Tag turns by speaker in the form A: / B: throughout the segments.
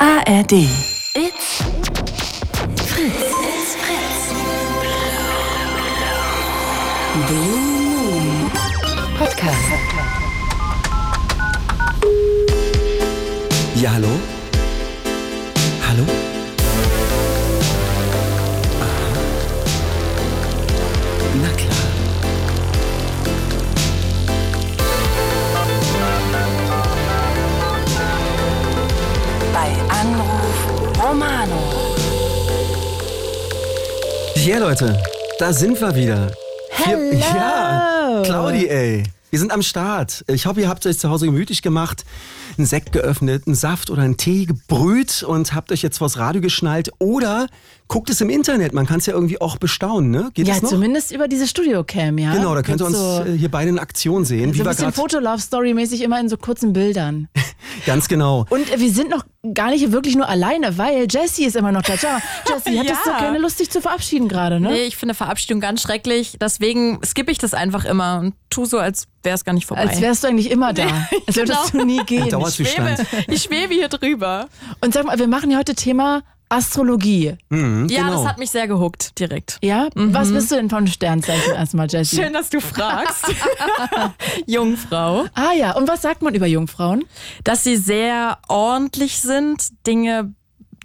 A: ARD.
B: It's Fritz. It's Fritz. Blue Moon Podcast.
C: Ja, hallo? Hallo? Aha. Na klar.
B: Bei Anruf Romano.
C: Ja, Leute, da sind wir wieder. Hello. Ja, Claudi, ey. Wir sind am Start. Ich hoffe, ihr habt euch zu Hause gemütlich gemacht, einen Sekt geöffnet, einen Saft oder einen Tee gebrüht und habt euch jetzt vors Radio geschnallt oder guckt es im Internet. Man kann es ja irgendwie auch bestaunen, ne? Geht
D: Ja,
C: das noch?
D: zumindest über diese Studio-Cam, ja.
C: Genau, da könnt ihr
D: Mit So,
C: uns äh, hier beide in Aktion sehen.
D: so ein
C: wir
D: bisschen
C: grad-
D: Foto-Love-Story-mäßig immer in so kurzen Bildern.
C: Ganz genau.
D: Und äh, wir sind noch gar nicht wirklich nur alleine, weil Jessie ist immer noch da. Schau mal, Jessie, hattest
E: Ja.
D: du keine Lust, dich zu verabschieden gerade, ne?
E: Nee, ich finde Verabschiedung ganz schrecklich. Deswegen skippe ich das einfach immer und tu so, als wäre es gar nicht vorbei. Genau.
D: Als wärst du eigentlich immer da. Als würdest du nie gehen.
C: Dauert-
E: ich, schwebe,
C: Zustand.
E: ich schwebe hier drüber.
D: Und sag mal, wir machen ja heute Thema Astrologie.
C: Mhm,
E: Ja,
C: genau.
E: das hat mich sehr gehuckt, direkt.
D: Ja?
C: Mhm.
D: Was bist du denn von Sternzeichen erstmal, Jessie?
E: Schön, dass du fragst. Jungfrau.
D: Ah ja, und was sagt man über Jungfrauen?
E: Dass sie sehr ordentlich sind, Dinge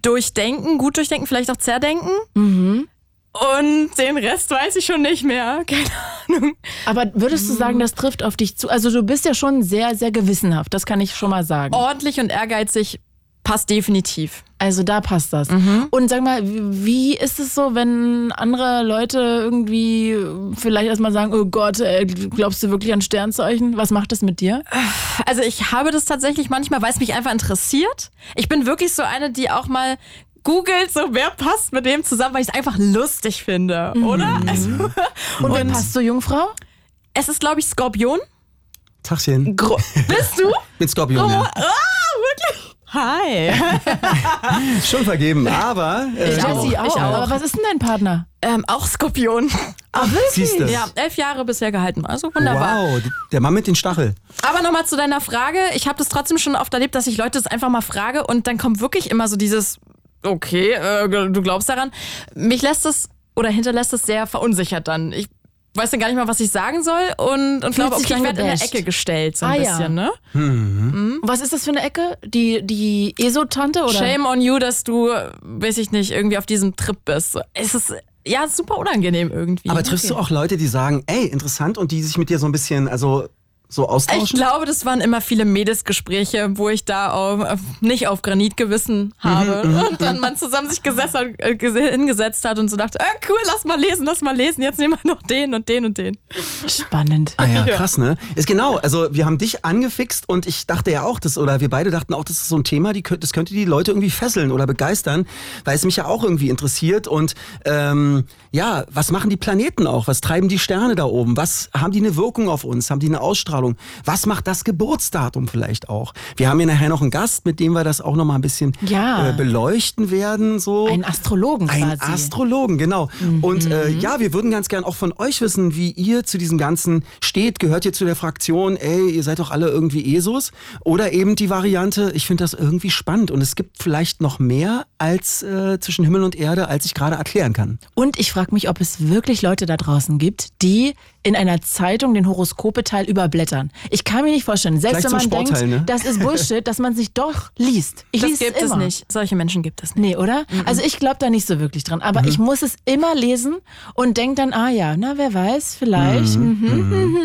E: durchdenken, gut durchdenken, vielleicht auch zerdenken.
D: Mhm.
E: Und den Rest weiß ich schon nicht mehr. Keine Ahnung. Mhm.
D: Aber würdest du sagen, das trifft auf dich zu? Also du bist ja schon sehr, sehr gewissenhaft, das kann ich schon mal sagen.
E: Ordentlich und ehrgeizig passt definitiv. Mhm.
D: Also da passt das. Und sag mal, wie ist es so, wenn andere Leute irgendwie vielleicht erstmal sagen, oh Gott, ey, glaubst du wirklich an Sternzeichen? Was macht das mit dir?
E: Also ich habe das tatsächlich manchmal, weil es mich einfach interessiert. Ich bin wirklich so eine, die auch mal googelt, so wer passt mit dem zusammen, weil ich es einfach lustig finde, oder? Also,
D: Und, Mhm. wer passt zur Jungfrau?
E: es ist, glaube ich, Skorpion.
C: Tachchen.
E: Bist du?
C: Mit Skorpion, ja.
E: Ah, Hi.
C: Schon vergeben, aber. Äh,
E: Ich auch.
D: Jessie auch.
E: auch.
D: Aber was ist denn dein Partner? Ah,
E: Ähm, auch Skorpion.
C: Siehst das?
E: Ja, elf Jahre bisher gehalten. Also wunderbar.
C: Wow, der Mann mit den Stachel.
E: Aber nochmal zu deiner Frage. Ich habe das trotzdem schon oft erlebt, dass ich Leute das einfach mal frage und dann kommt wirklich immer so dieses, okay, äh, du glaubst daran. Mich lässt das oder hinterlässt das sehr verunsichert dann. Ich weiß dann gar nicht mal, was ich sagen soll und, und glaube,
D: sich
E: okay, ich
D: dann
E: werde in der
D: gebasht.
E: Ecke gestellt so ein
D: Ah, ja.
E: bisschen, ne?
D: Was ist das für eine Ecke? Die, die ESO-Tante oder?
E: Mhm. Shame on you, dass du, äh, weiß ich nicht, irgendwie auf diesem Trip bist. So, Es ist ja super unangenehm irgendwie.
C: Aber triffst du auch Leute, die sagen, ey, interessant und die sich mit dir so ein bisschen, also so austauschen?
E: Ich glaube, das waren immer viele Mädelsgespräche, wo ich da auf, nicht auf Granit gewissen habe und dann man zusammen sich gesetzt hat, äh, ges- hingesetzt hat und so dachte, äh, cool, lass mal lesen, lass mal lesen, jetzt nehmen wir noch den und den und den.
D: Spannend.
C: Ah ja, krass, ne? Ist genau, also wir haben dich angefixt und ich dachte ja auch, das, oder wir beide dachten auch, das ist so ein Thema, die, könnt- das könnte die Leute irgendwie fesseln oder begeistern, weil es mich ja auch irgendwie interessiert. Und ähm, ja, was machen die Planeten auch? Was treiben die Sterne da oben? Was haben die eine Wirkung auf uns? Haben die eine Ausstrahlung? Was macht das Geburtsdatum vielleicht auch? Wir haben hier nachher noch einen Gast, mit dem wir das auch nochmal ein bisschen
D: Ja.
C: äh, beleuchten werden. So.
D: Ein Astrologen
C: Ein
D: quasi. Mhm.
C: Astrologen, genau. Und äh, ja, wir würden ganz gern auch von euch wissen, wie ihr zu diesem Ganzen steht. Gehört ihr zu der Fraktion, ey, ihr seid doch alle irgendwie ESOs? Oder eben die Variante, ich finde das irgendwie spannend und es gibt vielleicht noch mehr als äh, zwischen Himmel und Erde, als ich gerade erklären kann.
D: Und ich frage mich, ob es wirklich Leute da draußen gibt, die in einer Zeitung den Horoskopeteil überblättern. Ich kann mir nicht vorstellen, selbst
C: Gleich
D: wenn man
C: zum Sportteil,
D: denkt,
C: ne?
D: das ist Bullshit, dass man sich doch liest. Ich
E: das
D: lies
E: gibt es
D: immer.
E: nicht. Solche Menschen gibt es nicht.
D: Nee, oder? Also ich glaube da nicht so wirklich dran. Aber ich muss es immer lesen und denke dann, ah ja, na wer weiß, vielleicht.
C: Mm-hmm.
D: Mhm.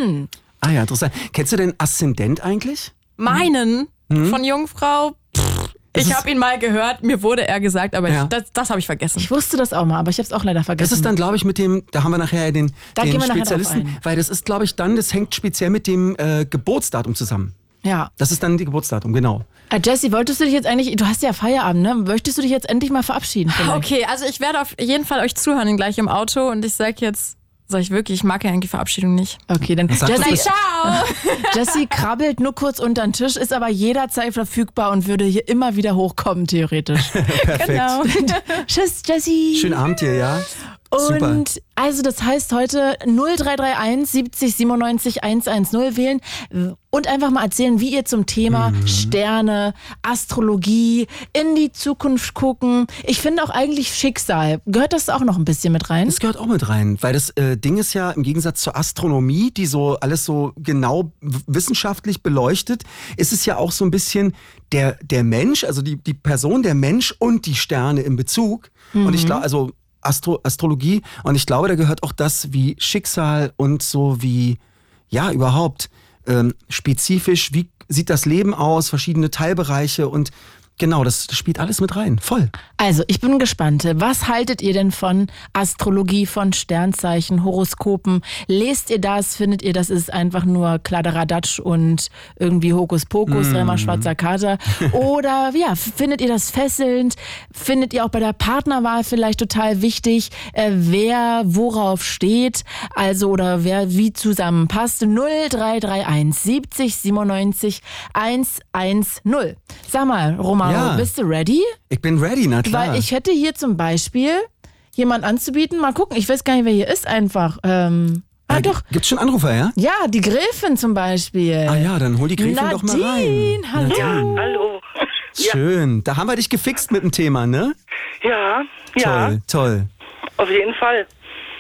C: Ah ja, interessant. Kennst du den Aszendent eigentlich?
E: Meinen von Jungfrau, pff,
C: Es
E: ich
C: ist-
E: habe ihn mal gehört, mir wurde er gesagt, aber
C: Ja.
E: ich, das, das habe ich vergessen.
D: Ich wusste das auch mal, aber ich habe es auch leider vergessen.
C: Das ist dann, glaube ich, mit dem, da haben wir nachher den,
D: Da
C: den
D: gehen wir nachher drauf
C: Spezialisten,
D: ein.
C: weil das ist, glaube ich, dann, das hängt speziell mit dem äh, Geburtsdatum zusammen.
D: ja.
C: Das ist dann die Geburtsdatum, genau.
D: Ah, Jessie, wolltest du dich jetzt eigentlich, du hast ja Feierabend, ne? Möchtest du dich jetzt endlich mal verabschieden? vielleicht?
E: Okay, also ich werde auf jeden Fall euch zuhören gleich im Auto und ich sage jetzt, sag ich wirklich, ich mag ja eigentlich Verabschiedung nicht.
D: Okay, dann
C: Sag das
D: Jessie,
C: nicht.
E: Ciao!
D: Jessie krabbelt nur kurz unter den Tisch, ist aber jederzeit verfügbar und würde hier immer wieder hochkommen, theoretisch.
C: Perfekt.
D: Tschüss, Jessie.
C: Schönen Abend dir, ja? Super.
D: Und also das heißt heute 0331 70 97 110 wählen und einfach mal erzählen, wie ihr zum Thema
C: Mhm.
D: Sterne, Astrologie, in die Zukunft gucken. Ich finde auch eigentlich Schicksal. Gehört das auch noch ein bisschen mit rein?
C: Das gehört auch mit rein, weil das äh, Ding ist ja im Gegensatz zur Astronomie, die so alles so genau w- wissenschaftlich beleuchtet, ist es ja auch so ein bisschen der, der Mensch, also die, die Person, der Mensch und die Sterne im Bezug. Und
D: Mhm.
C: ich glaube, also Astro Astrologie, und ich glaube, da gehört auch das wie Schicksal und so wie, ja, überhaupt ähm, spezifisch, wie sieht das Leben aus, verschiedene Teilbereiche und genau, das, das spielt alles mit rein, voll.
D: Also, ich bin gespannt. Was haltet ihr denn von Astrologie, von Sternzeichen, Horoskopen? Lest ihr das? Findet ihr, das ist einfach nur Kladderadatsch und irgendwie Hokuspokus, mm. schwarzer Kater? Oder ja, findet ihr das fesselnd? Findet ihr auch bei der Partnerwahl vielleicht total wichtig, äh, wer worauf steht? Also, oder wer wie zusammenpasst? 0331 70 97 110. Sag mal, Romano,
C: Ja.
D: bist du ready?
C: Ich bin ready, na klar.
D: Weil ich hätte hier zum Beispiel jemand anzubieten. Mal gucken, ich weiß gar nicht, wer hier ist einfach. Ähm, ah,
C: Ah,
D: doch.
C: Gibt's schon Anrufer, ja?
D: Ja, die Gräfin zum Beispiel.
C: Ah ja, dann hol die Gräfin doch mal rein.
D: Nadine, hallo.
C: Nadine.
A: Hallo.
C: Schön. Da haben wir dich gefixt mit dem Thema, ne?
A: Ja, ja,
C: Toll, toll.
A: auf jeden Fall.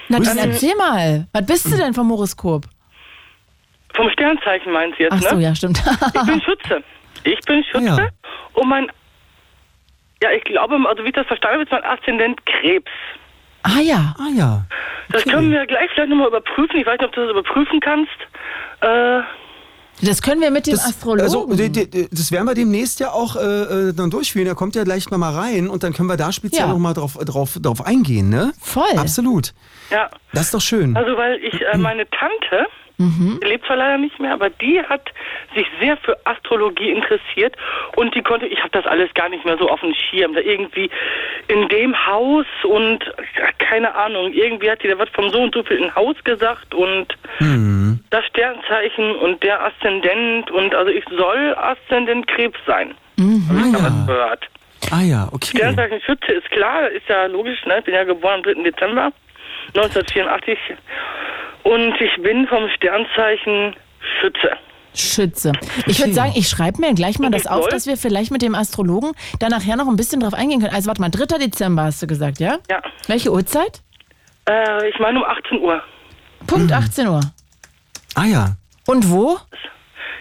D: Nadine, erzähl mal. Was bist du denn vom Horoskop?
A: Vom Sternzeichen meinst du jetzt,
D: Ach so,
A: ne?
D: ja, stimmt.
A: Ich bin Schütze. Ich bin Schütze
C: Ah, ja.
A: und mein, ja, ich glaube, also wie ich das verstanden habe, ist mein Aszendent Krebs.
D: ah ja.
C: Ah ja.
A: Das können wir gleich vielleicht nochmal überprüfen. Ich weiß nicht, ob du das überprüfen kannst. Äh,
D: Das können wir mit dem
C: Das,
D: Astrologen.
C: also, d- d- d- das werden wir demnächst ja auch äh, äh, dann durchführen. Er kommt ja gleich noch mal rein und dann können wir da speziell
D: Ja.
C: noch mal drauf, drauf, drauf eingehen, ne?
D: Voll.
C: Absolut.
A: ja,
C: Das ist doch schön.
A: also weil ich, äh, meine Tante, die lebt zwar leider nicht mehr, aber die hat sich sehr für Astrologie interessiert und die konnte, ich habe das alles gar nicht mehr so auf dem Schirm, da irgendwie in dem Haus und ja, keine Ahnung, irgendwie hat die da was vom so und so viel in Haus gesagt und das Sternzeichen und der Aszendent und also ich soll Aszendent Krebs sein. Hab ich da was gehört.
C: Mhm. Ah ja, okay.
A: Sternzeichen Schütze ist klar, ist ja logisch, ne? Ich bin ja geboren am 3. Dezember 1984 und ich bin vom Sternzeichen Schütze.
D: Schütze. Ich würde sagen, ich schreibe mir gleich mal das
A: ich
D: auf,
A: soll?
D: dass wir vielleicht mit dem Astrologen dann nachher noch ein bisschen drauf eingehen können. Also warte mal, 3. Dezember hast du gesagt, ja?
A: Ja.
D: Welche Uhrzeit?
A: Äh, ich meine um 18 Uhr.
D: Punkt 18 Uhr.
C: Hm. Ah ja.
D: Und wo?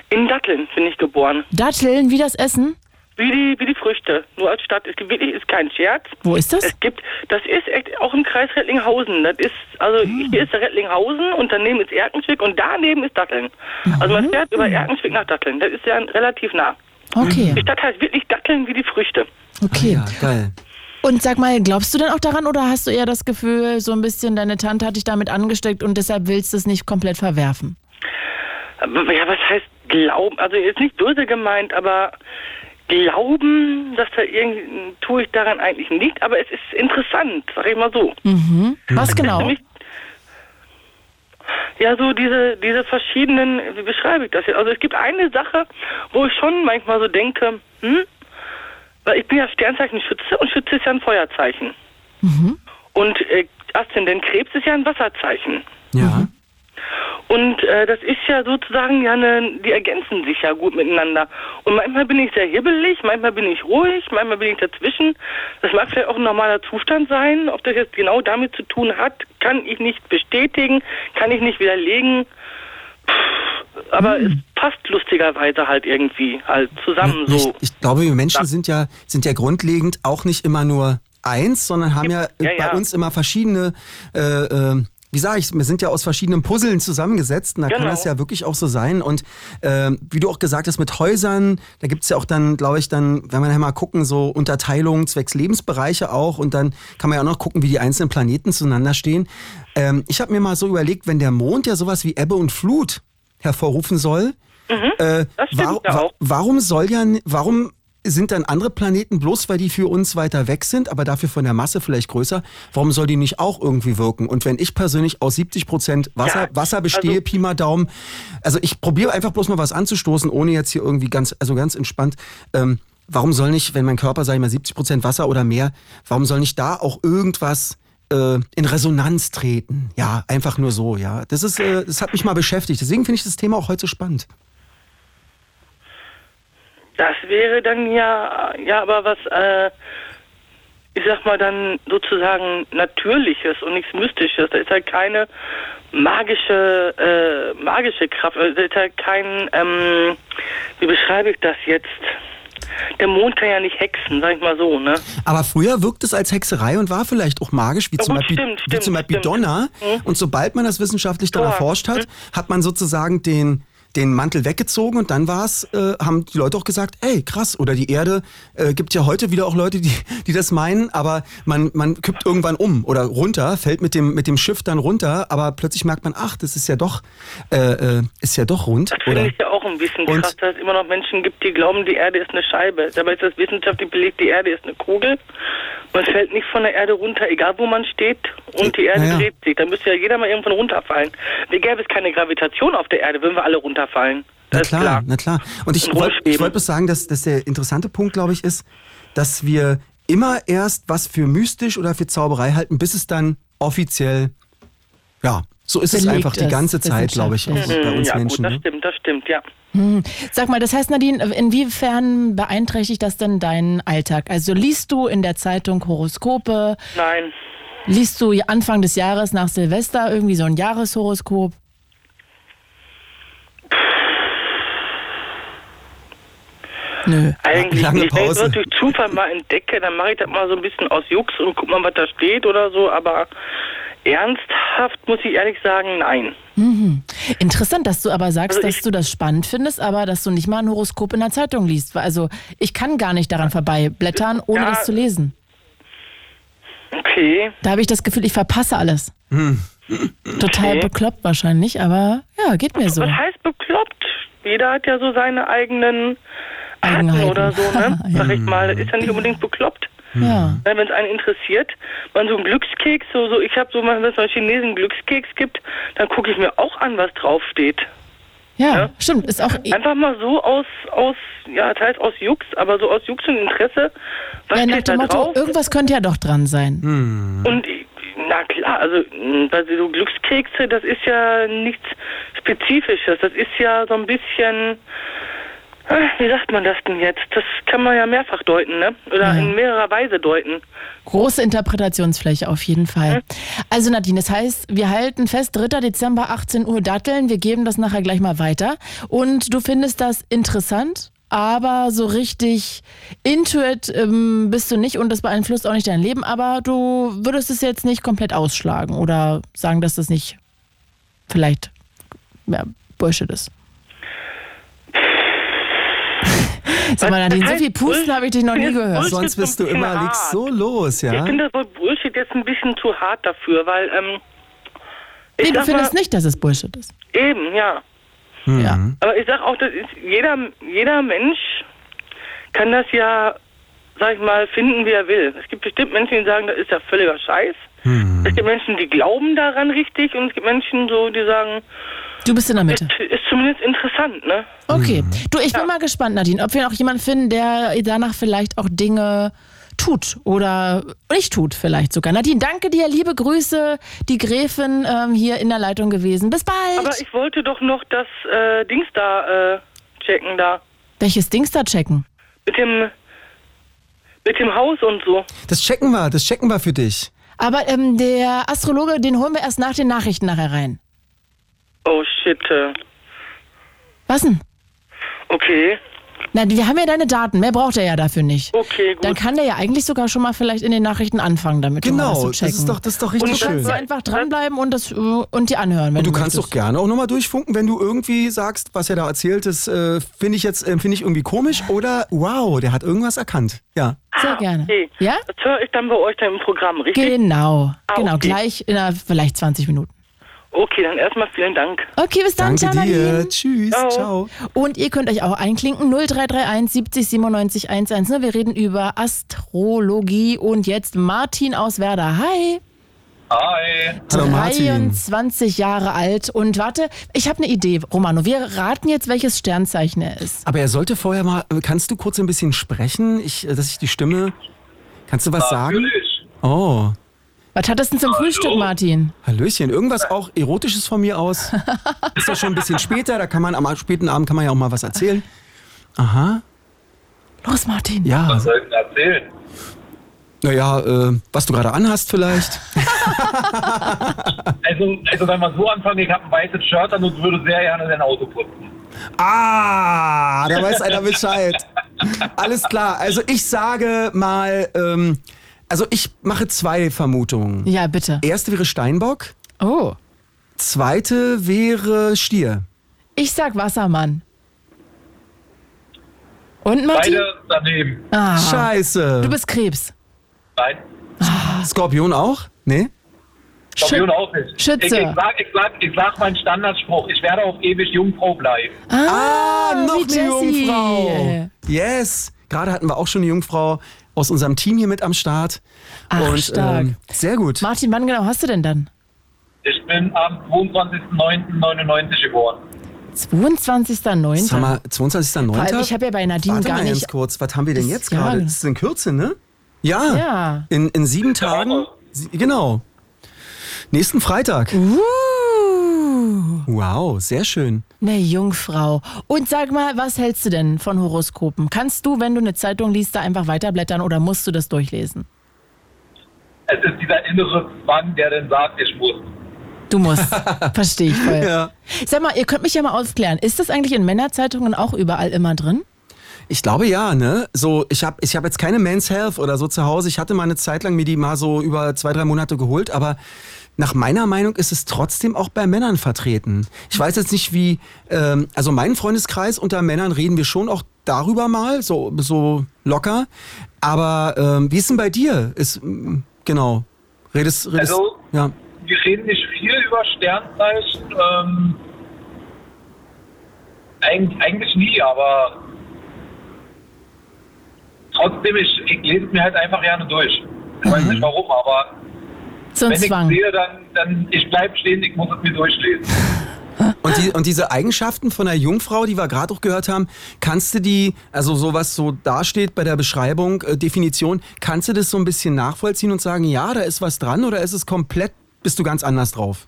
A: In Datteln bin ich geboren.
D: Datteln, wie das Essen?
A: Wie die, wie die Früchte. Nur als Stadt. Es gibt wirklich, ist kein Scherz.
D: Wo ist das?
A: Es gibt, das ist echt auch im Kreis Rettlinghausen. Das ist, also
D: Ah.
A: hier ist Rettlinghausen und daneben ist Erkenschwick und daneben ist Datteln.
D: Mhm.
A: Also man fährt über Erkenschwick nach Datteln. Das ist ja relativ nah. Die
D: Okay,
A: Stadt heißt wirklich Datteln wie die Früchte.
D: okay.
C: Ah, ja, geil.
D: Und sag mal, glaubst du denn auch daran oder hast du eher das Gefühl, so ein bisschen deine Tante hat dich damit angesteckt und deshalb willst du es nicht komplett verwerfen?
A: Ja, was heißt glauben? Also ist nicht böse gemeint, aber glauben, dass da irgendwie tue ich daran eigentlich nicht, aber es ist interessant, sag ich mal so.
C: Mhm.
D: Was genau?
A: Nämlich- Ja, so diese, diese verschiedenen, wie beschreibe ich das jetzt? Also es gibt eine Sache, wo ich schon manchmal so denke, hm, weil ich bin ja Sternzeichen Schütze und Schütze ist ja ein Feuerzeichen.
D: Mhm.
A: Und äh, Aszendent Krebs ist ja ein Wasserzeichen.
C: Ja.
A: Und äh, das ist ja sozusagen ja eine, die ergänzen sich ja gut miteinander. Und manchmal bin ich sehr hibbelig, manchmal bin ich ruhig, manchmal bin ich dazwischen. Das mag vielleicht auch ein normaler Zustand sein. Ob das jetzt genau damit zu tun hat, kann ich nicht bestätigen, kann ich nicht widerlegen. Pff, aber es passt lustigerweise halt irgendwie halt zusammen so.
C: Ich, ich glaube, wir Menschen sind ja, sind ja grundlegend auch nicht immer nur eins, sondern haben ja,
A: Ja,
C: bei
A: ja.
C: uns immer verschiedene, äh, äh, wie sage ich, wir sind ja aus verschiedenen Puzzeln zusammengesetzt und da kann
A: Genau.
C: das ja wirklich auch so sein. Und äh, wie du auch gesagt hast, mit Häusern, da gibt's ja auch dann, glaube ich, dann, wenn wir nachher mal gucken, so Unterteilungen zwecks Lebensbereiche auch und dann kann man ja auch noch gucken, wie die einzelnen Planeten zueinander stehen. Ähm, ich habe mir mal so überlegt, wenn der Mond ja sowas wie Ebbe und Flut hervorrufen soll, äh,
A: Mhm, Das stimmt
C: wa-
A: ja
C: wa-
A: auch.
C: Warum soll ja, n- warum sind dann andere Planeten bloß, weil die für uns weiter weg sind, aber dafür von der Masse vielleicht größer, warum soll die nicht auch irgendwie wirken? Und wenn ich persönlich aus 70 Prozent Wasser,
A: Ja,
C: Wasser bestehe,
A: also-
C: Pi mal Daumen, also ich probiere einfach bloß mal was anzustoßen, ohne jetzt hier irgendwie ganz, also ganz entspannt, ähm, warum soll nicht, wenn mein Körper, sag ich mal, 70 Prozent Wasser oder mehr, warum soll nicht da auch irgendwas äh, äh, in Resonanz treten. Ja, einfach nur so, ja. Das ist, äh, das hat mich mal beschäftigt. Deswegen finde ich das Thema auch heute so spannend.
A: Das wäre dann ja, ja, aber was, äh, ich sag mal dann sozusagen Natürliches und nichts Mystisches. Da ist halt keine magische, äh, magische Kraft. Da ist halt kein, ähm, wie beschreibe ich das jetzt? Der Mond kann ja nicht hexen, sag ich mal so, ne?
C: Aber früher wirkt es als Hexerei und war vielleicht auch magisch, wie
A: Ja,
C: zum
A: gut,
C: Beispiel,
A: stimmt,
C: wie
A: stimmt,
C: zum Beispiel
A: stimmt. Mhm.
C: Donner. Und sobald man das wissenschaftlich dann
A: Ja. Mhm.
C: erforscht hat, hat man sozusagen den, den Mantel weggezogen und dann war's, äh, haben die Leute auch gesagt, ey, krass, oder die Erde, äh, gibt ja heute wieder auch Leute, die, die das meinen, aber man, man kippt irgendwann um oder runter, fällt mit dem, mit dem Schiff dann runter, aber plötzlich merkt man, ach, das ist ja doch, äh, äh, ist ja doch rund,
A: Finde
C: oder?
A: ich ja auch ein bisschen
C: Und-
A: krass, dass es immer noch Menschen gibt, die glauben, die Erde ist eine Scheibe. Dabei ist das wissenschaftlich belegt, die Erde ist eine Kugel. Man fällt nicht von der Erde runter, egal wo man steht. Und die Erde
C: naja.
A: dreht sich. Da müsste ja jeder mal irgendwann runterfallen. Wie gäbe es keine Gravitation auf der Erde, würden wir alle runterfallen.
C: Na
A: Das ist
C: klar, na klar. Und ich
A: Und
C: wollte
A: rumschweben.
C: ich wollt bloß sagen, dass, dass der interessante Punkt, glaube ich, ist, dass wir immer erst was für mystisch oder für Zauberei halten, bis es dann offiziell, ja, so ist es
D: Belegt
C: einfach die
D: ist,
C: ganze Zeit, glaube ich, auch
D: wissenschaftlich.
C: bei uns
A: ja,
C: Menschen.
A: gut, das
C: Ne?
A: stimmt, das stimmt, ja.
D: Hm. Sag mal, das heißt, Nadine, inwiefern beeinträchtigt das denn deinen Alltag? Also liest du in der Zeitung Horoskope?
A: Nein,
D: Liest du Anfang des Jahres nach Silvester irgendwie so ein Jahreshoroskop? Nö.
A: eigentlich
C: Lange
A: nicht. Wenn ich
C: Pause.
A: das durch Zufall mal entdecke, dann mache ich das mal so ein bisschen aus Jux und guck mal, was da steht oder so. Aber ernsthaft muss ich ehrlich sagen, nein.
D: Mhm. Interessant, dass du aber sagst,
A: Also ich-
D: dass du das spannend findest, aber dass du nicht mal ein Horoskop in der Zeitung liest. Also ich kann gar nicht daran vorbeiblättern, ohne
A: Ja.
D: das zu lesen.
A: Okay.
D: Da habe ich das Gefühl, ich verpasse alles.
C: Hm.
D: Total
A: Okay.
D: bekloppt wahrscheinlich, aber ja, geht mir so.
A: Was heißt bekloppt? Jeder hat ja so seine eigenen Arten
D: Eigenheiten.
A: oder so, ne? Sag ich mal, ist ja nicht unbedingt bekloppt.
D: Ja.
A: Wenn es einen interessiert, man so einen Glückskeks, so, so ich habe so, wenn es einen Chinesen Glückskeks gibt, dann gucke ich mir auch an, was draufsteht.
D: ja, stimmt. Ist auch
A: Einfach mal so aus, aus, ja, teils aus Jux, aber so aus Jux und Interesse, was
D: ja, nach
A: steht da
D: dem Motto,
A: drauf?
D: irgendwas könnte ja doch dran sein. Mhm.
A: Und ich- na klar, also mh, weil so Glückskekse, das ist ja nichts Spezifisches. Das ist ja so ein bisschen, äh, wie sagt man das denn jetzt? Das kann man ja mehrfach deuten, ne? Oder
D: Ja.
A: in mehrerer Weise deuten.
D: Große Interpretationsfläche auf jeden
A: Mhm.
D: Fall. Also Nadine, das heißt, wir halten fest, 3. Dezember 18 Uhr Datteln. Wir geben das nachher gleich mal weiter. Und du findest das interessant, aber so richtig intuit ähm, bist du nicht und das beeinflusst auch nicht dein Leben. Aber du würdest es jetzt nicht komplett ausschlagen oder sagen, dass das nicht vielleicht ja, Bullshit ist. Sag mal,
A: Was-
D: Nadine,
A: was
D: so viel
A: heißt
D: Pusten habe ich dich noch nie
A: Bullshit?
D: gehört.
C: Sonst bist du
A: so ein
C: immer,
A: bisschen
C: liegst
A: hart.
C: so los,
A: Ich
C: ja?
A: finde das Wort Bullshit jetzt ein bisschen zu hart dafür, weil, ähm, ich
D: Nee, du
A: sag mal,
D: findest nicht, dass es Bullshit ist.
A: eben, ja.
D: Ja.
A: Aber ich sag auch, das ist jeder, jeder Mensch kann das ja, sag ich mal, finden, wie er will. Es gibt bestimmt Menschen, die sagen, das ist ja völliger Scheiß. Es gibt Menschen, die glauben daran richtig und es gibt Menschen so, die sagen,
D: Du bist in der Mitte.
A: ist, ist zumindest interessant, ne?
D: Okay.
C: Mhm.
D: Du, ich bin mal gespannt, Nadine, ob wir noch jemanden finden, der danach vielleicht auch Dinge tut oder nicht tut vielleicht sogar. Nadine, danke dir, liebe Grüße, die Gräfin ähm, hier in der Leitung gewesen. Bis bald.
A: Aber ich wollte doch noch das äh, Dings da äh, checken da.
D: Welches Dings da checken?
A: Mit dem mit dem Haus und so.
C: Das checken wir, das checken wir für dich.
D: Aber ähm, der Astrologe, den holen wir erst nach den Nachrichten nachher rein.
A: Oh shit. äh,
D: Was denn?
A: Okay.
D: Na, wir haben ja deine Daten, mehr braucht er ja dafür nicht.
A: Okay, gut.
D: Dann kann der ja eigentlich sogar schon mal vielleicht in den Nachrichten anfangen damit. um
C: Genau,
D: zu
C: das
D: checken.
C: ist doch, das ist doch richtig
A: Und
D: Du kannst so
C: schön.
D: einfach dranbleiben und, das, äh, und die anhören. Wenn
C: Und du kannst
D: möchtest.
C: doch gerne auch nochmal durchfunken, wenn du irgendwie sagst, was er da erzählt, das äh, finde ich jetzt äh, finde ich irgendwie komisch oder wow, der hat irgendwas erkannt. Ja.
D: Sehr
A: Ah,
D: gerne.
A: Okay.
D: Ja?
A: Das höre ich dann bei euch dann im Programm, richtig?
D: Genau,
A: Ah,
D: genau,
A: okay.
D: gleich in einer, vielleicht 20 Minuten.
A: Okay, dann erstmal vielen Dank.
D: Okay, bis dann,
C: Danke
D: ciao,
C: dir.
D: Nadine.
C: Tschüss.
A: Ciao.
C: Ciao.
D: Und ihr könnt euch auch einklinken, 0331 70 97 110. Ne, Wir reden über Astrologie und jetzt Martin aus Werder. Hi,
F: Hi.
C: Hallo Martin.
D: 23 Jahre alt und warte, ich habe eine Idee, Romano. Wir raten jetzt, welches Sternzeichen er ist.
C: Aber er sollte vorher mal, kannst du kurz ein äh, bisschen sprechen, ich, äh, dass ich die Stimme, kannst du was sagen?
F: Natürlich.
C: Oh,
D: Was hattest du denn zum Frühstück, Martin?
C: Hallöchen, irgendwas auch Erotisches von mir aus. Ist ja schon ein bisschen später, da kann man am späten Abend kann man ja auch mal was erzählen. Aha.
D: Los, Martin.
C: Ja.
F: Was soll ich denn erzählen?
C: Naja, äh, was du gerade anhast vielleicht.
F: Also, also wenn man so anfängt, ich habe ein weißes Shirt an und würde sehr gerne dein Auto putzen.
C: Ah, da weiß einer Bescheid. Alles klar. Also ich sage mal, ähm, also ich mache zwei Vermutungen.
D: Ja, bitte.
C: Erste wäre Steinbock,
D: Oh.
C: zweite wäre Stier.
D: Ich sag Wassermann. Und Martin?
F: Beide daneben.
D: Ah,
C: Scheiße.
D: Du bist Krebs.
F: Nein.
C: Skorpion auch? Nee?
F: Skorpion auch nicht.
D: Schütze.
F: Ich, ich, sag, ich, sag, ich sag meinen Standardspruch, ich werde auf ewig Jungfrau bleiben.
C: Ah, noch
D: wie
C: eine
D: Jessie.
C: Jungfrau. Yes. Gerade hatten wir auch schon eine Jungfrau aus unserem Team hier mit am Start. ähm,
D: Ach, stark.
C: sehr gut.
D: Martin, wann genau hast du denn dann?
F: Ich bin am 22.09.99 geboren.
D: 22.09.
C: Sag mal, 22.09.
D: Vor allem, ich habe ja bei Nadine
C: Warte
D: gar
C: mal ganz
D: nicht-
C: kurz, was haben wir denn
D: Das-
C: jetzt
D: ja.
C: gerade? Das ist in Kürze, ne? Ja.
D: Ja.
C: In, in sieben Tagen. Sie- Genau. Nächsten Freitag.
D: Uh,
C: Wow, sehr schön.
D: eine Ne, Jungfrau. Und sag mal, was hältst du denn von Horoskopen? Kannst du, wenn du eine Zeitung liest, da einfach weiterblättern oder musst du das durchlesen?
F: Es ist dieser innere Zwang, der dann sagt, ich muss.
D: Du musst. Verstehe ich voll.
C: Ja.
D: Sag mal, ihr könnt mich ja mal aufklären. Ist das eigentlich in Männerzeitungen auch überall immer drin?
C: Ich glaube ja, ne? So, ich habe ich hab jetzt keine Men's Health oder so zu Hause. Ich hatte mal eine Zeit lang mir die mal so über zwei, drei Monate geholt, aber nach meiner Meinung ist es trotzdem auch bei Männern vertreten. Ich weiß jetzt nicht, wie, ähm, also mein Freundeskreis unter Männern reden wir schon auch darüber mal, so, so locker. Aber ähm, wie ist denn bei dir? Ist, mm, genau. Redest, redest,
F: Also-
C: ja.
F: Wir reden nicht viel über Sternzeichen. Ähm, eig eigentlich nie, aber trotzdem, ich, ich lese es mir halt einfach gerne durch. Ich weiß nicht warum, aber
D: So ein
F: wenn
D: Zwang.
F: ich sehe, dann, dann ich bleib stehen, ich muss es mir durchlesen.
C: Und, die, und diese Eigenschaften von der Jungfrau, die wir gerade auch gehört haben, kannst du die, also sowas so dasteht bei der Beschreibung, äh, Definition, kannst du das so ein bisschen nachvollziehen und sagen, ja, da ist was dran oder ist es komplett, bist du ganz anders drauf?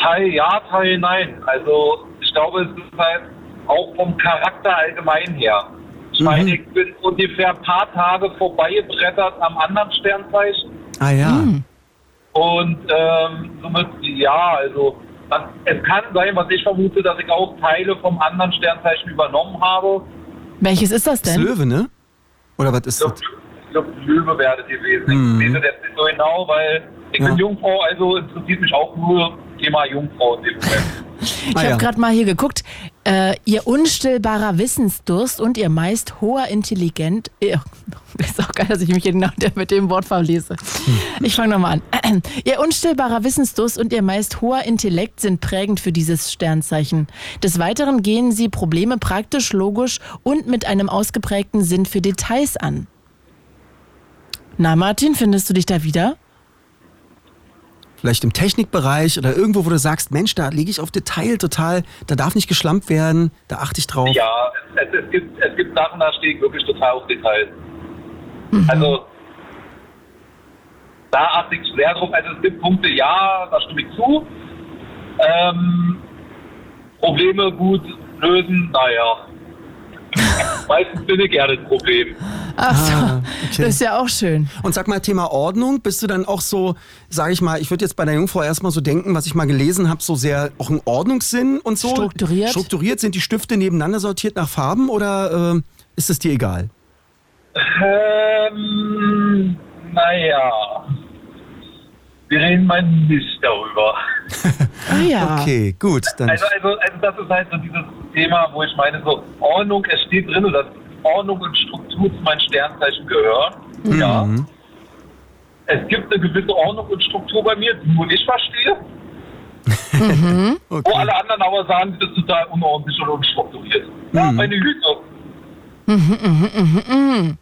F: Teil ja, Teil nein. Also ich glaube, es ist halt auch vom Charakter allgemein her. Ich meine, ich bin ungefähr ein paar Tage vorbeigebrettert am anderen Sternzeichen
C: Ah ja.
D: Mhm.
F: und ähm, somit, ja, also was, es kann sein, was ich vermute, dass ich auch Teile vom anderen Sternzeichen übernommen habe.
D: Welches ist das
C: Das
D: denn?
C: Löwe, ne? Oder was ist
F: Ich
C: das?
F: glaube, ich glaub, Löwe werdet ihr gewesen. Ich sehe das jetzt nicht so genau, weil ich
C: Ja.
F: bin Jungfrau, also interessiert mich auch nur Thema Jungfrau in dem Moment.
D: Ich
C: Ah,
D: habe
C: ja.
D: gerade mal hier geguckt. Äh, ihr unstillbarer Wissensdurst und ihr meist hoher Intelligent. Äh, Ist auch geil, dass ich mich hier genau der- mit dem Wort verlese.
C: Hm.
D: Ich fange nochmal an. Ihr unstillbarer Wissensdurst und ihr meist hoher Intellekt sind prägend für dieses Sternzeichen. Des Weiteren gehen sie Probleme praktisch, logisch und mit einem ausgeprägten Sinn für Details an. Na, Martin, findest du dich da wieder?
C: Vielleicht im Technikbereich oder irgendwo, wo du sagst, Mensch, da lege ich auf Detail total, da darf nicht geschlampt werden, da achte ich drauf.
F: Ja, es, es, gibt, es gibt Sachen, da stehe ich wirklich total auf Details. Also, da achte ich sehr drauf. Also, es gibt Punkte, ja, da stimme ich zu. Ähm, Probleme gut lösen, naja. Meistens bin ich gerne das Problem.
D: Ach so,
C: Ah, okay.
D: das ist ja auch schön.
C: Und sag mal, Thema Ordnung, bist du dann auch so, sage ich mal, ich würde jetzt bei der Jungfrau erstmal so denken, was ich mal gelesen habe, so sehr auch einen Ordnungssinn und so.
D: Strukturiert?
C: Strukturiert sind die Stifte nebeneinander sortiert nach Farben oder äh, ist es dir egal?
F: Ähm, naja. Wir reden mal nicht darüber.
D: Ah ja.
C: Okay, gut, dann.
F: Also, also, also das ist halt so dieses Thema, wo ich meine, so Ordnung, es steht drin, dass Ordnung und Struktur zu meinem Sternzeichen gehören. Ja.
C: Mhm.
F: Es gibt eine gewisse Ordnung und Struktur bei mir, die nur ich verstehe,
D: Mhm.
F: wo
C: okay.
F: alle anderen aber sagen, du bist total unordentlich und unstrukturiert. Ja,
C: Hm.
F: meine Güte.
C: Mhm,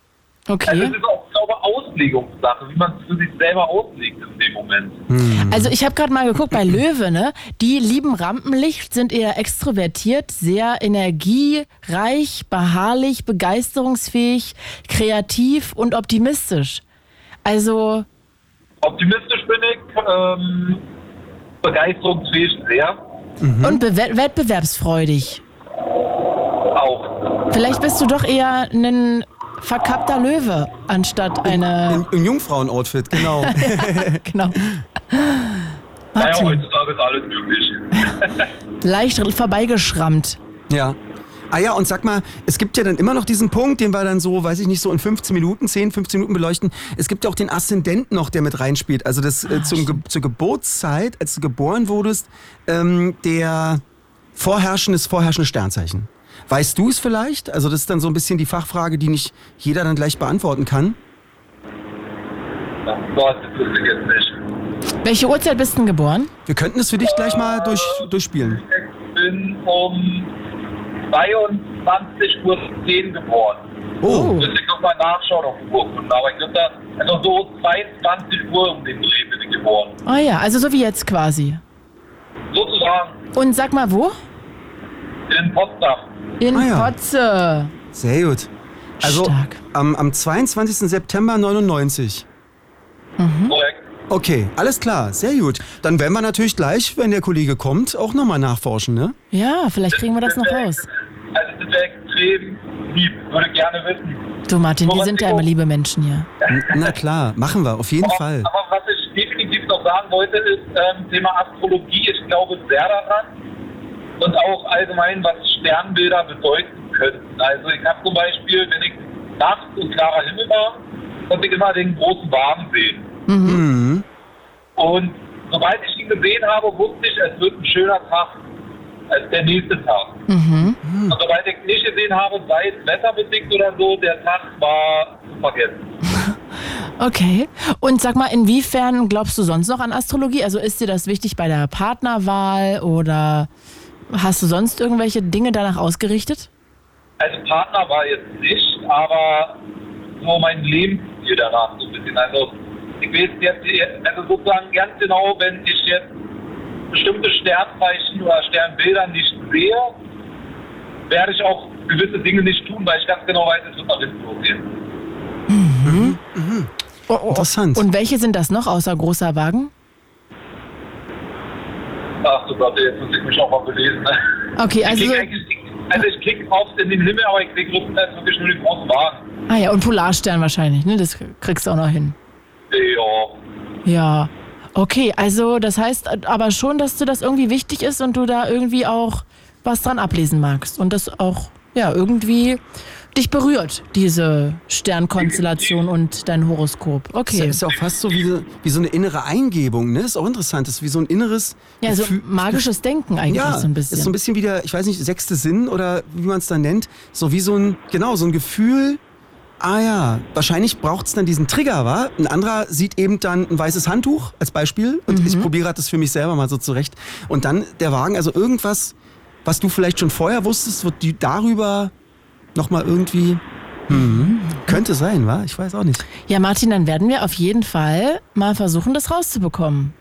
F: Also
D: Okay.
F: es ist auch, glaube ich, Auslegungssache, wie man es für sich selber auslegt in dem Moment.
D: Also ich habe gerade mal geguckt bei Löwe, ne? Die lieben Rampenlicht, sind eher extrovertiert, sehr energiereich, beharrlich, begeisterungsfähig, kreativ und optimistisch. Also
F: Optimistisch bin ich, ähm, begeisterungsfähig sehr,
C: Mhm.
D: Und bewer- wettbewerbsfreudig.
F: auch.
D: Vielleicht bist du doch eher ein verkappter Löwe anstatt eine.
C: Im, im Jungfrauen-Outfit, genau.
D: Genau.
F: Naja,
D: Martin,
F: heutzutage ist alles möglich.
D: leicht vorbeigeschrammt.
C: ja. Ah ja, und sag mal, es gibt ja dann immer noch diesen Punkt, den wir dann so, weiß ich nicht, so in 15 Minuten, 10, 15 Minuten beleuchten. Es gibt ja auch den Aszendenten noch, der mit reinspielt. Also das äh, zum Ge zur Geburtszeit, als du geboren wurdest, ähm, der vorherrschende, das vorherrschende Sternzeichen. Weißt du es vielleicht? Also das ist dann so ein bisschen die Fachfrage, die nicht jeder dann gleich beantworten kann.
F: Boah, das wusste ich jetzt nicht.
D: Welche Uhrzeit bist du denn geboren?
C: Wir könnten es für dich gleich mal durch, durchspielen.
F: Ich bin um 22.10 Uhr geboren.
C: Oh,
F: Müsste ich nochmal nachschauen auf die Urkunde, aber ich glaube, da, also so 22 Uhr um den Dreh bin ich geboren.
D: Ah ja, also so wie jetzt quasi.
F: Sozusagen
D: Und sag mal wo?
F: in Potsdam.
D: In
C: Ah ja.
D: Potze.
C: sehr gut. Also
D: Stark.
C: am, am 22. September 99.
F: Korrekt.
C: Okay, alles klar, sehr gut. Dann werden wir natürlich gleich, wenn der Kollege kommt, auch nochmal nachforschen, ne?
D: Ja, vielleicht kriegen wir das noch raus.
F: Also das wäre extrem lieb, würde gerne wissen.
D: Du Martin, wir sind ja immer liebe Menschen hier.
C: N na klar, machen wir, auf jeden
F: Oh.
C: Fall.
F: Aber was ich definitiv noch sagen wollte, ist ähm, Thema Astrologie. Ich glaube sehr daran und auch allgemein, was Sternbilder bedeuten könnten. Also ich habe zum Beispiel, wenn ich nachts und klarer Himmel war, konnte ich immer den großen Wagen sehen.
D: Mhm.
F: Und sobald ich ihn gesehen habe, wusste ich, es wird ein schöner Tag als der nächste Tag.
C: Mhm. Hm.
F: Und sobald ich nicht gesehen habe, sei es wetterbedingt oder so, der Tag war zu vergessen.
D: Okay. Und sag mal, inwiefern glaubst du sonst noch an Astrologie? Also ist dir das wichtig bei der Partnerwahl oder hast du sonst irgendwelche Dinge danach ausgerichtet?
F: Also Partner war jetzt nicht, aber so mein Lebensstil danach so ein bisschen. Also ich weiß jetzt, also sozusagen ganz genau, wenn ich jetzt bestimmte Sternzeichen oder Sternbilder nicht sehe, werde ich auch gewisse Dinge nicht tun, weil ich ganz genau weiß, es wird nach hinten losgehen.
C: Mhm. Interessant.
D: Oh, Und welche sind das noch außer großer Wagen?
F: Ach du Gott, jetzt muss ich mich auch mal belesen. Ne?
D: Okay,
F: Ich
D: also.
F: krieg eigentlich- also ich klicke oft in den Himmel, aber ich kriege größtenteils wirklich nur den großen Wagen.
D: Ah ja, und Polarstern wahrscheinlich, ne? Das kriegst du auch noch hin.
F: Ja.
D: Ja. Okay, also das heißt aber schon, dass dir das irgendwie wichtig ist und du da irgendwie auch was dran ablesen magst und das auch ja irgendwie dich berührt, diese Sternkonstellation und dein Horoskop.
C: ist, ja-
D: Okay.
C: ist ja auch fast so wie, so- wie so eine innere Eingebung, ne? Ist auch interessant, ist wie so ein inneres
D: Ja, so
C: Gefühl-
D: magisches Denken eigentlich
C: Ja,
D: so ein bisschen.
C: ist so ein bisschen wie der, ich weiß nicht, sechste Sinn oder wie man es dann nennt, so wie so ein, genau, so ein Gefühl, ah ja, wahrscheinlich braucht es dann diesen Trigger, wa? Ein anderer sieht eben dann ein weißes Handtuch als Beispiel und
D: Mhm.
C: ich probiere das für mich selber mal so zurecht. Und dann der Wagen, also irgendwas, was du vielleicht schon vorher wusstest, wird die darüber nochmal irgendwie, hm,
D: Mhm.
C: könnte sein, wa? Ich weiß auch nicht.
D: ja, Martin, dann werden wir auf jeden Fall mal versuchen, das rauszubekommen.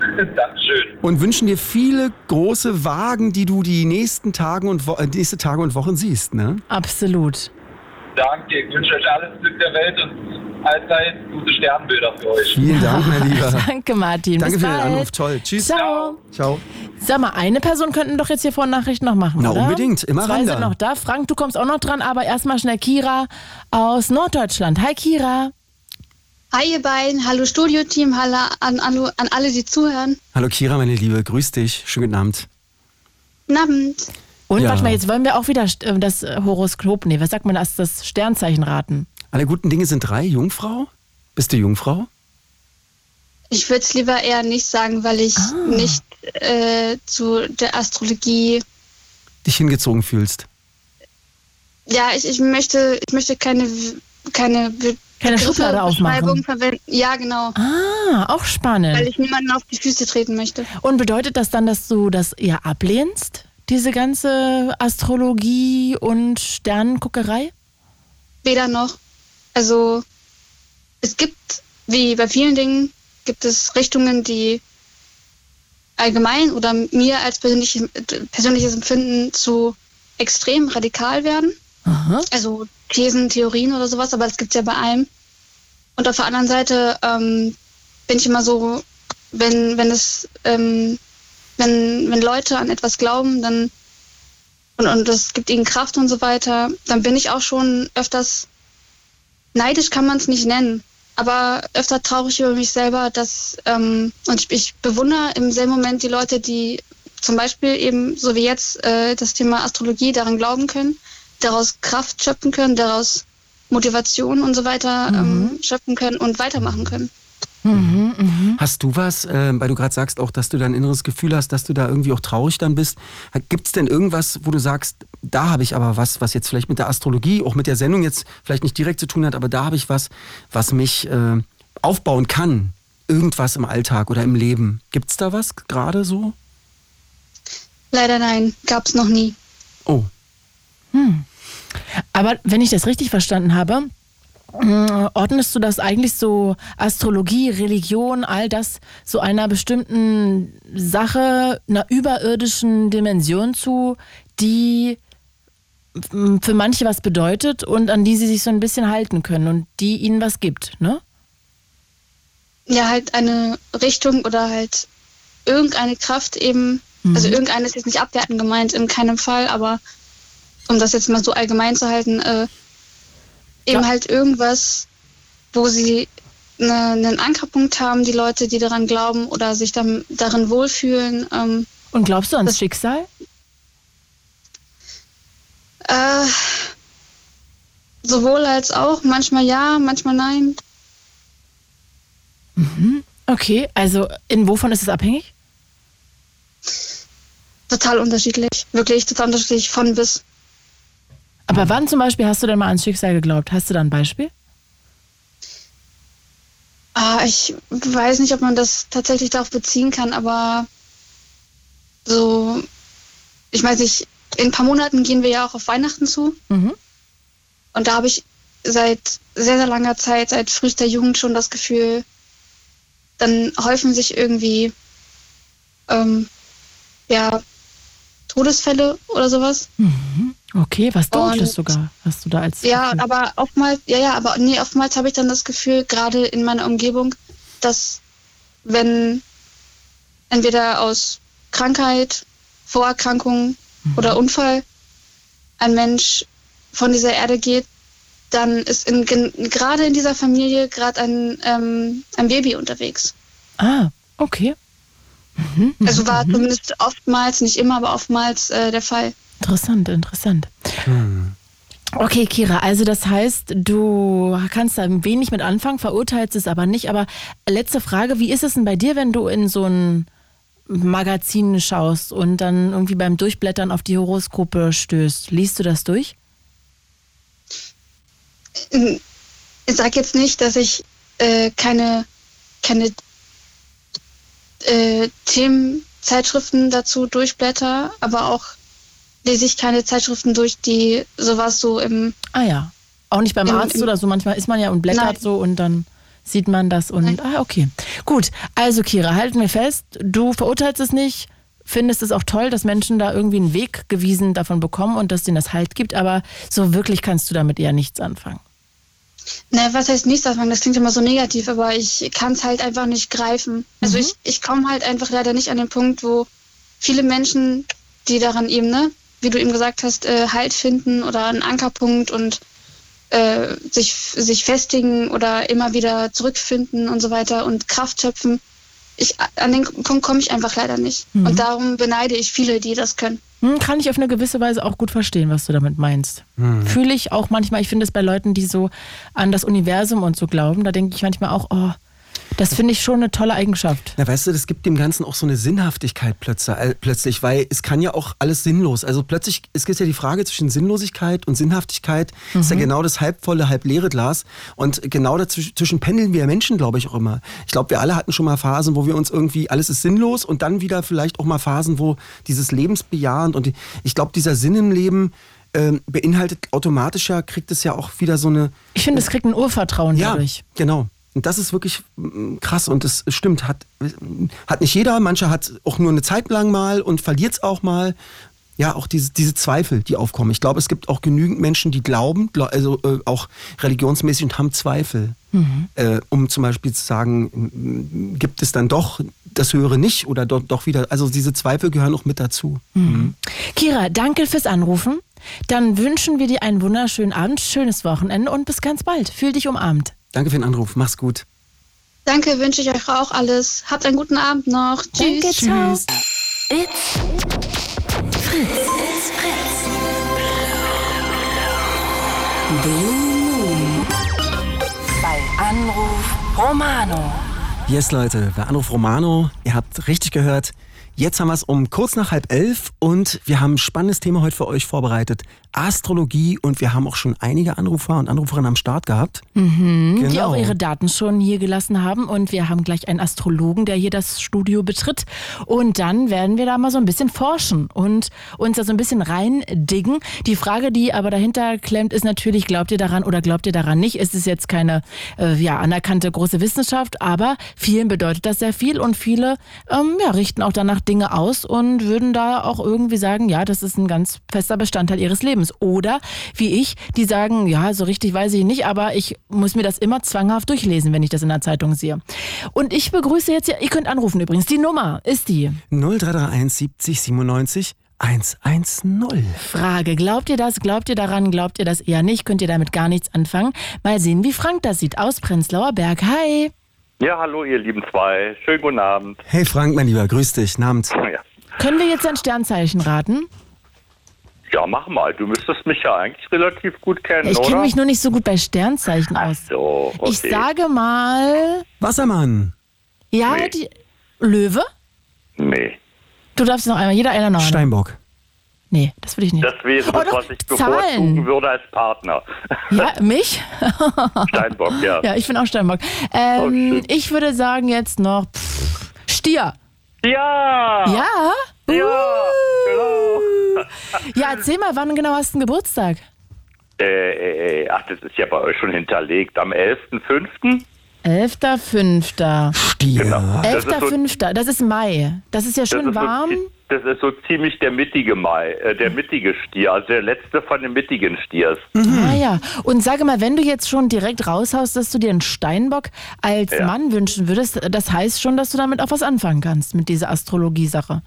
F: Dankeschön.
C: Und wünschen dir viele große Wagen, die du die nächsten Tagen und Wo äh, nächste Tage und Wochen siehst, ne?
D: Absolut.
F: Danke, ich wünsche euch alles Glück der Welt und allzeit gute Sternbilder für euch.
C: Vielen Dank, mein Lieber.
D: Danke, Martin.
C: Danke
D: Bis
C: für den
D: bald.
C: Anruf. Toll. Tschüss.
D: Ciao.
C: Ciao.
D: Sag mal, eine Person könnten doch jetzt hier vor Nachrichten noch machen,
C: Na,
D: oder?
C: unbedingt. Immer
D: Zwei
C: ran
D: sind
C: da.
D: noch da. Frank, du kommst auch noch dran, aber erstmal schnell Kira aus Norddeutschland. Hi, Kira.
G: Hi ihr beiden, hallo Studio-Team, hallo an, an, an alle, die zuhören.
C: Hallo Kira, meine Liebe. Grüß dich. Schönen guten Abend.
G: Guten Abend.
D: Und
C: Ja.
D: warte mal, jetzt wollen wir auch wieder äh, das äh, Horoskop, nee, was sagt man das, das Sternzeichen raten?
C: Alle guten Dinge sind drei. Jungfrau? Bist du Jungfrau?
G: Ich würde es lieber eher nicht sagen, weil ich
D: Ah.
G: nicht äh, zu der Astrologie.
C: Dich hingezogen fühlst.
G: Ja, ich, ich möchte, ich möchte keine keine Be-
D: Keine
G: Begriffe,
D: Schublade aufmachen.
G: Beschreibung verwenden. Ja, genau,
D: Ah, auch
G: weil
D: spannend.
G: ich niemanden auf die Füße treten möchte.
D: Und bedeutet das dann, dass du das eher ablehnst? Diese ganze Astrologie und Sternenguckerei?
G: Weder noch. Also es gibt, wie bei vielen Dingen, gibt es Richtungen, die allgemein oder mir als persönlich, persönliches Empfinden zu extrem radikal werden. Also Thesen, Theorien oder sowas, aber das gibt es ja bei allem. Und auf der anderen Seite ähm, bin ich immer so, wenn, wenn es, ähm, wenn, wenn Leute an etwas glauben, dann und, und das gibt ihnen Kraft und so weiter, dann bin ich auch schon öfters neidisch kann man es nicht nennen, aber öfter traurig über mich selber, dass ähm, und ich, ich bewundere im selben Moment die Leute, die zum Beispiel eben so wie jetzt äh, das Thema Astrologie daran glauben können, daraus Kraft schöpfen können, daraus Motivation und so weiter ähm, schöpfen können und weitermachen können.
C: Mhm, mhm. Hast du was, äh, weil du gerade sagst auch, dass du dein inneres Gefühl hast, dass du da irgendwie auch traurig dann bist? Gibt es denn irgendwas, wo du sagst, da habe ich aber was, was jetzt vielleicht mit der Astrologie, auch mit der Sendung jetzt vielleicht nicht direkt zu tun hat, aber da habe ich was, was mich äh, aufbauen kann? Irgendwas im Alltag oder im Leben. Gibt es da was gerade so?
G: Leider nein, gab es noch nie.
C: Oh.
D: Hm. Aber wenn ich das richtig verstanden habe, mm, Ordnest du das eigentlich so Astrologie, Religion, all das so einer bestimmten Sache, einer überirdischen Dimension zu, die mm, für manche was bedeutet und an die sie sich so ein bisschen halten können und die ihnen was gibt, ne?
G: Ja, halt eine Richtung oder halt irgendeine Kraft eben, mhm. also irgendeine ist jetzt nicht abwertend gemeint, in keinem Fall, aber um das jetzt mal so allgemein zu halten, äh, eben ja. halt irgendwas, wo sie ne, einen Ankerpunkt haben, die Leute, die daran glauben oder sich dann, darin wohlfühlen. Ähm,
D: Und glaubst du ans das, Schicksal?
G: Äh, sowohl als auch, manchmal ja, manchmal nein.
D: Mhm. Okay, also in wovon ist es abhängig?
G: Total unterschiedlich, wirklich total unterschiedlich von bis.
D: Aber wann zum Beispiel hast du denn mal ans Schicksal geglaubt? Hast du da ein Beispiel?
G: Ah, ich weiß nicht, ob man das tatsächlich darauf beziehen kann, aber so, ich weiß nicht, in ein paar Monaten gehen wir ja auch auf Weihnachten zu. Mhm. Und da habe ich seit sehr, sehr langer Zeit, seit frühester Jugend schon das Gefühl, dann häufen sich irgendwie, ähm, ja, Todesfälle oder sowas.
D: Mhm. Okay, was dunkles sogar, hast du da als.
G: Ja, Gefühl. aber oftmals, ja, ja, aber nee, oftmals habe ich dann das Gefühl, gerade in meiner Umgebung, dass wenn entweder aus Krankheit, Vorerkrankung mhm. oder Unfall ein Mensch von dieser Erde geht, dann ist in, gerade in dieser Familie gerade ein, ähm, ein Baby unterwegs.
D: Ah, okay.
G: Mhm, also war mhm. zumindest oftmals, nicht immer, aber oftmals äh, der Fall.
D: Interessant, interessant. Hm. Okay, Kira, also das heißt, du kannst da wenig mit anfangen, verurteilst es aber nicht. Aber letzte Frage, wie ist es denn bei dir, wenn du in so ein Magazin schaust und dann irgendwie beim Durchblättern auf die Horoskope stößt? Liest du das durch?
G: Ich Ähm, sag jetzt nicht, dass ich äh, keine, keine äh, Themenzeitschriften dazu durchblätter, aber auch lese ich keine Zeitschriften durch, die sowas so im.
D: Ah ja. Auch nicht beim im, Arzt im, oder so. Manchmal ist man ja und blättert nein. so und dann sieht man das und. Nein. Ah, okay. Gut. Also, Kira, halten wir fest, du verurteilst es nicht. Findest es auch toll, dass Menschen da irgendwie einen Weg gewiesen davon bekommen und dass denen das Halt gibt, aber so wirklich kannst du damit eher nichts anfangen.
G: Ne, was heißt nichts anfangen? Das klingt immer so negativ, aber ich kann es halt einfach nicht greifen. Also mhm. ich, ich komme halt einfach leider nicht an den Punkt, wo viele Menschen, die daran eben, ne, wie du eben gesagt hast, äh, Halt finden oder einen Ankerpunkt und äh, sich, sich festigen oder immer wieder zurückfinden und so weiter und Kraft schöpfen. Ich, an den Punkt komme ich einfach leider nicht. Mhm. Und darum beneide ich viele, die das können.
D: Hm, kann ich auf eine gewisse Weise auch gut verstehen, was du damit meinst. Mhm. Fühle ich auch manchmal, ich finde es bei Leuten, die so an das Universum und so glauben, da denke ich manchmal auch, oh, das finde ich schon eine tolle Eigenschaft.
C: Na, weißt du, das gibt dem Ganzen auch so eine Sinnhaftigkeit plötzlich, weil es kann ja auch alles sinnlos. Also plötzlich, es gibt ja die Frage zwischen Sinnlosigkeit und Sinnhaftigkeit, mhm. ist ja genau das halbvolle, halb leere Glas. Und genau dazwischen pendeln wir Menschen, glaube ich, auch immer. Ich glaube, wir alle hatten schon mal Phasen, wo wir uns irgendwie, alles ist sinnlos und dann wieder vielleicht auch mal Phasen, wo dieses Lebensbejahend und die, ich glaube, dieser Sinn im Leben, ähm, beinhaltet automatisch ja, kriegt es ja auch wieder so eine.
D: Ich finde, es kriegt ein Urvertrauen
C: ja,
D: dadurch.
C: Genau. Und das ist wirklich mm, krass und das stimmt, hat, hat nicht jeder. Mancher hat auch nur eine Zeit lang mal und verliert es auch mal. ja, auch diese, diese Zweifel, die aufkommen. Ich glaube, es gibt auch genügend Menschen, die glauben, gla- also äh, auch religionsmäßig und haben Zweifel.
D: Mhm.
C: Äh, um zum Beispiel zu sagen, m- gibt es dann doch das Höhere nicht oder doch, doch wieder. Also diese Zweifel gehören auch mit dazu.
D: Kira, danke fürs Anrufen. Dann wünschen wir dir einen wunderschönen Abend, schönes Wochenende und bis ganz bald. Fühl dich umarmt.
C: Danke für den Anruf. Mach's gut.
G: Danke, wünsche ich euch auch alles. Habt einen guten Abend noch. Tschüss.
D: Danke, ciao. Tschüss.
B: It's Fritz. It's Fritz. Blue Moon. Bei Anruf Romano.
C: Yes, Leute, bei Anruf Romano, ihr habt richtig gehört. Jetzt haben wir es um kurz nach halb elf und wir haben ein spannendes Thema heute für euch vorbereitet. Astrologie und wir haben auch schon einige Anrufer und Anruferinnen am Start gehabt. genau.
D: Mhm, Die auch ihre Daten schon hier gelassen haben. Und wir haben gleich einen Astrologen, der hier das Studio betritt. Und dann werden wir da mal so ein bisschen forschen und uns da so ein bisschen reindiggen. Die Frage, die aber dahinter klemmt, ist natürlich, glaubt ihr daran oder glaubt ihr daran nicht? Es ist jetzt keine äh, ja, anerkannte große Wissenschaft, aber vielen bedeutet das sehr viel. Und viele ähm, ja, richten auch danach Dinge aus und würden da auch irgendwie sagen, ja, das ist ein ganz fester Bestandteil ihres Lebens. Oder wie ich, die sagen, ja, so richtig weiß ich nicht, aber ich muss mir das immer zwanghaft durchlesen, wenn ich das in der Zeitung sehe. Und ich begrüße jetzt hier, ihr könnt anrufen übrigens, die Nummer ist die
C: 0331 70 97 110.
D: Frage. Glaubt ihr das? Glaubt ihr daran? Glaubt ihr das eher nicht? Könnt ihr damit gar nichts anfangen? Mal sehen, wie Frank das sieht aus Prenzlauer Berg. Hi.
H: Ja, hallo ihr lieben zwei. Schönen guten Abend.
C: Hey Frank, mein Lieber, grüß dich. Namens.
H: Ja,
D: Können wir jetzt ein Sternzeichen raten?
H: ja mach mal. Du müsstest mich ja eigentlich relativ gut kennen,
D: Ich kenne
H: oder?
D: mich nur nicht so gut bei Sternzeichen aus.
H: so, okay.
D: Ich sage mal,
C: Wassermann.
D: ja,
H: Nee.
D: die Löwe?
H: Nee.
D: Du darfst noch einmal, jeder einer noch. einmal.
C: Steinbock.
D: Nee, das will ich nicht.
H: Das wäre
D: Oh,
H: das,
D: doch,
H: was ich
D: Zahlen.
H: bevorzugen würde als Partner.
D: Ja, mich?
H: Steinbock, ja. Oh,
D: Ja, ich bin auch Steinbock. Ähm, ich würde sagen jetzt noch pff, Stier.
H: Ja!
D: Ja?
H: Ja, genau.
D: Ja, erzähl mal, wann genau hast du einen Geburtstag?
H: Äh, äh, ach, das ist ja bei euch schon hinterlegt. Am 11.05.
D: 11.05.
C: Stier.
H: Genau. Hm? Das ist so-
D: 11.05. Das ist Mai. Das ist ja
H: Das
D: schön
H: ist
D: warm.
H: So, zi- das ist so ziemlich der mittige Mai, äh, der mittige Stier, also der letzte von den mittigen Stiers.
D: Ah ja. Und sage mal, wenn du jetzt schon direkt raushaust, dass du dir einen Steinbock als
H: Ja.
D: Mann wünschen würdest, das heißt schon, dass du damit auch was anfangen kannst, mit dieser Astrologie-Sache.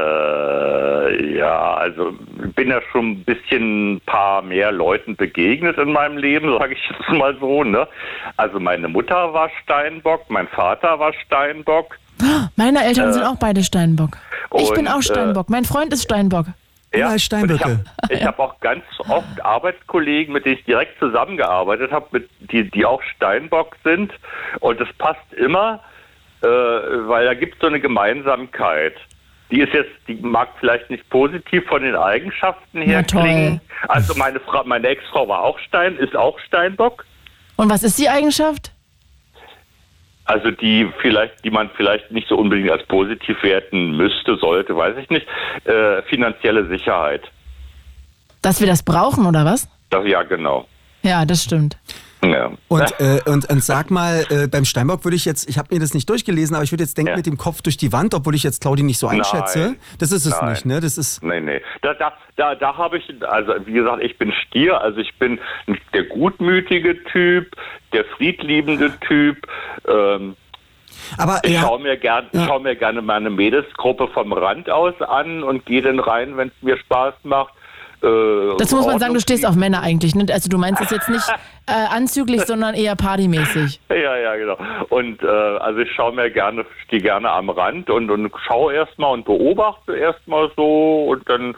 H: Äh, ja, also ich bin ja schon ein bisschen ein paar mehr Leuten begegnet in meinem Leben, sage ich jetzt mal so. Ne? Also meine Mutter war Steinbock, mein Vater war Steinbock.
D: Meine Eltern sind auch beide Steinbock. ich bin
H: Äh. und,
D: auch
H: äh,
D: Steinbock. mein Freund ist Steinbock.
C: Überall Steinböcke.
H: und Ich habe hab auch ganz oft Arbeitskollegen, mit denen ich direkt zusammengearbeitet habe, mit- die, die auch Steinbock sind. Und das passt immer, äh, weil da gibt es so eine Gemeinsamkeit. Die ist jetzt, die mag vielleicht nicht positiv von den Eigenschaften her
D: Na toll.
H: klingen. Also meine Frau, meine Ex-Frau war auch Stein, ist auch Steinbock.
D: Und was ist die Eigenschaft?
H: Also die vielleicht, die man vielleicht nicht so unbedingt als positiv werten müsste, sollte, weiß ich nicht. Äh, finanzielle Sicherheit.
D: Dass wir das brauchen, oder was?
H: Das, ja, genau.
D: Ja, das stimmt.
H: Ja.
C: Und, äh, und, und sag mal, äh, beim Steinbock würde ich jetzt, ich habe mir das nicht durchgelesen, aber ich würde jetzt denken
H: Ja.
C: mit dem Kopf durch die Wand, obwohl ich jetzt Claudi nicht so einschätze.
H: Nein.
C: Das ist es
H: Nein.
C: nicht, ne? Das ist.
H: Nee, nee. Da, da, da, da habe ich, also wie gesagt, ich bin Stier, also ich bin der gutmütige Typ, der friedliebende Typ. Ähm,
C: Aber
H: ich
C: ja,
H: schaue mir, gern,
C: Ja.
H: schau mir gerne meine Mädelsgruppe vom Rand aus an und gehe dann rein, wenn es mir Spaß macht. Äh,
D: Dazu muss man sagen, du stehst auf Männer eigentlich. Ne? Also du meinst es jetzt nicht äh, anzüglich, sondern eher partymäßig.
H: Ja, ja, genau. Und äh, also ich schaue mir gerne, stehe gerne am Rand und, und schaue erstmal und beobachte erstmal so und dann,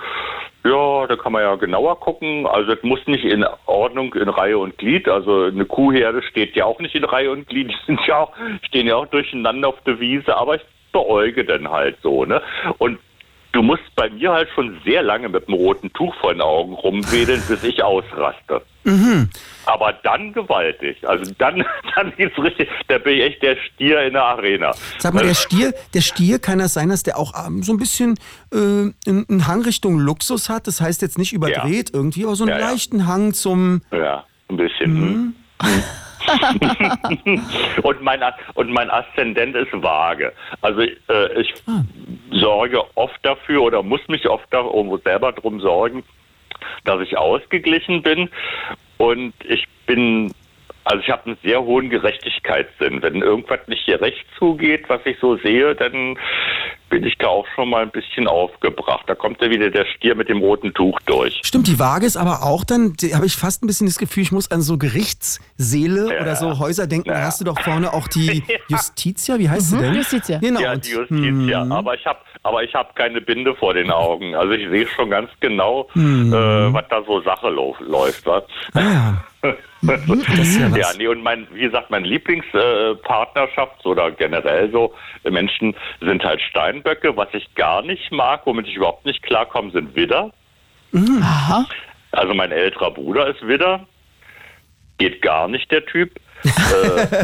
H: ja, da kann man ja genauer gucken. Also es muss nicht in Ordnung, in Reihe und Glied. Also eine Kuhherde steht ja auch nicht in Reihe und Glied. Die sind ja auch, stehen ja auch durcheinander auf der Wiese, aber ich beäuge dann halt so, ne? Und du musst bei mir halt schon sehr lange mit dem roten Tuch vor den Augen rumwedeln, bis ich ausraste.
C: Mhm.
H: Aber dann gewaltig. Also dann, dann geht's richtig. Da bin ich echt der Stier in der Arena.
C: sag mal, der Stier, der Stier kann das sein, dass der auch ähm, so ein bisschen äh, einen einen Hang Richtung Luxus hat. Das heißt jetzt nicht überdreht irgendwie, aber so einen
H: Ja, ja.
C: leichten Hang zum.
H: Also, Ja, ein bisschen.
C: Mhm.
H: hm. und, mein, A- und mein Aszendent ist vage. Also äh, ich sorge oft dafür oder muss mich oft da- irgendwo selber drum sorgen, dass ich ausgeglichen bin. Und ich bin, also ich habe einen sehr hohen Gerechtigkeitssinn. Wenn irgendwas nicht gerecht zugeht, was ich so sehe, dann bin ich da auch schon mal ein bisschen aufgebracht. Da kommt ja wieder der Stier mit dem roten Tuch durch.
C: Stimmt, die Waage ist aber auch dann, die- habe ich fast ein bisschen das Gefühl, ich muss an so Gerichtsseele oder so Häuser denken. Da hast du doch vorne auch die Justitia, wie heißt sie denn?
D: Mhm. Justitia.
C: Genau.
H: Ja,
C: und-
H: die Justiz,
C: Mhm.
H: ja. Aber ich habe aber ich hab keine Binde vor den Augen. Also ich sehe schon ganz genau,
C: Mhm.
H: äh, was da so Sache lo- läuft. Was?
C: Ah,
H: das
C: ist ja was.
H: nee, und mein, wie gesagt, mein Lieblingspartnerschafts- äh, Partnerschafts- oder generell so äh, Menschen sind halt Steinböcke. Was ich gar nicht mag, womit ich überhaupt nicht klarkomme, sind Widder.
C: Mhm.
D: Aha.
H: Also mein älterer Bruder ist Widder. Geht gar nicht, der Typ. äh,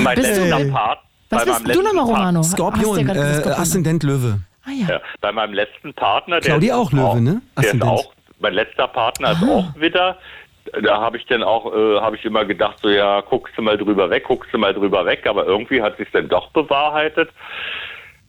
H: mein
D: Bist du-
H: letzter Part.
D: Was
H: bei meinem
D: bist du
H: letzten
D: nochmal,
H: Part-
D: Romano? Hast du
C: Skorpion,
D: ja gerade gesagt,
C: äh,
D: Skorpion. ne?
C: Aszendent Löwe.
D: Ah ja.
H: Ja, bei meinem letzten Partner, der
C: Claudia
H: ist
C: auch Löwe, ne?
H: Der ist
C: Aszendent.
H: auch, mein letzter Partner ist
D: Ah.
H: auch Widder. Da habe ich dann auch, äh, habe ich immer gedacht, so ja, guckst du mal drüber weg, guckst du mal drüber weg, aber irgendwie hat sich dann doch bewahrheitet.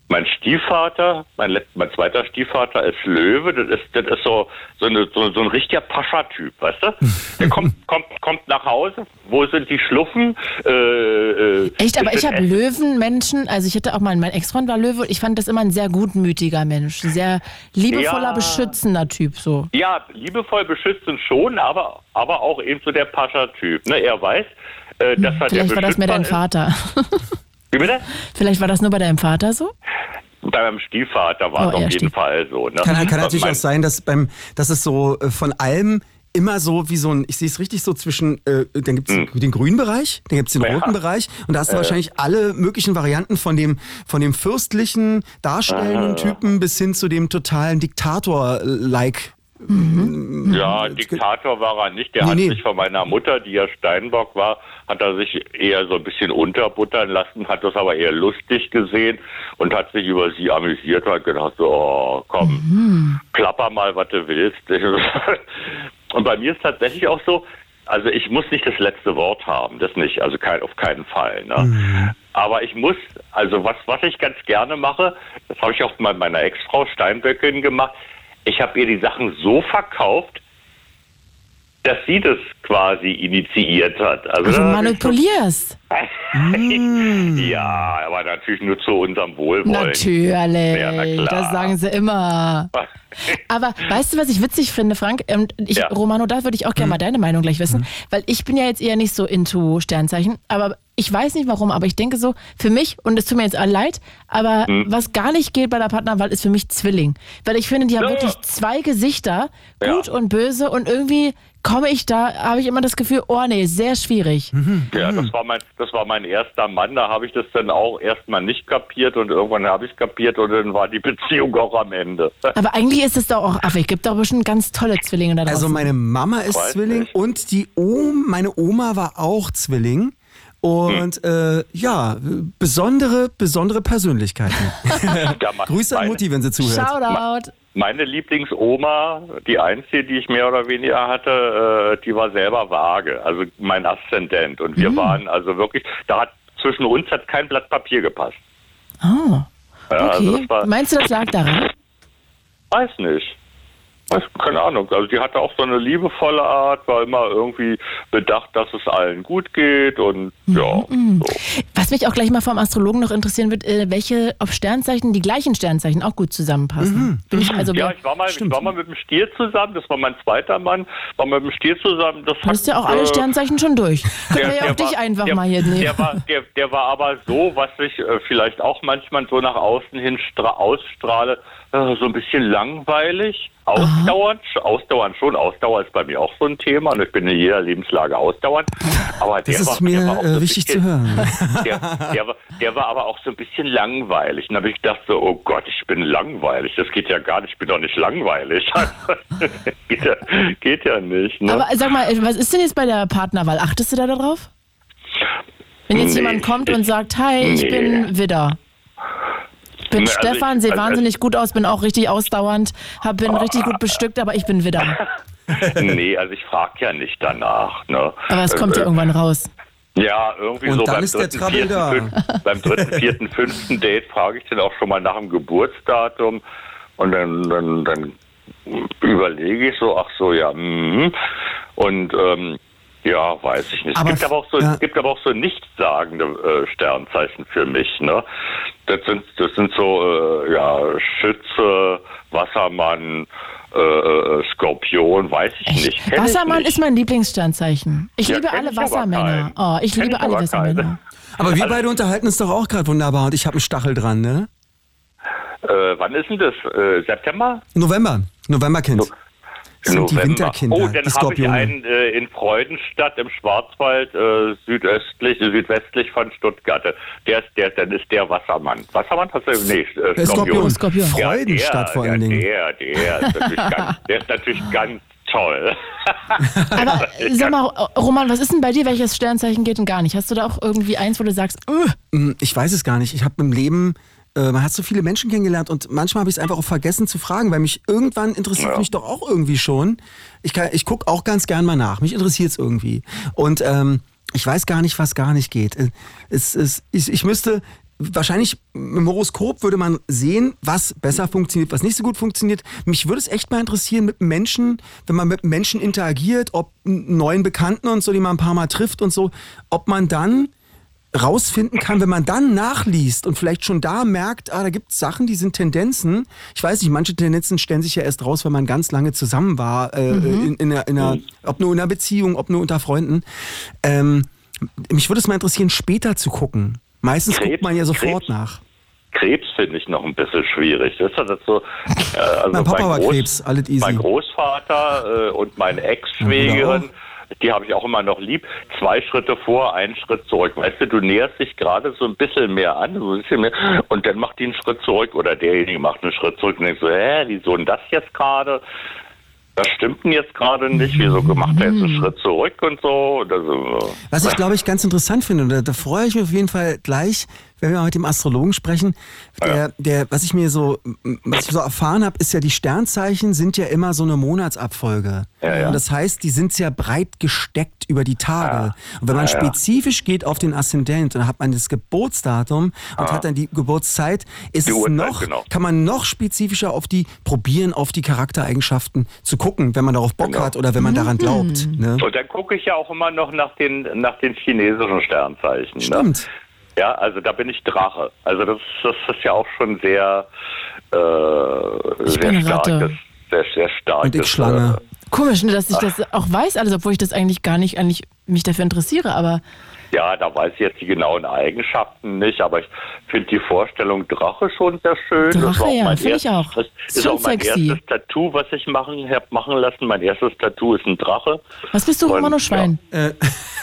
H: Mein Stiefvater, mein, let- mein zweiter Stiefvater ist Löwe, das ist, das ist so, so, eine, so, so ein richtiger Pascha-Typ, weißt du? Der kommt, kommt, kommt nach Hause, wo sind die Schluffen? Äh, äh,
D: Echt, aber
H: ist
D: ich
H: das
D: habe
H: Essen?
D: Löwenmenschen, also ich hatte auch mal, mein Ex-Freund war Löwe, ich fand das immer ein sehr gutmütiger Mensch, sehr liebevoller,
H: Ja.
D: beschützender Typ so.
H: Ja, liebevoll beschützend schon, aber, aber auch eben so der Pascha-Typ. Ne? Er weiß, äh, dass er der
D: Hm, Vielleicht war das
H: beschützbar
D: mehr dein
H: ist. Also
D: Vater.
H: Wie bitte?
D: Vielleicht war das nur bei deinem Vater so?
H: Bei meinem Stiefvater war
D: Oh,
H: es auf
D: er
H: jeden
D: steht-
H: Fall so. Ne?
C: Kann, kann natürlich
H: Mein-
C: auch sein, dass beim, dass es so äh, von allem immer so wie so ein, ich sehe es richtig so zwischen, äh, dann gibt's den grünen Bereich, dann gibt's den
H: Hm. Ja.
C: roten Bereich und da hast du wahrscheinlich alle möglichen Varianten von dem, von dem fürstlichen,
H: Ah.
C: darstellenden Typen bis hin zu dem totalen Diktator-like. äh,
H: Ja, Diktator war er nicht. Der
C: Mhm. Nee,
H: hat
C: nee.
H: sich von meiner Mutter, die ja Steinbock war, hat er sich eher so ein bisschen unterbuttern lassen, hat das aber eher lustig gesehen und hat sich über sie amüsiert und hat gedacht, so, oh, komm,
C: Mhm.
D: Mhm.
H: plapper mal, was du willst. und bei mir ist tatsächlich auch so, also ich muss nicht das letzte Wort haben, das nicht, also kein, auf keinen Fall. Ne?
D: Mhm.
H: Aber ich muss, also was, was ich ganz gerne mache, das habe ich auch mal meiner Ex-Frau Steinböckin gemacht, ich habe ihr die Sachen so verkauft, dass sie das quasi initiiert hat. Also,
D: Also
H: da-
D: manipulierst. Hm.
H: ja, aber natürlich nur zu unserem Wohlwollen.
D: Natürlich,
H: Ja, na klar.
D: das sagen sie immer. Aber weißt du, was ich witzig finde, Frank? Ähm, Ich,
H: Ja. Mhm.
D: Romano, da würde ich auch gerne mal deine Meinung gleich wissen, weil ich bin ja jetzt eher nicht so into Sternzeichen, aber ich weiß nicht warum, aber ich denke so, für mich, und es tut mir jetzt all leid, aber
H: Mhm.
D: was gar nicht geht bei der Partnerwahl, ist für mich Zwilling. Weil ich finde, die haben
H: Ja.
D: wirklich zwei Gesichter,
H: Ja.
D: gut und böse, und irgendwie komme ich da, habe ich immer das Gefühl, oh nee, sehr schwierig.
C: Mhm.
H: Ja, das
D: Hm.
H: war mein, das war mein erster Mann. Da habe ich das dann auch erstmal nicht kapiert und irgendwann habe ich es kapiert und dann war die Beziehung auch am Ende.
D: Aber eigentlich ist es doch auch affig, gibt doch bestimmt ganz tolle Zwillinge da draußen.
C: Also meine Mama ist
H: Weiß
C: Zwilling
H: nicht.
C: und die Oma, meine Oma war auch Zwilling. Und
H: Hm.
C: äh, ja, besondere, besondere Persönlichkeiten.
H: Ja, mein-
C: Grüße an
H: meine-
C: Mutti, wenn sie zuhört.
D: Shoutout.
H: Meine Lieblingsoma, die einzige, die ich mehr oder weniger hatte, äh, die war selber vage, also mein Aszendent. Und
D: Hm.
H: wir waren also wirklich, da hat zwischen uns hat kein Blatt Papier gepasst.
D: Oh,
H: Ja, also
D: okay.
H: das war,
D: Meinst du, das lag daran?
H: weiß nicht. Weiß, keine Ahnung. Also die hatte auch so eine liebevolle Art, war immer irgendwie bedacht, dass es allen gut geht und
D: Mhm.
H: ja. So.
D: Was mich auch gleich mal vom Astrologen noch interessieren wird, äh, welche, ob Sternzeichen, die gleichen Sternzeichen auch gut zusammenpassen. Bin ich also
H: Mhm. Ja,
D: ja,
H: ich war, mal, ich war mal mit dem Stier zusammen, das war mein zweiter Mann, war mal mit dem Stier zusammen. Das äh,
D: Du hast ja auch alle Sternzeichen schon durch. Können wir ja auch dich einfach
H: der,
D: mal hier nehmen.
H: Der war, der, der war aber so, was ich äh, vielleicht auch manchmal so nach außen hin stra ausstrahle, äh, so ein bisschen langweilig, ausdauernd, sch- ausdauernd schon. Ausdauer ist bei mir auch so ein Thema und ich bin in jeder Lebenslage ausdauernd. Aber
C: Das
H: der
C: ist
H: war, der war
C: mir
H: auch so
C: äh,
H: ein
C: wichtig zu
H: bisschen-
C: hören.
H: der, der, war- der war aber auch so ein bisschen langweilig. Und dann habe ich gedacht so, oh Gott, ich bin langweilig. Das geht ja gar nicht. Ich bin doch nicht langweilig. geht, ja, geht ja nicht. Ne?
D: Aber sag mal, äh, was ist denn jetzt bei der Partnerwahl? Achtest du da darauf? Wenn jetzt
H: Nee,
D: jemand kommt
H: ich-
D: und sagt, hi, ich
H: nee.
D: bin Widder. Bin
H: Nee, also
D: Stefan,
H: ich-
D: sehe
H: also-
D: wahnsinnig gut aus, bin auch richtig ausdauernd, hab, bin richtig gut bestückt, aber ich bin Widder.
H: nee, also ich frage ja nicht danach. Ne?
D: Aber es kommt ja
H: Äh,
D: irgendwann raus.
H: Ja, irgendwie
C: Und
H: so
C: dann
H: beim,
C: ist der
H: dritten,
C: Trouble
H: vierten,
C: da.
H: fünften, beim dritten, vierten, fünften Date frage ich dann auch schon mal nach dem Geburtsdatum und dann, dann, dann überlege ich so, ach so, ja, mhm. und ähm, ja, weiß ich nicht.
C: Aber-
H: es gibt aber auch so,
C: ja.
H: es gibt aber auch so nichtssagende äh, Sternzeichen für mich, ne? Das sind, das sind so, äh, ja, Schütze, Wassermann, äh, äh, Skorpion, weiß ich nicht. Kenn
D: Wassermann
H: ich nicht.
D: ist mein Lieblingssternzeichen. Ich
H: Ja,
D: liebe
H: kenn
D: alle
H: ich aber
D: Wassermänner.
H: keinen.
D: Oh, ich
H: Kenn
D: liebe
H: ich
D: alle
H: aber keinen.
D: Wassermänner.
C: Aber wir beide unterhalten uns doch auch gerade wunderbar und ich habe einen Stachel dran, ne?
H: Äh, wann ist denn das? Äh, September?
C: November. Novemberkind. Das sind die
H: November.
C: Winterkinder,
H: Oh,
C: die
H: dann habe ich
C: Skorpione.
H: einen äh, in Freudenstadt im Schwarzwald, äh, südöstlich, südwestlich von Stuttgart. Der ist der, dann ist der Wassermann. Wassermann hast du? Nee, äh,
C: Der Skorpion.
H: Skorpion.
D: Skorpion.
H: Ja, der,
C: Freudenstadt vor allen
H: der,
C: Dingen.
H: Der, der, ist natürlich ganz, der ist natürlich ganz toll.
D: Aber äh, sag mal, Roman, was ist denn bei dir? Welches Sternzeichen geht denn gar nicht? Hast du da auch irgendwie eins, wo du sagst, "Ugh,
C: Hm, Ich weiß es gar nicht. Ich habe im Leben, äh, man hat so viele Menschen kennengelernt und manchmal habe ich es einfach auch vergessen zu fragen, weil mich irgendwann interessiert mich doch auch irgendwie schon. Ich, kann- ich gucke auch ganz gern mal nach. Mich interessiert es irgendwie. Und ähm, ich weiß gar nicht, was gar nicht geht. Äh, Es, es, ich, ich müsste. Wahrscheinlich im Horoskop würde man sehen, was besser funktioniert, was nicht so gut funktioniert. Mich würde es echt mal interessieren, mit Menschen, wenn man mit Menschen interagiert, ob n- neuen Bekannten und so, die man ein paar Mal trifft und so, ob man dann rausfinden kann, wenn man dann nachliest und vielleicht schon da merkt, ah, da gibt es Sachen, die sind Tendenzen. Ich weiß nicht, manche Tendenzen stellen sich ja erst raus, wenn man ganz lange zusammen war, äh,
H: Mhm.
C: in, in, einer, in einer, ob nur in einer Beziehung, ob nur unter Freunden. Ähm, mich würde es mal interessieren, später zu gucken. Meistens
H: Krebs-
C: guckt man ja sofort
H: Krebs.
C: nach.
H: Krebs finde ich noch ein bisschen schwierig. Das ist ja das so, äh, also
C: Mein Papa war Krebs, alles easy.
H: Mein Großvater äh, und meine Ex-Schwägerin,
C: Genau.
H: die habe ich auch immer noch lieb. Zwei Schritte vor, einen Schritt zurück. Weißt du, du näherst dich gerade so ein bisschen mehr an, so ein bisschen mehr, und dann macht die einen Schritt zurück oder derjenige macht einen Schritt zurück und denkst so, hä, wieso denn das jetzt gerade? Das stimmt denn jetzt gerade nicht, wieso macht er jetzt einen Schritt zurück und so? Oder so.
C: Was ich, glaube ich, ganz interessant finde, und da, da freue ich mich auf jeden Fall gleich, wenn wir mal mit dem Astrologen sprechen.
H: Ah,
C: Der, der, was ich mir so, was ich so erfahren habe, ist ja, die Sternzeichen sind ja immer so eine Monatsabfolge.
H: Ja, ja.
C: Und das heißt, die sind sehr breit gesteckt über die Tage. Und wenn man
H: Ah. Ja, ja.
C: spezifisch geht auf den Aszendent, dann hat man das Geburtsdatum und hat dann die Geburtszeit, ist
H: Ah. Die
C: es
H: Uhrzeit,
C: noch,
H: genau.
C: kann man noch spezifischer auf die, probieren, auf die Charaktereigenschaften zu gucken, wenn man darauf Bock
H: Genau.
C: hat oder wenn man daran glaubt. Ne?
H: Und dann gucke ich ja auch immer noch nach den, nach den chinesischen Sternzeichen.
C: Stimmt.
H: Ne? Ja, also da bin ich Drache. Also das, das ist ja auch schon sehr, äh, sehr
D: bin
H: starkes,
D: Ratte.
H: sehr, sehr starkes. äh,
C: Und ich Schlange.
D: komisch, ne, dass ich
H: Ah.
D: das auch weiß alles, obwohl ich das eigentlich gar nicht, eigentlich mich dafür interessiere, aber
H: Äh, ja, da weiß ich jetzt die genauen Eigenschaften nicht, aber ich finde die Vorstellung Drache schon sehr schön. das
D: Drache,
H: war auch
D: ja,
H: mein
D: finde ich
H: erstes-
D: auch.
H: Das ist
D: Schon
H: auch mein
D: sexy.
H: erstes Tattoo, was ich machen, habe machen lassen. Mein erstes Tattoo ist ein Drache.
D: was bist du,
H: Und,
D: Romano Schwein?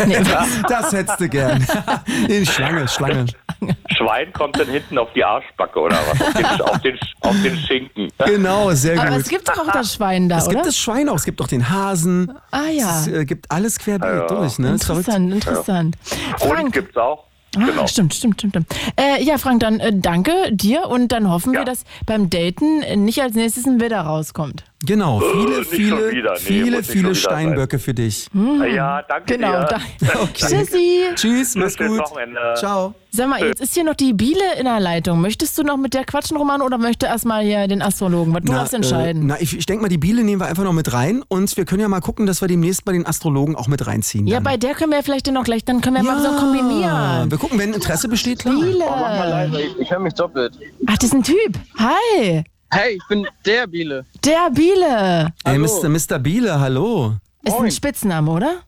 D: Nee, was?
C: Äh, Das hättest du gern. Nee, Schlange, Schlange.
H: Schwein kommt dann hinten auf die Arschbacke oder was? Auf den, auf den, auf den Schinken.
C: Genau, sehr gut.
D: Aber es gibt doch auch das Schwein da,
C: Es gibt
D: oder?
C: das Schwein auch, es gibt auch den Hasen.
D: Ah, ja.
C: Es äh, gibt alles querbeet
H: Ah.
C: durch, ne? Ist verrückt.
D: interessant, interessant.
H: Und
D: Frank,
H: gibt's auch.
D: Ah,
H: Genau.
D: stimmt, stimmt, stimmt. stimmt. Äh, ja, Frank, dann äh, danke dir und dann hoffen wir,
H: Ja.
D: dass beim Daten äh, nicht als nächstes ein Widder rauskommt.
C: Genau, viele,
H: Äh, nicht schon
C: viele,
H: wieder. Nee, muss
C: viele,
H: nicht
C: viele
H: schon wieder Ah,
C: Steinböcke für dich.
H: Ja, danke
D: Genau,
H: dir.
D: danke.
C: Okay.
D: Tschüssi.
C: Tschüss, mach's
H: Schönes
C: gut.
H: Wochenende.
C: Ciao.
D: Sag mal, jetzt ist hier noch die Biele in der Leitung. Möchtest du noch mit der quatschen, Romano, oder möchte erstmal hier den Astrologen? Was du darfst
C: Äh,
D: entscheiden.
C: na, ich, ich denke mal, die Biele nehmen wir einfach noch mit rein und wir können ja mal gucken, dass wir demnächst mal den Astrologen auch mit reinziehen.
D: ja,
C: dann.
D: bei der können wir vielleicht dann noch gleich, dann können wir mal so kombinieren.
C: Wir gucken, wenn Interesse besteht, klar.
I: Oh,
D: Biele.
I: Ich, ich höre mich doppelt.
D: Ach, das ist ein Typ. Hi.
I: Hey, ich bin der Biele.
D: Der Biele.
C: Ey,
I: Hallo.
C: Mr. Mr. Biele, hallo.
D: Ist ein
I: Moin.
D: Spitzname, oder?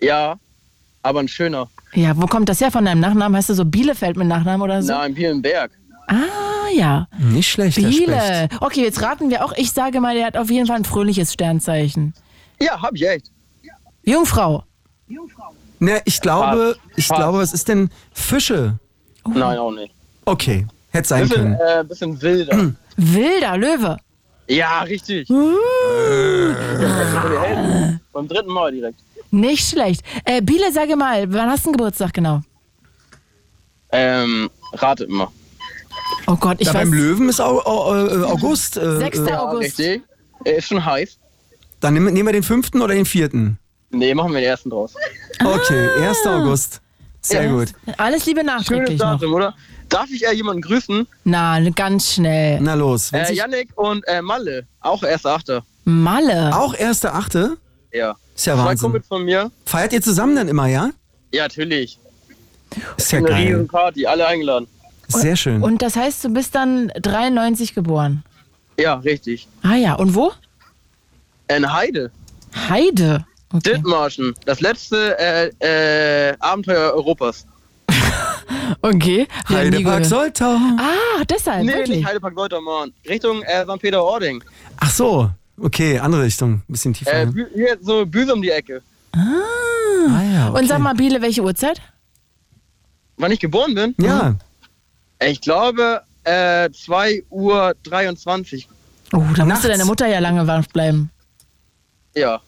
I: Ja, aber ein schöner.
D: Ja, wo kommt das her von deinem Nachnamen? Heißt du so Bielefeld mit Nachnamen oder so?
I: Na, im Bielenberg.
D: Ah, ja.
C: Nicht schlecht, Herr Specht.
D: Biele. Okay, jetzt raten wir auch. Ich sage mal, der hat auf jeden Fall ein fröhliches Sternzeichen.
I: Ja, hab ich echt.
D: Jungfrau.
C: Ne, ich glaube,
I: Passt.
C: ich
I: Passt.
C: glaube, was ist denn Fische?
D: Oh.
I: Nein, auch nicht.
C: Okay, hätte sein
I: Bisschen,
C: können.
I: äh, bisschen wilder.
D: Wilder Löwe.
I: ja, richtig.
C: Uh.
I: Beim dritten Mal direkt.
D: Nicht schlecht. Äh, Biele, sage mal, wann hast du einen Geburtstag genau?
I: Ähm, ratet immer.
D: Oh Gott, ich
C: Ja,
D: weiß.
C: beim Löwen ist Au- Au- äh, August. äh,
D: 6.
C: äh,
I: Ja,
D: August.
I: richtig. Äh, Ist schon heiß.
C: Dann nehmen nehmen wir den fünften oder den vierten.
I: Nee, machen wir den ersten draus.
D: Ah.
C: Okay, 1. August. Sehr gut.
D: Alles Liebe
I: Schönes
D: nachträglich noch.
I: Datum, oder? Darf ich eher jemanden grüßen?
D: Na, ganz schnell.
C: Na los.
I: Äh, Yannick und äh, Malle, auch 1.8.
D: Malle.
C: Auch 1.8.
I: Ja.
C: Ist ja
I: Zwei
C: Wahnsinn.
I: Kumpels von mir.
C: Feiert ihr zusammen dann immer, ja?
I: Ja, natürlich.
C: Ist ja
I: Eine riesen
C: geil.
I: Party, alle eingeladen.
C: Sehr schön.
D: Und das heißt, du bist dann 93 geboren.
I: Ja, richtig.
D: Ah ja, und wo?
I: In Heide.
D: Heide. Okay,
I: Dithmarschen, das letzte äh, äh, Abenteuer Europas.
D: okay. Wir haben nie
C: Heidepark
D: gehört.
C: Soltau.
D: Ah, deshalb,
I: Nee,
D: wirklich.
I: nicht Heidepark Deutermann. Richtung äh, St. Peter-Ording.
C: Ach so. Okay, andere Richtung. Bisschen tiefer.
I: Äh,
C: ne?
I: Bü- hier so Büsum die Ecke.
C: ah, ja, okay.
D: Und sag mal, Biele, welche Uhrzeit?
I: Wann ich geboren bin?
C: Ja.
I: Äh, Ich glaube äh, 2 Uhr 23.
D: Oh, da musste
C: Nachts.
D: deine Mutter ja lange wach bleiben.
I: Ja.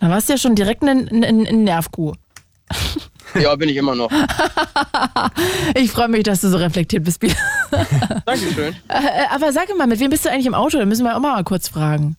D: Da warst du ja schon direkt ein, ein, ein ein Nervkuh.
I: Ja, bin ich immer noch.
D: Ich freue mich, dass du so reflektiert bist, Biele.
I: Dankeschön.
D: Äh, aber sag mal, mit wem bist du eigentlich im Auto? Da müssen wir auch mal kurz fragen.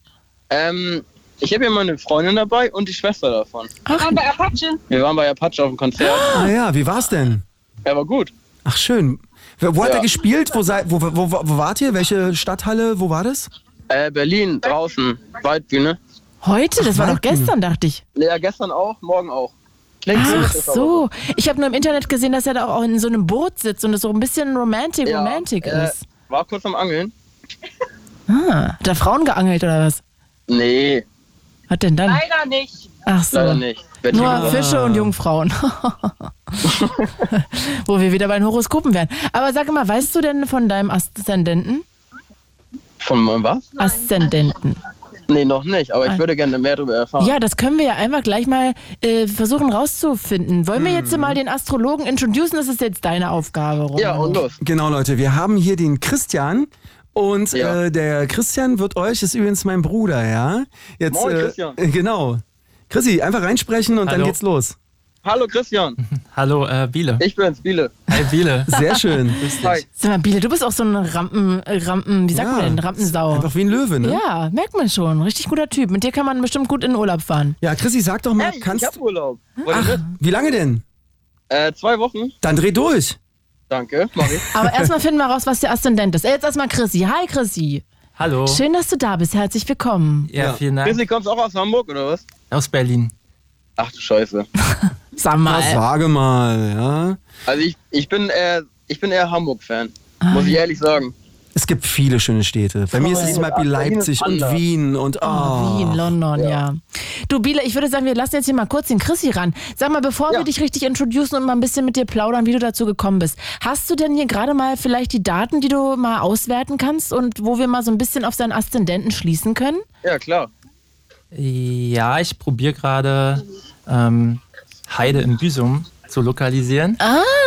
I: Ähm, ich habe hier meine Freundin dabei und die Schwester davon.
J: Waren bei Apache.
I: Wir waren bei Apache auf dem Konzert.
C: Ah ja, wie war's denn?
I: Er war gut.
C: Ach schön. Wo wo hat
I: Ja.
C: er gespielt? Wo, sei, wo, wo, wo, wo wart ihr? Welche Stadthalle? Wo war das?
I: Äh, Berlin, draußen, Waldbühne.
D: Heute? Das war doch gestern, dachte ich.
I: Ja, gestern auch, morgen auch. Klingt
D: Ach
I: komisch, aber-
D: so. Ich habe nur im Internet gesehen, dass er da auch in so einem Boot sitzt und es so ein bisschen romantic,
I: Ja,
D: romantic
I: äh,
D: ist.
I: War kurz am Angeln.
D: Ah, hat er Frauen geangelt oder was?
I: Nee,
D: Hat denn dann?
J: Leider nicht.
D: Ach so.
I: leider nicht. Betty
D: Nur Fische und Jungfrauen. Wo wir wieder bei den Horoskopen wären. Aber sag mal, weißt du denn von deinem Aszendenten?
I: Von meinem was?
D: Ah. Aszendenten.
I: Nee, noch nicht, aber ich würde gerne mehr darüber erfahren.
D: Ah. Ja, das können wir ja einfach gleich mal äh, versuchen rauszufinden. Wollen
I: Hm.
D: wir jetzt mal den Astrologen introducen? Das ist jetzt deine Aufgabe, Roman.
I: Ja, und los.
C: Genau, Leute, wir haben hier den Christian. Und
I: Ja.
C: äh, der Christian wird euch, ist übrigens mein Bruder, ja? Jetzt,
I: Moin,
C: äh,
I: Christian.
C: Genau. Chrissy, einfach reinsprechen und dann
K: Hallo.
C: geht's los.
I: Hallo Christian,
K: Hallo, äh, Biele.
I: ich bin's, Biele.
K: Hey, Biele.
C: Sehr schön.
I: Hi.
D: Sag mal, Biele, du bist auch so ein Rampen, äh, Rampen, wie sagt
C: Ja.
D: man denn? Rampensau.
C: Einfach wie ein Löwe, ne?
D: Ja, merkt man schon. Richtig guter Typ. Mit dir kann man bestimmt gut in den Urlaub fahren.
C: Ja, Chrissy, sag doch mal,
I: Hey, ich hab
C: kannst
I: Urlaub. Wollt ihr
C: Ach,
I: mit?
C: wie lange denn?
I: Äh, zwei Wochen.
C: Dann dreh durch.
I: Danke, Mari.
D: Aber erstmal finden wir raus, was der Aszendent ist. Ey, Jetzt erstmal Chrissy. Hi, Chrissy.
K: Hallo.
D: Schön, dass du da bist. Herzlich willkommen.
K: Ja, vielen Dank.
I: Chrissy, kommst du auch aus Hamburg oder was?
K: Aus Berlin.
I: Ach du Scheiße.
D: Sag
C: Na,
D: mal.
C: sage mal, ja.
I: Also ich, ich bin eher, ich bin eher Hamburg-Fan. Muss
D: Ah.
I: ich ehrlich sagen.
C: Es gibt viele schöne Städte. Bei mir ist es zum Beispiel
I: Berlin ist
C: Leipzig und
I: anders.
C: Wien und oh.
D: Wien, London, ja. Du, Biele, ich würde sagen, wir lassen jetzt hier mal kurz den Chrissy ran. Sag mal, bevor wir dich richtig introducen und mal ein bisschen mit dir plaudern, wie du dazu gekommen bist, hast du denn hier gerade mal vielleicht die Daten, die du mal auswerten kannst und wo wir mal so ein bisschen auf seinen Aszendenten schließen können?
I: Ja, klar.
K: Ja, ich probiere gerade ähm, Heide im Büsum zu lokalisieren. äh,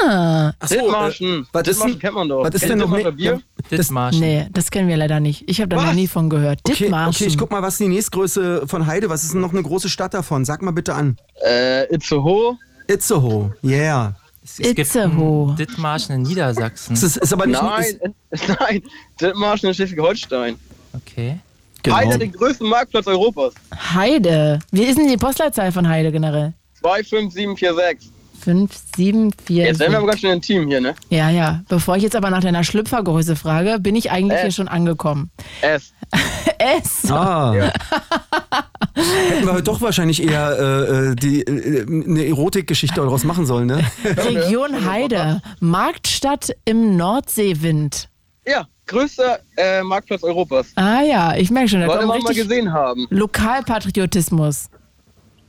K: Ah,
C: Ach so, äh,
I: Dithmarschen.
C: was ist
I: Dithmarschen
C: denn-
I: kennt man doch.
C: was ist
I: Kennt
C: denn noch
I: Dithmarscher
C: mit-
I: Bier?
K: Dithmarschen.
D: Nee, das kennen wir leider nicht. Ich habe da noch
I: Was?
D: nie von gehört.
C: Okay,
D: Dithmarschen.
C: okay, ich guck mal, was ist die nächstgröße von Heide? Was ist denn noch eine große Stadt davon? Sag mal bitte an.
I: Äh, Itzehoe.
C: Itzehoe. Yeah.
K: Es, es gibt ein
D: Itzehoe.
K: Dithmarschen in Niedersachsen.
C: Es ist, ist aber nicht.
I: Nein,
C: Ist,
I: nein. Dithmarschen in Schleswig-Holstein.
K: Okay.
C: Genau.
I: Einer der größten Marktplatz Europas.
D: Heide. Wie ist denn die Postleitzahl von Heide generell?
I: 25746.
D: 5, 7, 4.
I: Jetzt werden wir aber ganz schön intim hier, ne?
D: ja, ja. Bevor ich jetzt aber nach deiner Schlüpfergröße frage, bin ich eigentlich
I: Äh.
D: hier schon angekommen.
I: S.
D: Es.
C: ah. Hätten wir heute doch wahrscheinlich eher äh, äh, die, äh, eine Erotikgeschichte daraus machen sollen, ne?
D: Region Heide, Marktstadt im Nordseewind.
I: Ja, größter äh, Marktplatz Europas.
D: Ah ja, ich merke schon, da
I: Sollte
D: kommt
I: man mal
D: richtig
I: gesehen haben.
D: Lokalpatriotismus.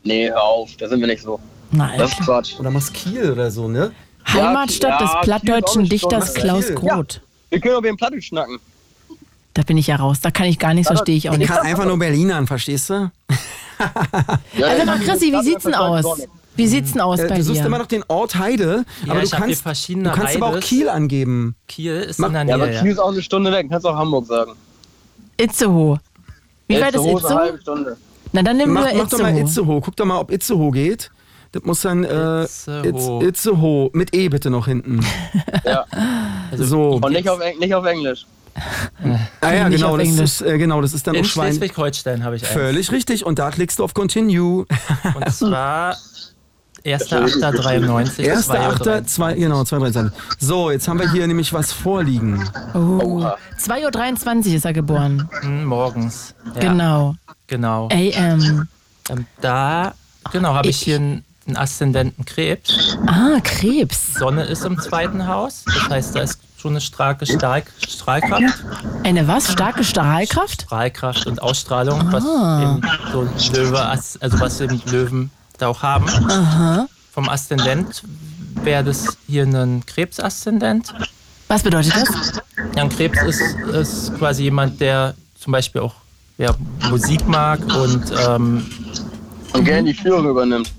I: Nee, hör auf, da sind wir nicht so.
D: Nein.
I: Das ist Quatsch.
C: Oder machst Kiel oder so, ne?
D: Heimatstadt
I: ja,
D: des plattdeutschen
I: Kiel ist auch eine
D: Dichters
I: Stunde.
D: Klaus
C: Kiel.
D: Groth.
I: Wir können über den Platten schnacken.
D: Da bin ich ja raus, da kann ich gar nichts, verstehe ich auch
C: Ich
D: nicht.
C: kann einfach nur Berlinern, verstehst du?
I: Ja,
D: Also
I: ja,
D: mal,
I: die
D: Chrissy, wie
I: Platten
D: sieht's denn
I: verstehen
D: aus?
I: gar nichts.
D: Wie sieht's denn aus
C: Äh,
D: bei
C: du suchst
D: dir?
C: immer noch den Ort Heide, aber
K: ich
C: du
K: hab hier
C: kannst,
K: verschiedene
C: du kannst aber auch
K: Heides.
C: Kiel angeben.
K: Kiel ist
C: Mach-
K: in der
I: Ja, aber
K: Nähe.
I: Kiel
K: Ja,
I: ist auch eine Stunde weg. Kannst auch Hamburg sagen.
D: Itzehoe. Wie weit ist
I: Itzehoe eine
D: Itzehoe?
I: halbe Stunde.
D: Na dann nehmen
C: Mach,
D: wir
C: mach doch mal
D: Itzehoe.
C: Itzehoe. Guck doch mal, ob Itzehoe geht. Das muss dann äh,
K: Itzehoe.
C: Itz- Itzehoe mit E bitte noch hinten.
I: Ja.
K: Also
C: so.
I: Und nicht auf, Eng- nicht auf Englisch.
C: Ah ja,
D: Nicht
C: genau
D: auf
C: das,
D: Englisch.
C: ist, äh, genau, das ist dann auch
K: In
C: Schwein.
K: Schleswig-Holstein habe ich einen.
C: Völlig richtig. Und da klickst du auf Continue.
K: Und zwar 1.8.93.
C: Erste, achte, zwei, genau, zwei, drei Seiten. So, jetzt haben wir hier nämlich was vorliegen.
D: Oh, 2.23 Uhr ist er geboren.
K: Morgens. Ja,
D: Genau.
C: Oh.
K: Genau.
D: AM.
K: Ähm, da, genau, habe ich hier einen, einen Aszendenten Krebs.
D: Ah, Krebs.
K: Sonne ist im zweiten Haus. Das heißt, da ist schon eine starke Stahl Strahlkraft.
D: Eine was? Starke Strahlkraft?
K: Strahlkraft und Ausstrahlung, was
D: Ah.
K: eben so ein Löwe, As- also was eben Löwen da auch haben.
D: Aha.
K: Vom Aszendent wäre das hier ein Krebsaszendent.
D: Was bedeutet das?
K: Ja, ein Krebs ist, ist quasi jemand, der zum Beispiel auch ja, Musik mag und ähm,
I: Und gerne die Führung übernimmt.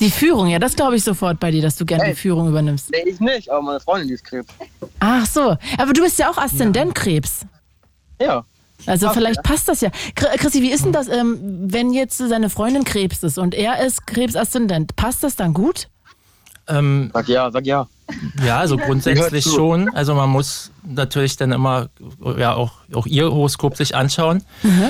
D: Die Führung, ja, das glaube ich sofort bei dir, dass du gerne die Führung übernimmst.
I: Nee, ich nicht, aber meine Freundin, die ist Krebs.
D: Ach so, aber du bist ja auch Aszendent Krebs.
I: Ja.
D: Also vielleicht passt das ja. Chri- Christi, wie ist denn das, ähm, wenn jetzt seine Freundin Krebs ist und er ist Krebsaszendent? Passt das dann gut?
K: ähm,
I: Sag ja, sag ja.
K: Ja, also grundsätzlich
I: Gehört zu.
K: schon. Also man muss natürlich dann immer ja auch, auch ihr Horoskop sich anschauen.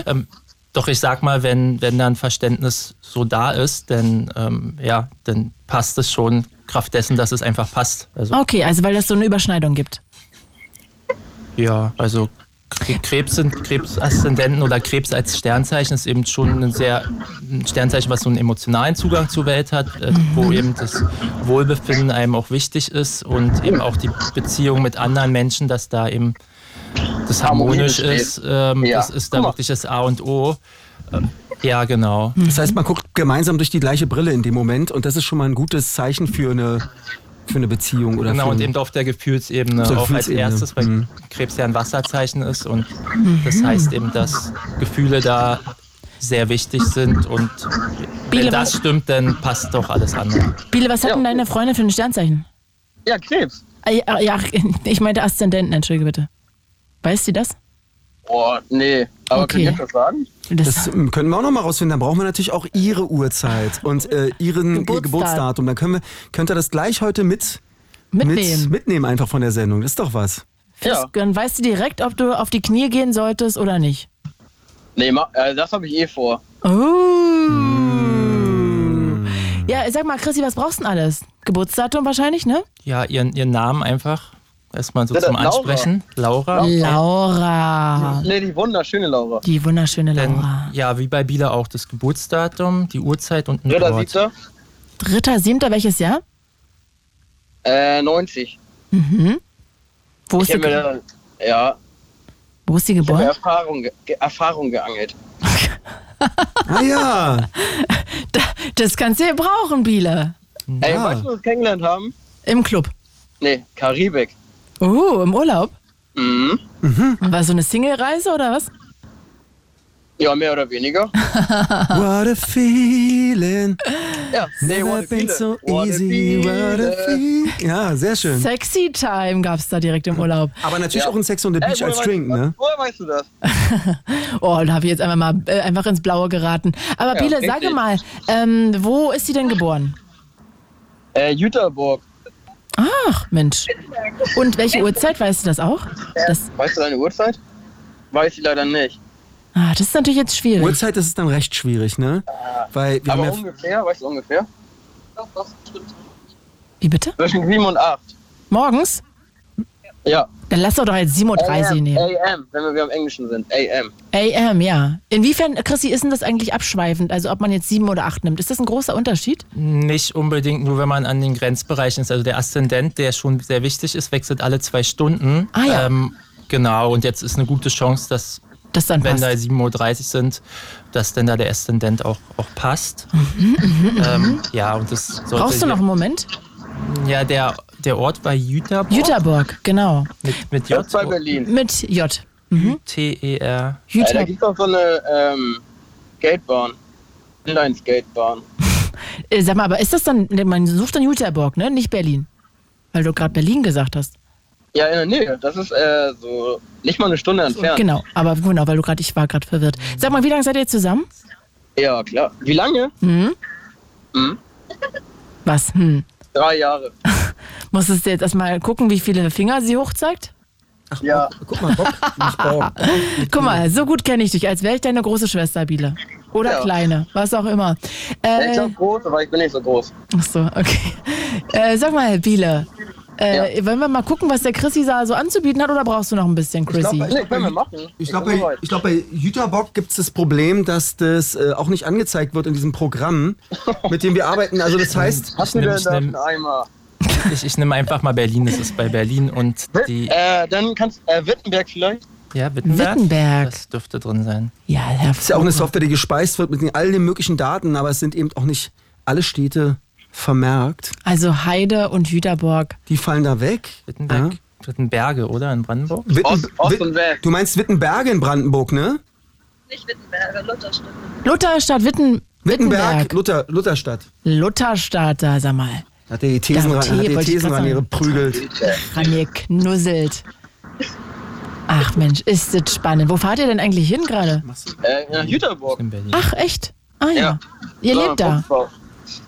K: Ähm, doch ich sag mal, wenn, wenn da ein Verständnis so da ist, dann, ähm, ja, dann passt es schon, Kraft dessen, dass es einfach passt. Also
D: Okay, also weil das so eine Überschneidung gibt.
K: ja, also Kre- Krebs sind Krebsaszendenten oder Krebs als Sternzeichen ist eben schon ein sehr ein Sternzeichen, was so einen emotionalen Zugang zur Welt hat, äh, wo eben das Wohlbefinden einem auch wichtig ist und eben auch die Beziehung mit anderen Menschen, dass da eben das
I: Harmonie
K: harmonisch
I: besteht.
K: ist. Ähm,
I: Ja.
K: Das ist da
I: Guck mal.
K: wirklich das A und O. Ähm, ja, genau.
C: Das heißt, man guckt gemeinsam durch die gleiche Brille in dem Moment und das ist schon mal ein gutes Zeichen für eine, für eine Beziehung oder
K: Genau,
C: für
K: und
C: ein-
K: eben auf der Gefühlsebene
C: Zur
K: auch
C: Gefühlsebene,
K: als erstes, weil
C: mhm.
K: Krebs ja ein Wasserzeichen ist und das heißt eben, dass Gefühle da sehr wichtig sind und
D: Biele,
K: wenn das stimmt, dann passt doch alles andere.
D: Biele, was hat
I: Ja.
D: denn deine Freundin für ein Sternzeichen?
I: Ja, Krebs.
D: Ah, Ja, ja, ich meinte Aszendenten, entschuldige bitte. Weißt du das?
I: Boah, nee. Aber
D: Okay.
I: okay. könnt ihr das sagen?
C: Das ähm, können wir auch noch mal rausfinden. Dann brauchen wir natürlich auch Ihre Uhrzeit und äh,
D: Geburtstag.
C: Ihren Geburtsdatum. Geburtsdatum. Dann können wir, könnt ihr das gleich heute mit, mit,
D: mitnehmen.
C: mitnehmen, einfach von der Sendung. Das ist doch was.
I: Ja.
D: Dann weißt du direkt, ob du auf die Knie gehen solltest oder nicht.
I: Nee, ma, äh, das habe ich eh vor.
D: Oh. Ja, sag mal, Chrissy, was brauchst du denn alles? Geburtsdatum wahrscheinlich, ne?
K: Ja, ihren, ihren Namen einfach erstmal so
I: Ja,
K: zum
I: Laura.
K: Ansprechen. Laura.
D: Laura.
I: Nee, die wunderschöne Laura.
D: Die wunderschöne Laura.
K: Dann, ja, wie bei Biela auch, das Geburtsdatum, die Uhrzeit und ein
I: Dritter,
K: Ort.
I: siebter,
D: Dritter, siebter, welches Jahr?
I: äh, 90.
D: Mhm. Wo ist,
I: Ich
D: sie,
I: habe mir dann, ja,
D: wo ist sie
I: ich hab mir
D: geboren?
I: Erfahrung, ge Erfahrung geangelt.
C: Ah ja,
D: Das kannst du ja brauchen, Biele.
I: Ey,
C: Ja.
I: weißt du, was wir kennengelernt haben?
D: Im Club.
I: Nee, Karibik.
D: Oh, im Urlaub.
I: Mhm.
D: War so eine Single-Reise oder was?
I: Ja, mehr oder weniger.
C: what a feeling.
I: Ja, nee,
C: Never
I: what a feeling.
C: been so
I: What a
C: easy, what a
I: feeling.
C: feeling. Ja, sehr schön.
D: Sexy Time gab's da direkt im Urlaub.
C: Aber natürlich
I: Ja.
C: auch ein Sex on the
I: Ey,
C: Beach
I: woher
C: als
I: weißt
C: Drink,
I: du das?
C: ne?
I: Woher weißt du das?
D: Oh, da habe ich jetzt einfach mal äh, einfach ins Blaue geraten. Aber
I: Ja,
D: Biele,
I: richtig.
D: sage mal, ähm, wo ist sie denn geboren?
I: Äh, Jüterburg.
D: Ach, Mensch. Und welche Uhrzeit, weißt du das auch? Das,
I: Weißt du deine Uhrzeit? Weiß ich leider nicht.
D: ah, das ist natürlich jetzt schwierig.
C: Uhrzeit ist es dann recht schwierig, ne? Weil wir haben
I: Aber
C: ja
I: ungefähr, weißt du ungefähr?
D: Wie bitte?
I: Zwischen 7 und 8.
D: Morgens?
I: Ja.
D: Dann lass doch doch jetzt 7.30 Uhr
I: AM,
D: nehmen.
I: AM, wenn wir wieder im Englischen sind. AM.
D: AM, ja. Inwiefern, Chrissy, ist denn das eigentlich abschweifend? Also ob man jetzt 7 oder 8 nimmt. Ist das ein großer Unterschied?
K: Nicht unbedingt nur, wenn man an den Grenzbereichen ist. Also der Aszendent, der schon sehr wichtig ist, wechselt alle zwei Stunden.
D: Ah ja.
K: Ähm, genau, und jetzt ist eine gute Chance, dass
D: Das dann
K: wenn
D: passt.
K: da 7.30 Uhr sind, dass dann da der Aszendent auch, auch passt. ähm, ja, und das sollte
D: Mhm, Brauchst du noch einen Moment?
K: hier- Ja, der, der Ort war Jüterborg.
D: Jüterburg, genau.
K: Mit, mit
I: Das ist bei
K: J E
I: Berlin.
D: Mit J. Mhm.
K: T-E-R.
I: Äh, da
D: Jüterburg.
I: gibt es auch so eine ähm, Skatebahn. Inline-Skatebahn.
D: Äh, Sag mal, aber ist das dann, man sucht dann Jüterburg, ne? Nicht Berlin. Weil du gerade Berlin gesagt hast.
I: Ja, in der Nähe. Das ist äh, so nicht mal eine Stunde entfernt.
D: Genau, aber genau, weil du gerade, ich war gerade verwirrt. Sag mal, wie lange seid ihr zusammen? Hm?
I: Ja, klar. Wie lange? Hm?
D: Was? Hm.
I: Drei Jahre.
D: Musstest du jetzt erstmal gucken, wie viele Finger sie hochzeigt?
I: Ja.
C: Guck mal, Bock, nicht Bock.
D: Guck mal, so gut kenne ich dich, als wäre ich deine große Schwester, Biele. Oder
I: Ja.
D: kleine, was auch immer.
I: Ich
D: Äh,
I: glaube groß, aber ich bin nicht so groß.
D: ach so, okay. Äh, sag mal, Herr Biele, äh, wollen wir mal gucken, was der Chrissy da so anzubieten hat oder brauchst du noch ein bisschen, Chrissy?
I: Nee, können wir machen.
C: Ich glaube, bei, ich glaub, bei Jüterbock gibt es das Problem, dass das äh, auch nicht angezeigt wird in diesem Programm, mit dem wir arbeiten. Also das heißt,
I: Hast du
K: nehm-
I: denn
K: ich
I: da
K: nehm-
I: einen Eimer?
K: Ich, ich nehme einfach mal Berlin, das ist bei Berlin und die.
I: Äh, dann kannst äh, Wittenberg vielleicht.
K: Ja, Wittenberg.
D: Wittenberg.
K: Das dürfte drin sein.
D: Ja, Herr
C: es ist ja auch eine Software, die gespeist wird mit den- all den möglichen Daten, aber es sind eben auch nicht alle Städte vermerkt.
D: Also Heide und Jüterborg.
C: Die fallen da weg.
K: Wittenberg.
C: Ja.
K: Wittenberge, oder? In Brandenburg?
C: Witten-
I: Ost- Ost
C: Wit-
I: und West.
C: Du meinst Wittenberge in Brandenburg, ne?
J: Nicht Wittenberger, Lutherstadt.
D: Lutherstadt, Witten,
C: Wittenberg,
D: Wittenberg.
C: Luther, Lutherstadt.
D: Lutherstadt, da sag mal.
C: Hat er die Thesen,
D: Da-
C: ran, hat
D: Tee,
C: er die
D: wollte ich
C: Thesen
D: grad
C: ran ihre
D: sagen.
C: prügelt.
D: An mir knusselt. Ach Mensch, ist das spannend. Wo fahrt ihr denn eigentlich hin gerade?
I: Äh, nach Jüterburg.
K: In Berlin.
D: Ach, echt? Ah ja.
I: Ja.
D: Ihr lebt da.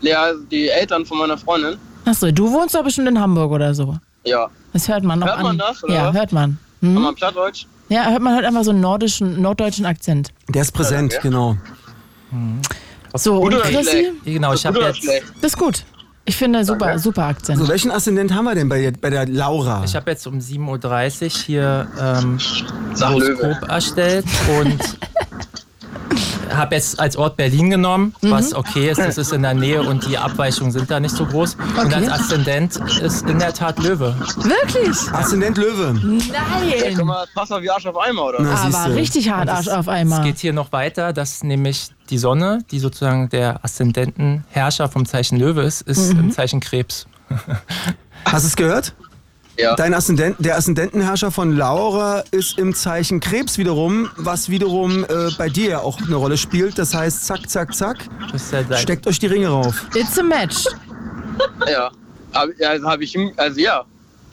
I: Ja, also die Eltern von meiner Freundin.
D: Achso, du wohnst doch bestimmt in Hamburg oder so.
I: Ja.
D: Das hört man noch
I: Hört
D: an.
I: man das, oder
D: ja,
I: was?
D: hört man.
I: Haben wir
D: Hm?
I: ein Plattdeutsch?
D: Ja, hört man halt einfach so einen nordischen, norddeutschen Akzent.
C: Der ist präsent, genau.
D: So, und
I: Gut oder
D: Chrissy?
I: schlecht?
K: Ja, Hm. Genau, ich
I: Gut
K: habe
I: oder
K: jetzt,
I: schlecht?
D: Das ist gut. Ich finde, super, super
C: So,
D: Akzent.
C: welchen Aszendent haben wir denn bei der, bei der Laura?
K: ich hab jetzt um 7.30 Uhr hier ähm,
I: Sag Löwe.
K: Horoskop erstellt und habe jetzt als Ort Berlin genommen,
I: Mhm.
K: was okay ist. Das ist in der Nähe und die Abweichungen sind da nicht so groß. Und als Aszendent ist in der Tat Löwe.
D: Wirklich?
C: Aszendent Löwe.
I: Ja, guck
D: Nein!
I: mal, pass auf wie Arsch auf Eimer, oder?
C: Na, siehst
D: Aber
C: du.
D: Ah, richtig hart Arsch auf
K: Es
D: einmal.
K: geht hier noch weiter, dass nämlich die Sonne, die sozusagen der Aszendentenherrscher vom Zeichen Löwe ist, ist
D: Mhm.
K: im Zeichen Krebs.
C: Hast du es gehört?
I: Ja.
C: Dein Aszendent, der Aszendentenherrscher von Laura ist im Zeichen Krebs wiederum, was wiederum äh, bei dir ja auch eine Rolle spielt. Das heißt, zack, zack, zack,
K: Das ist ja sein-
C: steckt euch die Ringe rauf.
D: It's a match.
I: Ja. Hab, ja, also hab ich, ihm- also ja,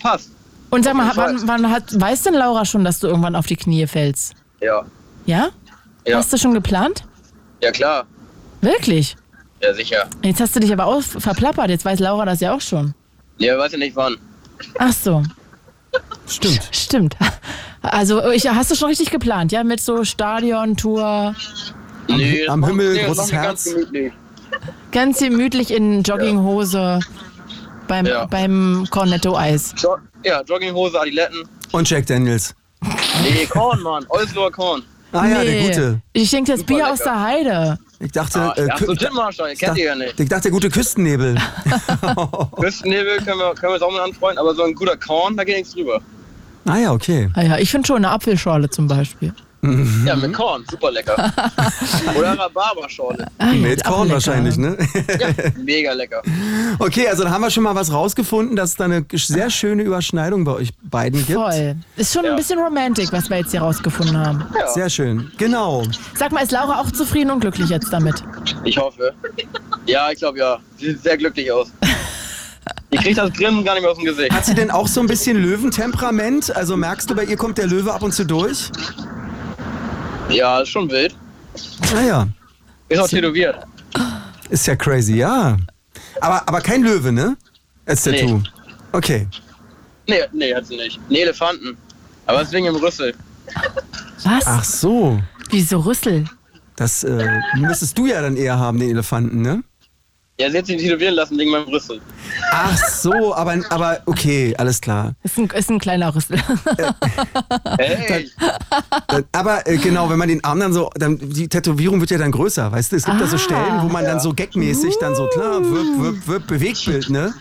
I: passt.
D: Und sag mal,
I: jeden Fall.
D: wann, wann hat, weiß denn Laura schon, dass du irgendwann auf die Knie fällst?
I: Ja.
D: Ja?
I: Ja.
D: Hast du schon geplant?
I: Ja, klar.
D: Wirklich?
I: Ja, sicher.
D: Jetzt hast du dich aber auch verplappert. Jetzt weiß Laura das ja auch schon.
I: Ja, weiß ja nicht wann.
D: Ach so,
C: Stimmt.
D: stimmt. Also ich, hast du schon richtig geplant, ja? Mit so Stadion-Tour,
I: Nee, das
C: am
I: machen-
C: Himmel,
I: nee, das
C: großes
I: machen wir ganz
C: Herz.
I: gemütlich.
D: ganz gemütlich in Jogginghose beim,
I: Ja.
D: beim Cornetto-Eis.
I: Jo ja, Jogginghose, Adiletten.
C: Und Jack Daniels.
I: Nee, Korn, Mann. Oldenburger Korn.
C: Ah ja, der Gute.
D: Ich schenke jetzt Bier aus der Heide.
C: Ich dachte,
I: Ah,
C: äh,
I: ja, so
C: Kü-
I: Dittmarscher, ihr
C: ich
I: kennt
C: dachte,
I: ihr ja nicht.
C: ich dachte, der gute Küstennebel.
I: Küstennebel können wir, können wir uns auch mal anfreunden, aber so ein guter Korn, da geht nichts drüber.
C: ah ja, okay. Mhm.
D: Ah ja, ich finde schon eine Apfelschorle zum Beispiel.
I: Ja, mit Korn, super lecker. Oder Rhabarberschorle,
D: Ah, ja,
C: Mit
D: ist auch
C: Korn
D: lecker.
C: wahrscheinlich, ne?
I: mega lecker.
C: Okay, also dann haben wir schon mal was rausgefunden, dass es da eine sehr schöne Überschneidung bei euch beiden gibt.
D: Voll. Ist schon ein
I: Ja.
D: bisschen romantik, was wir jetzt hier rausgefunden haben.
I: Ja,
C: Sehr schön. Genau.
D: Sag mal, ist Laura auch zufrieden und glücklich jetzt damit?
I: ich hoffe. Ja, ich glaube ja. Sie sieht sehr glücklich aus. Ich krieg das Grinsen gar nicht mehr aus dem Gesicht.
C: Hat sie denn auch so ein bisschen Löwentemperament? Also merkst du, bei ihr kommt der Löwe ab und zu durch?
I: Ja, ist schon wild.
C: Naja,
I: Ist auch tätowiert.
C: ist ja crazy, ja. Aber, aber kein Löwe, ne? Als
I: Nee.
C: Tattoo. Okay.
I: Nee, nee, hat sie nicht. Nee, Elefanten. Aber deswegen im Rüssel.
D: Was?
C: Ach so.
D: Wieso Rüssel?
C: Das äh, müsstest du ja dann eher haben, den Elefanten, ne?
I: Ja, sie hat sich tätowieren lassen wegen meinem Rüssel.
C: Ach so, aber, aber okay, alles klar.
D: Ist ein, ist ein kleiner Rüssel.
I: Hey,
C: Äh, Aber äh, genau, wenn man den Arm dann so, dann, die Tätowierung wird ja dann größer, weißt du? Es gibt da
D: Ah.
C: so Stellen, wo man dann so gagmäßig dann so, klar,
D: Mm.
C: wirp, wirp, wirp, Bewegtbild, ne?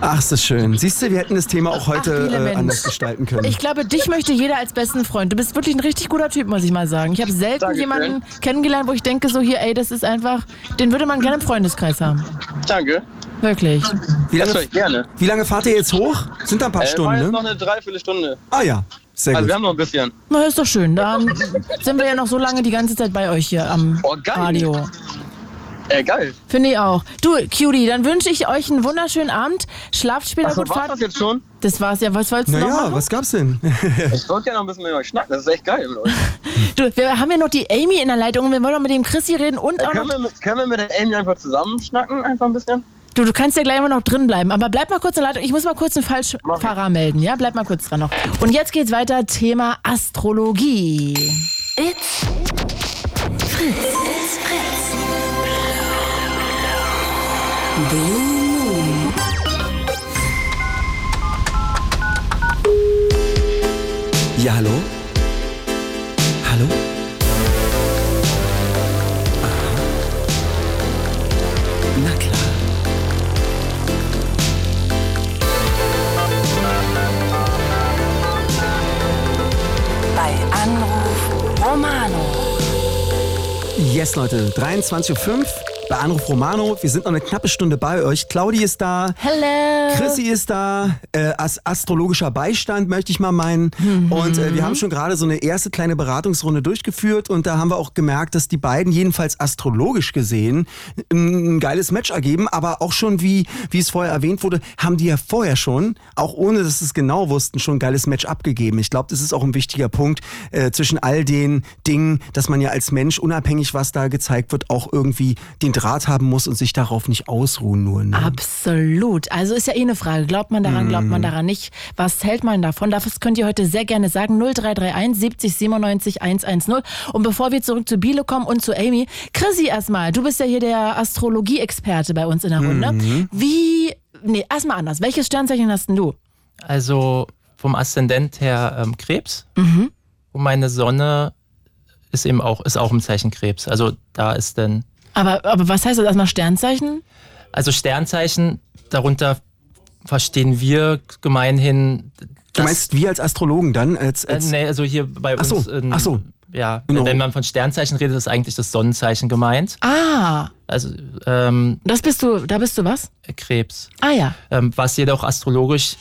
C: Ach, ist das schön. Siehst du, wir hätten das Thema auch heute
D: Ach, viele
C: äh, anders
D: Mensch.
C: gestalten können.
D: Ich glaube, dich möchte jeder als besten Freund. Du bist wirklich ein richtig guter Typ, muss ich mal sagen. Ich habe selten
I: Dankeschön.
D: jemanden kennengelernt, wo ich denke, so hier, ey, das ist einfach, den würde man gerne im Freundeskreis haben.
I: danke.
D: Wirklich.
C: wie,
I: Das höre
C: lange,
I: ich gerne.
C: wie lange fahrt ihr jetzt hoch? Sind da ein paar
I: Äh, war jetzt
C: Stunden,
I: noch
C: ne?
I: eine Dreiviertelstunde.
C: Ah ja, sehr
I: Also
C: gut.
I: wir haben noch ein bisschen.
D: Na, ist doch schön. Dann sind wir ja noch so lange die ganze Zeit bei euch hier am
I: Oh, geil.
D: Radio.
I: Äh, geil.
D: Finde ich auch. Du, Cutie, dann wünsche ich euch einen wunderschönen Abend. Schlaft später
I: Achso,
D: gut,
I: war
D: fahrt.
I: das jetzt schon?
D: Das war's ja. Was wolltest du noch
C: Naja,
D: machen?
C: was gab's denn?
I: Ich wollte gerne noch ein bisschen mit euch schnacken. Das ist echt geil mit euch.
D: Du, wir haben ja noch die Amy in der Leitung und wir wollen noch mit dem Chrissy reden und auch noch
I: Äh, Können wir, mit- können wir mit der Amy einfach zusammen schnacken? Einfach ein bisschen?
D: Du, du kannst ja gleich immer noch drin bleiben, aber bleib mal kurz in der Leitung. Ich muss mal kurz einen
I: Mach ich.
D: Falschfahrer melden, ja? Bleib mal kurz dran noch. Und jetzt geht's weiter, Thema Astrologie.
B: It's Fritz.
C: Ja, hallo? Hallo? Aha. Na klar.
B: Bei Anruf Romano.
C: Yes, Leute, 23.05 Uhr bei Anruf Romano. Wir sind noch eine knappe Stunde bei euch. Claudi ist da.
D: Hello.
C: Chrissy ist da. Äh, as astrologischer Beistand, möchte ich mal meinen.
K: Mhm.
C: Und äh, wir haben schon gerade so eine erste kleine Beratungsrunde durchgeführt. Und da haben wir auch gemerkt, dass die beiden jedenfalls astrologisch gesehen äh, ein geiles Match ergeben. Aber auch schon, wie, wie es vorher erwähnt wurde, haben die ja vorher schon, auch ohne dass sie es genau wussten, schon ein geiles Match abgegeben. Ich glaube, das ist auch ein wichtiger Punkt äh, zwischen all den Dingen, dass man ja als Mensch, unabhängig was da gezeigt wird, auch irgendwie den Draht haben muss und sich darauf nicht ausruhen nur. Ne?
D: Absolut. Also ist ja eh eine Frage. Glaubt man daran, glaubt man daran nicht? Was hält man davon? Das könnt ihr heute sehr gerne sagen. 0331 70 97 110. Und bevor wir zurück zu Biele kommen und zu Amy, Chrissy erstmal, du bist ja hier der Astrologie-Experte bei uns in der Runde.
K: Mhm.
D: Wie, nee, erstmal anders. Welches Sternzeichen hast denn du?
K: Also vom Aszendent her ähm, Krebs.
D: Mhm.
K: Und meine Sonne ist eben auch, ist auch im Zeichen Krebs. Also da ist dann,
D: Aber, aber was heißt das erstmal Sternzeichen?
K: also Sternzeichen, darunter verstehen wir gemeinhin.
C: Du meinst wir als Astrologen dann? Als,
K: Äh,
C: als
K: nee, also hier bei
C: Ach so,
K: uns. ähm,
C: ach so.
K: Ja,
C: Genau.
K: wenn man von Sternzeichen redet, ist eigentlich das Sonnenzeichen gemeint.
D: Ah,
K: Also ähm,
D: das bist du, da bist du was?
K: Krebs.
D: Ah ja.
K: Ähm, was jedoch astrologisch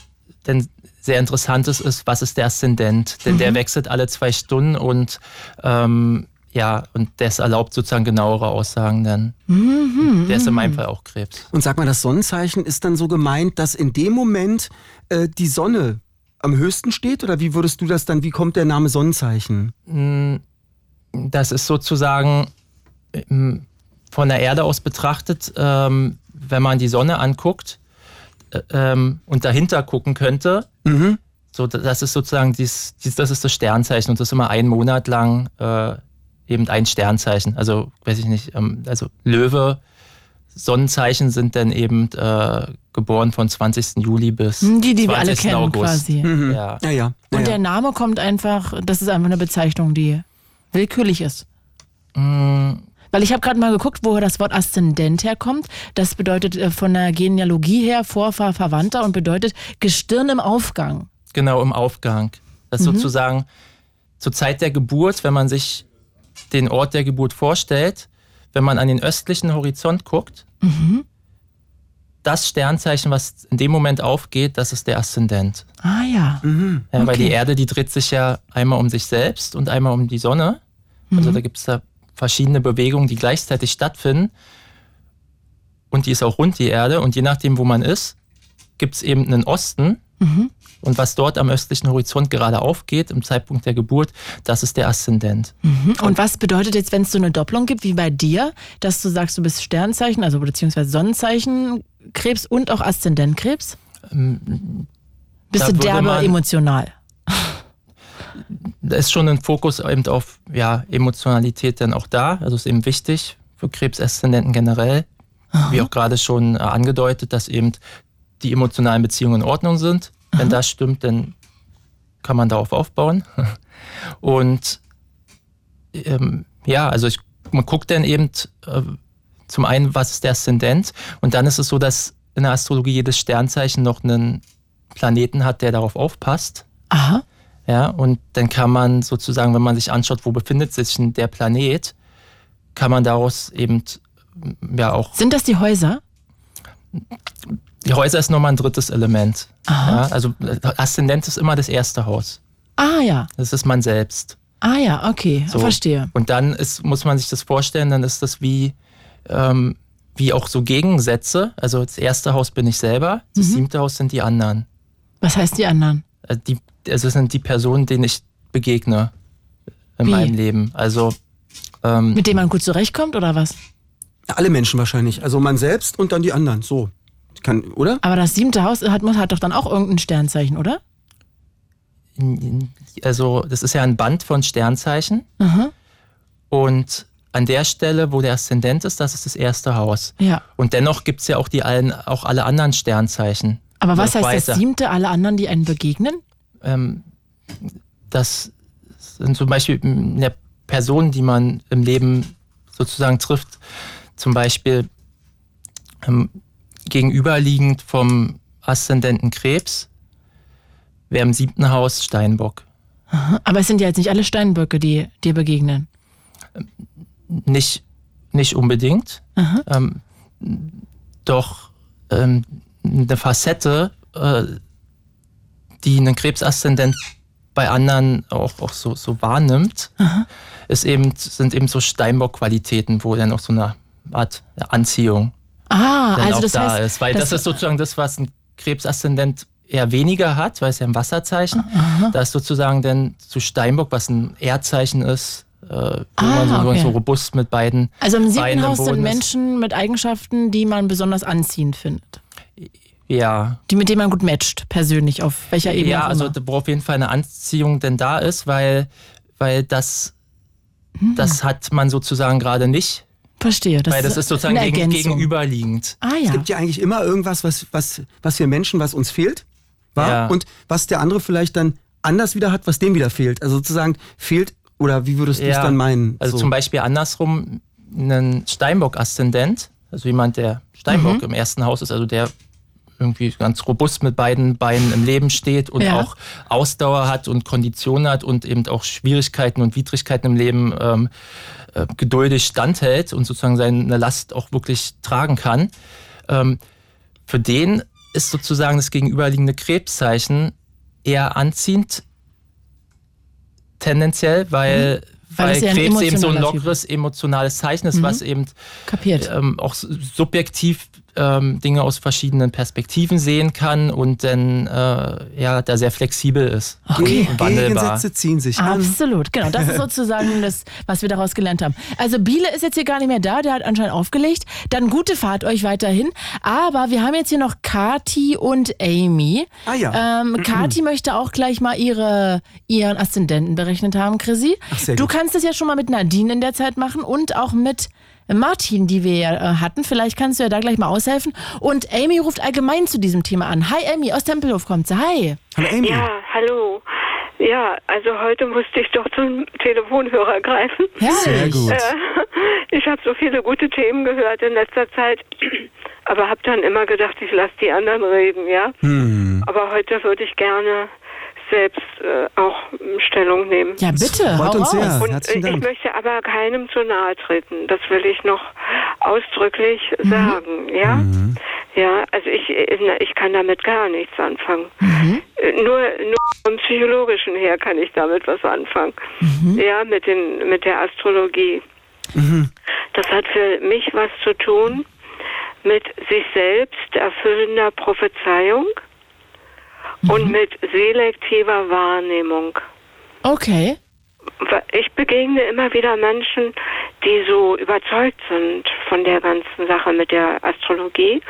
K: denn sehr interessant ist, ist, was ist der Aszendent? Denn der wechselt alle zwei Stunden und ähm, ja, und das erlaubt sozusagen genauere Aussagen dann.
C: Mhm.
K: Der ist in meinem Fall auch Krebs.
C: Und sag mal, das Sonnenzeichen ist dann so gemeint, dass in dem Moment äh, die Sonne am höchsten steht? Oder wie würdest du das dann, wie kommt der Name Sonnenzeichen?
K: Mm, Das ist sozusagen ähm, von der Erde aus betrachtet, ähm, wenn man die Sonne anguckt äh, ähm, und dahinter gucken könnte.
C: Mhm.
K: So, d- das ist sozusagen dies, dies, das ist das Sternzeichen und das ist immer einen Monat lang äh, eben ein Sternzeichen. Also weiß ich nicht, ähm, also Löwe, Sonnenzeichen sind dann eben äh, geboren von 20. Juli bis
D: Hm, die, die wir
K: 20.
D: alle kennen
K: August.
D: quasi. Mhm.
K: Ja.
C: Ja, ja.
D: Und der Name kommt einfach, das ist einfach eine Bezeichnung, die willkürlich ist.
K: Mm.
D: Weil ich habe gerade mal geguckt, woher das Wort Aszendent herkommt. Das bedeutet äh, von der Genealogie her Vorfahr, Verwandter und bedeutet Gestirn im Aufgang.
K: Genau, im Aufgang. Das
D: Mhm.
K: sozusagen zur Zeit der Geburt, wenn man sich den Ort der Geburt vorstellt, wenn man an den östlichen Horizont guckt,
D: Mhm.
K: das Sternzeichen, was in dem Moment aufgeht, das ist der Aszendent.
D: Ah ja.
C: Mhm.
K: Ja, Äh, Weil
D: Okay.
K: die Erde, die dreht sich ja einmal um sich selbst und einmal um die Sonne. Also
D: Mhm.
K: da gibt es da verschiedene Bewegungen, die gleichzeitig stattfinden. Und die ist auch rund, die Erde. Und je nachdem, wo man ist, gibt es eben einen Osten.
D: Mhm.
K: Und was dort am östlichen Horizont gerade aufgeht, im Zeitpunkt der Geburt, das ist der Aszendent.
D: Mhm. Und was bedeutet jetzt, wenn es so eine Doppelung gibt, wie bei dir, dass du sagst, du bist Sternzeichen, also beziehungsweise Sonnenzeichen Krebs und auch Aszendentkrebs?
K: Ähm,
D: Bist
K: Da
D: du
K: würde
D: derbe
K: man-
D: emotional?
K: Da ist schon ein Fokus eben auf ja, Emotionalität dann auch da. Also ist eben wichtig für Krebsaszendenten generell. Wie auch gerade schon äh, angedeutet, dass eben die emotionalen Beziehungen in Ordnung sind. Wenn das stimmt, dann kann man darauf aufbauen. Und ähm, ja, also ich, man guckt dann eben äh, zum einen, was ist der Aszendent? Und dann ist es so, dass in der Astrologie jedes Sternzeichen noch einen Planeten hat, der darauf aufpasst.
D: Aha.
K: Ja, und dann kann man sozusagen, wenn man sich anschaut, wo befindet sich denn der Planet, kann man daraus eben m, ja auch.
D: Sind das die Häuser?
K: Die Häuser ist nochmal ein drittes Element. Ja,
D: Aha.
K: also äh, Aszendent ist immer das erste Haus.
D: Ah ja.
K: Das ist man selbst.
D: Ah ja, okay.
K: So.
D: Verstehe.
K: Und dann ist, muss man sich das vorstellen, dann ist das wie, ähm, wie auch so Gegensätze. Also das erste Haus bin ich selber, das
D: Mhm.
K: siebte Haus sind die anderen.
D: Was heißt die anderen?
K: Also, die, also es sind die Personen, denen ich begegne in
D: Wie?
K: meinem Leben. Also ähm,
D: Mit dem man gut zurechtkommt oder was?
C: Alle Menschen wahrscheinlich. Also man selbst und dann die anderen. So. Kann, oder?
D: Aber das siebte Haus hat, muss- hat doch dann auch irgendein Sternzeichen, oder?
K: in- in- also das ist ja ein Band von Sternzeichen
D: Mhm.
K: und an der Stelle, wo der Aszendent ist, das ist das erste Haus.
D: Ja.
K: Und dennoch gibt es ja auch, die allen, auch alle anderen Sternzeichen.
D: Aber was
K: Noch
D: heißt das
K: weiter.
D: siebte, alle anderen, die einem begegnen?
K: Ähm, das sind zum Beispiel eine Person, die man im Leben sozusagen trifft, zum Beispiel ähm, gegenüberliegend vom Aszendenten Krebs, wäre im siebten Haus Steinbock.
D: Aha. Aber es sind ja jetzt nicht alle Steinböcke, die dir begegnen.
K: Nicht, nicht unbedingt,
D: Aha.
K: ähm, doch ähm, eine Facette, äh, die einen Krebsaszendent bei anderen auch, auch so, so wahrnimmt,
D: Aha.
K: ist eben, sind eben so Steinbock-Qualitäten, wo dann auch so eine Art Anziehung
D: Ah,
K: dann
D: also
K: auch
D: das
K: da
D: heißt,
K: ist. Weil das, ist sozusagen das, was ein Krebsaszendent eher weniger hat, weil es ja ein Wasserzeichen.
D: Ah,
K: Da ist sozusagen dann zu Steinbock, was ein Erdzeichen ist, äh, wo man so,
D: Ah, okay.
K: so robust mit beiden
D: also
K: Beinen
D: im siebten
K: am
D: Haus sind
K: Boden ist.
D: Menschen mit Eigenschaften, die man besonders anziehend findet.
K: Ja.
D: Die, mit denen man gut matcht, persönlich, auf welcher Ebene
K: Ja,
D: auch
K: also
D: immer.
K: da- wo auf jeden Fall eine Anziehung denn da ist, weil, weil das, das hat man sozusagen gerade nicht.
D: Hm. Verstehe.
K: weil das ist sozusagen gegen, gegenüberliegend.
D: Ah, ja.
C: Es gibt ja eigentlich immer irgendwas, was, was, was wir Menschen, was uns fehlt, war?
K: Ja.
C: und was der andere vielleicht dann anders wieder hat, was dem wieder fehlt. Also sozusagen fehlt, oder wie würdest du es
K: Ja.
C: dann meinen?
K: Also
C: so.
K: zum Beispiel andersrum, ein Steinbock-Aszendent, also jemand, der Steinbock
C: Mhm.
K: im ersten Haus ist, also der irgendwie ganz robust mit beiden Beinen im Leben steht und
D: Ja.
K: auch Ausdauer hat und Kondition hat und eben auch Schwierigkeiten und Widrigkeiten im Leben ähm, äh, geduldig standhält und sozusagen seine Last auch wirklich tragen kann. Ähm, für den ist sozusagen das gegenüberliegende Krebszeichen eher anziehend tendenziell, weil,
D: Mhm. Weil
K: weil,
D: es ja ein
K: Krebs eben so ein
D: emotionaler Typ
K: lockeres, emotionales Zeichen ist,
D: Mhm.
K: was eben
D: Kapiert.
K: ähm, auch su- subjektiv ähm, Dinge aus verschiedenen Perspektiven sehen kann und dann äh, ja, da sehr flexibel ist.
D: Okay.
K: und Wandelbar.
C: Gegensätze ziehen sich an.
D: Absolut, genau. Das ist sozusagen das, was wir daraus gelernt haben. Also Biele ist jetzt hier gar nicht mehr da, der hat anscheinend aufgelegt. Dann gute Fahrt euch weiterhin. Aber wir haben jetzt hier noch Kati und Amy.
C: Ah ja.
D: Ähm, Kati möchte auch gleich mal ihre, ihren Aszendenten berechnet haben, Chrissy.
C: Ach, sehr
D: du
C: gut.
D: kannst es ja schon mal mit Nadine in der Zeit machen und auch mit Martin, die wir ja äh, hatten. Vielleicht kannst du ja da gleich mal aushelfen. Und Amy ruft allgemein zu diesem Thema an. Hi Amy, aus Tempelhof kommt sie. Hi.
L: Ja, hallo. Ja, also heute musste ich doch zum Telefonhörer greifen.
D: Herrlich. Sehr gut.
L: Äh, ich habe so viele gute Themen gehört in letzter Zeit, aber habe dann immer gedacht, ich lasse die anderen reden, ja.
C: Hm.
L: Aber heute würde ich gerne selbst äh, auch ähm, Stellung nehmen.
D: Ja, bitte, Das freut hau uns raus. sehr.
L: Und
D: Herzlichen
L: äh, ich
D: Dank.
L: möchte aber keinem zu nahe treten. Das will ich noch ausdrücklich
D: Mhm.
L: sagen, ja. Ja, also ich, äh, na, ich kann damit gar nichts anfangen.
B: Mhm.
L: Äh, Nur, nur vom psychologischen her kann ich damit was anfangen. Ja, mit den mit der Astrologie.
B: Mhm.
L: Das hat für mich was zu tun mit sich selbst erfüllender Prophezeiung und mit selektiver Wahrnehmung.
D: Okay.
L: Ich begegne immer wieder Menschen, die so überzeugt sind von der ganzen Sache mit der Astrologie.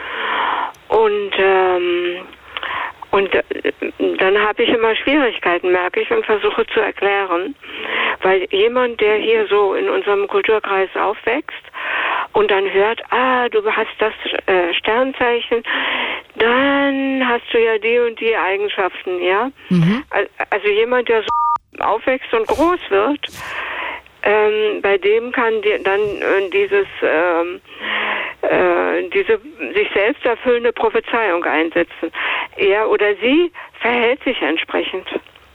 L: Und, ähm, und äh, dann habe ich immer Schwierigkeiten, merke ich, und versuche zu erklären. Weil jemand, der hier so in unserem Kulturkreis aufwächst und dann hört, ah, du hast das äh, Sternzeichen, dann hast du ja die und die Eigenschaften, ja.
D: Mhm.
L: Al- Also jemand, der so aufwächst und groß wird, ähm, bei dem kann die, dann äh, dieses ähm, äh, diese sich selbst erfüllende Prophezeiung einsetzen. Er oder sie verhält sich entsprechend.